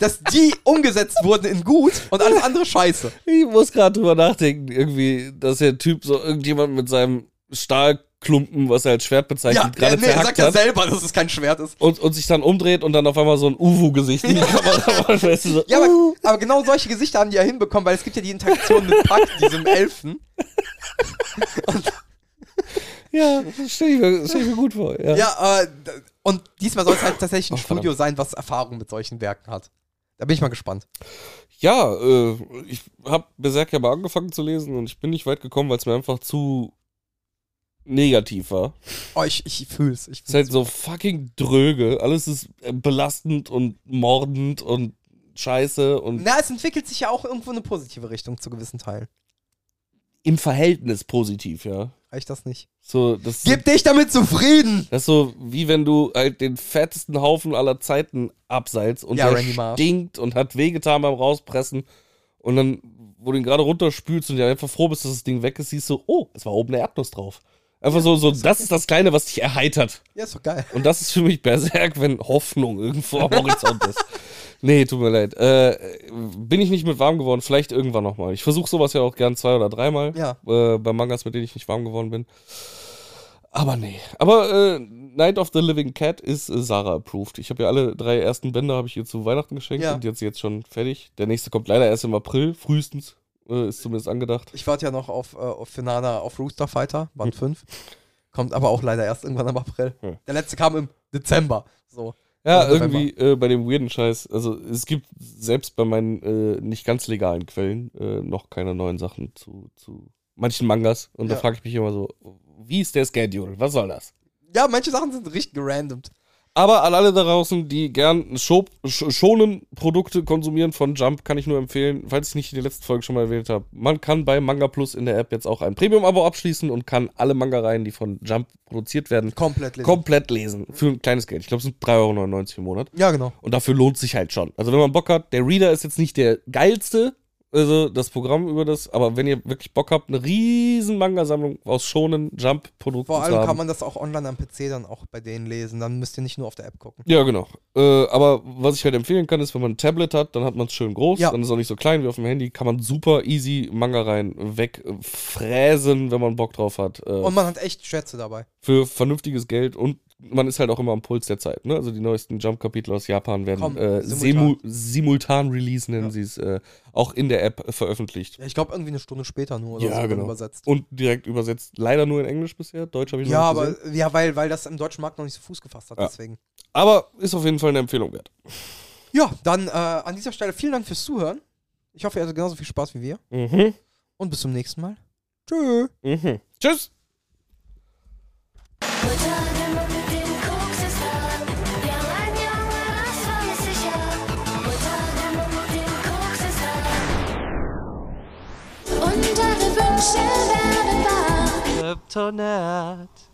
Speaker 2: dass die umgesetzt wurden in gut und alles andere scheiße.
Speaker 1: Ich muss gerade drüber nachdenken, irgendwie, dass der Typ so irgendjemand mit seinem Stahl Klumpen, was er als Schwert bezeichnet, gerade
Speaker 2: er
Speaker 1: zerhackt
Speaker 2: sagt ja
Speaker 1: hat.
Speaker 2: selber, dass es kein Schwert ist.
Speaker 1: Und, und sich dann umdreht und dann auf einmal so ein Uwu-Gesicht in die Kamera macht, weißt du, so, "Uh,
Speaker 2: Ja, aber, aber genau solche Gesichter haben die ja hinbekommen, weil es gibt ja die Interaktion mit Pack, diesem Elfen.
Speaker 1: Ja, stell ich mir, stell ich mir gut vor. Ja.
Speaker 2: Ja, äh, d- und diesmal soll es halt tatsächlich ein
Speaker 1: Oh, verdammt.
Speaker 2: Studio sein, was Erfahrung mit solchen Werken hat. Da bin ich mal gespannt.
Speaker 1: Ja, äh, ich habe Berserk ja mal angefangen zu lesen und ich bin nicht weit gekommen, weil es mir einfach zu negativ war.
Speaker 2: Oh, ich, ich fühl's. Ich
Speaker 1: Es ist halt so fucking dröge. Alles ist äh, belastend und mordend und scheiße und
Speaker 2: Na, es entwickelt sich ja auch irgendwo in eine positive Richtung zu gewissen Teilen.
Speaker 1: im Verhältnis positiv, ja.
Speaker 2: Reicht das nicht?
Speaker 1: So, das,
Speaker 2: Gib dich damit zufrieden!
Speaker 1: das ist so, wie wenn du halt den fettesten Haufen aller Zeiten abseilst und
Speaker 2: Ja,
Speaker 1: der
Speaker 2: Randy Marsh.
Speaker 1: stinkt und hat wehgetan beim Rauspressen und dann, wo du ihn gerade runterspülst und ja einfach froh bist, dass das Ding weg ist, siehst du, oh, es war oben eine Erdnuss drauf. Einfach so, so, das ist das Kleine, was dich erheitert.
Speaker 2: Ja, ist doch geil.
Speaker 1: Und das ist für mich Berserk, wenn Hoffnung irgendwo am Horizont ist. Nee, tut mir leid. Äh, bin ich nicht mit warm geworden, vielleicht irgendwann nochmal. Ich versuche sowas ja auch gern zwei oder dreimal.
Speaker 2: Ja.
Speaker 1: Äh, bei Mangas, mit denen ich nicht warm geworden bin. Aber nee. Aber äh, Night of the Living Cat ist äh, Sarah approved. Ich habe ja alle drei ersten Bände habe ich ihr zu Weihnachten geschenkt
Speaker 2: Ja.
Speaker 1: und jetzt jetzt schon fertig. Der nächste kommt leider erst im April, frühestens. Äh, ist zumindest angedacht.
Speaker 2: Ich warte ja noch auf, äh, auf Finana, auf Rooster Fighter, Band 5. Kommt aber auch leider erst irgendwann im April.
Speaker 1: Hm.
Speaker 2: Der letzte kam im Dezember. So.
Speaker 1: Ja,
Speaker 2: Also November.
Speaker 1: irgendwie äh, bei dem weirden Scheiß. Also es gibt selbst bei meinen äh, nicht ganz legalen Quellen äh, noch keine neuen Sachen zu, zu manchen Mangas. Und da
Speaker 2: Ja.
Speaker 1: frage ich mich immer so, wie ist der Schedule? Was soll das?
Speaker 2: Ja, manche Sachen sind richtig gerandomt.
Speaker 1: Aber an alle da draußen, die gern Schob, sch schonen Produkte konsumieren von Jump, kann ich nur empfehlen, falls ich nicht in der letzten Folge schon mal erwähnt habe, man kann bei Manga Plus in der App jetzt auch ein Premium-Abo abschließen und kann alle Manga-Reihen, die von Jump produziert werden,
Speaker 2: Komplett lesen.
Speaker 1: komplett lesen. Für ein kleines Geld. Ich glaube, es sind 3,99 Euro im Monat.
Speaker 2: Ja, genau.
Speaker 1: Und dafür lohnt sich halt schon. Also wenn man Bock hat, der Reader ist jetzt nicht der geilste, also das Programm über das, aber wenn ihr wirklich Bock habt, eine riesen Manga-Sammlung aus schonen Jump-Produkten
Speaker 2: Vor
Speaker 1: zu
Speaker 2: allem
Speaker 1: haben.
Speaker 2: kann man das auch online am PC dann auch bei denen lesen. Dann müsst ihr nicht nur auf der App gucken.
Speaker 1: ja, genau. Äh, aber was ich halt empfehlen kann, ist, wenn man ein Tablet hat, dann hat man es schön groß,
Speaker 2: Ja.
Speaker 1: dann ist es auch nicht so klein wie auf dem Handy, kann man super easy Manga rein wegfräsen, wenn man Bock drauf hat. Äh,
Speaker 2: Und man hat echt Schätze dabei.
Speaker 1: für vernünftiges Geld und man ist halt auch immer am Puls der Zeit. Ne? Also die neuesten Jump-Kapitel aus Japan werden
Speaker 2: Komm,
Speaker 1: äh,
Speaker 2: simultan.
Speaker 1: simu simultan releasen, nennen sie es, äh, auch in der App veröffentlicht.
Speaker 2: Ja, ich glaube, irgendwie eine Stunde später nur oder
Speaker 1: Ja,
Speaker 2: so dann
Speaker 1: genau.
Speaker 2: übersetzt.
Speaker 1: Und direkt übersetzt. Leider nur in Englisch bisher. Deutsch habe ich noch
Speaker 2: Ja,
Speaker 1: nicht gesehen.
Speaker 2: aber ja, weil, weil das im deutschen Markt noch nicht so Fuß gefasst hat,
Speaker 1: Ja.
Speaker 2: deswegen.
Speaker 1: Aber ist auf jeden Fall eine Empfehlung wert.
Speaker 2: Ja, dann äh, an dieser Stelle vielen Dank fürs Zuhören. Ich hoffe, ihr hattet genauso viel Spaß wie wir.
Speaker 1: Mhm.
Speaker 2: Und bis zum nächsten Mal. Tschö.
Speaker 1: Mhm. Tschüss.
Speaker 3: Ты кукса стал, я ланяла свое сыща, вот она ты кукса стал. Unter der Büchse werden war
Speaker 4: Kryptonat.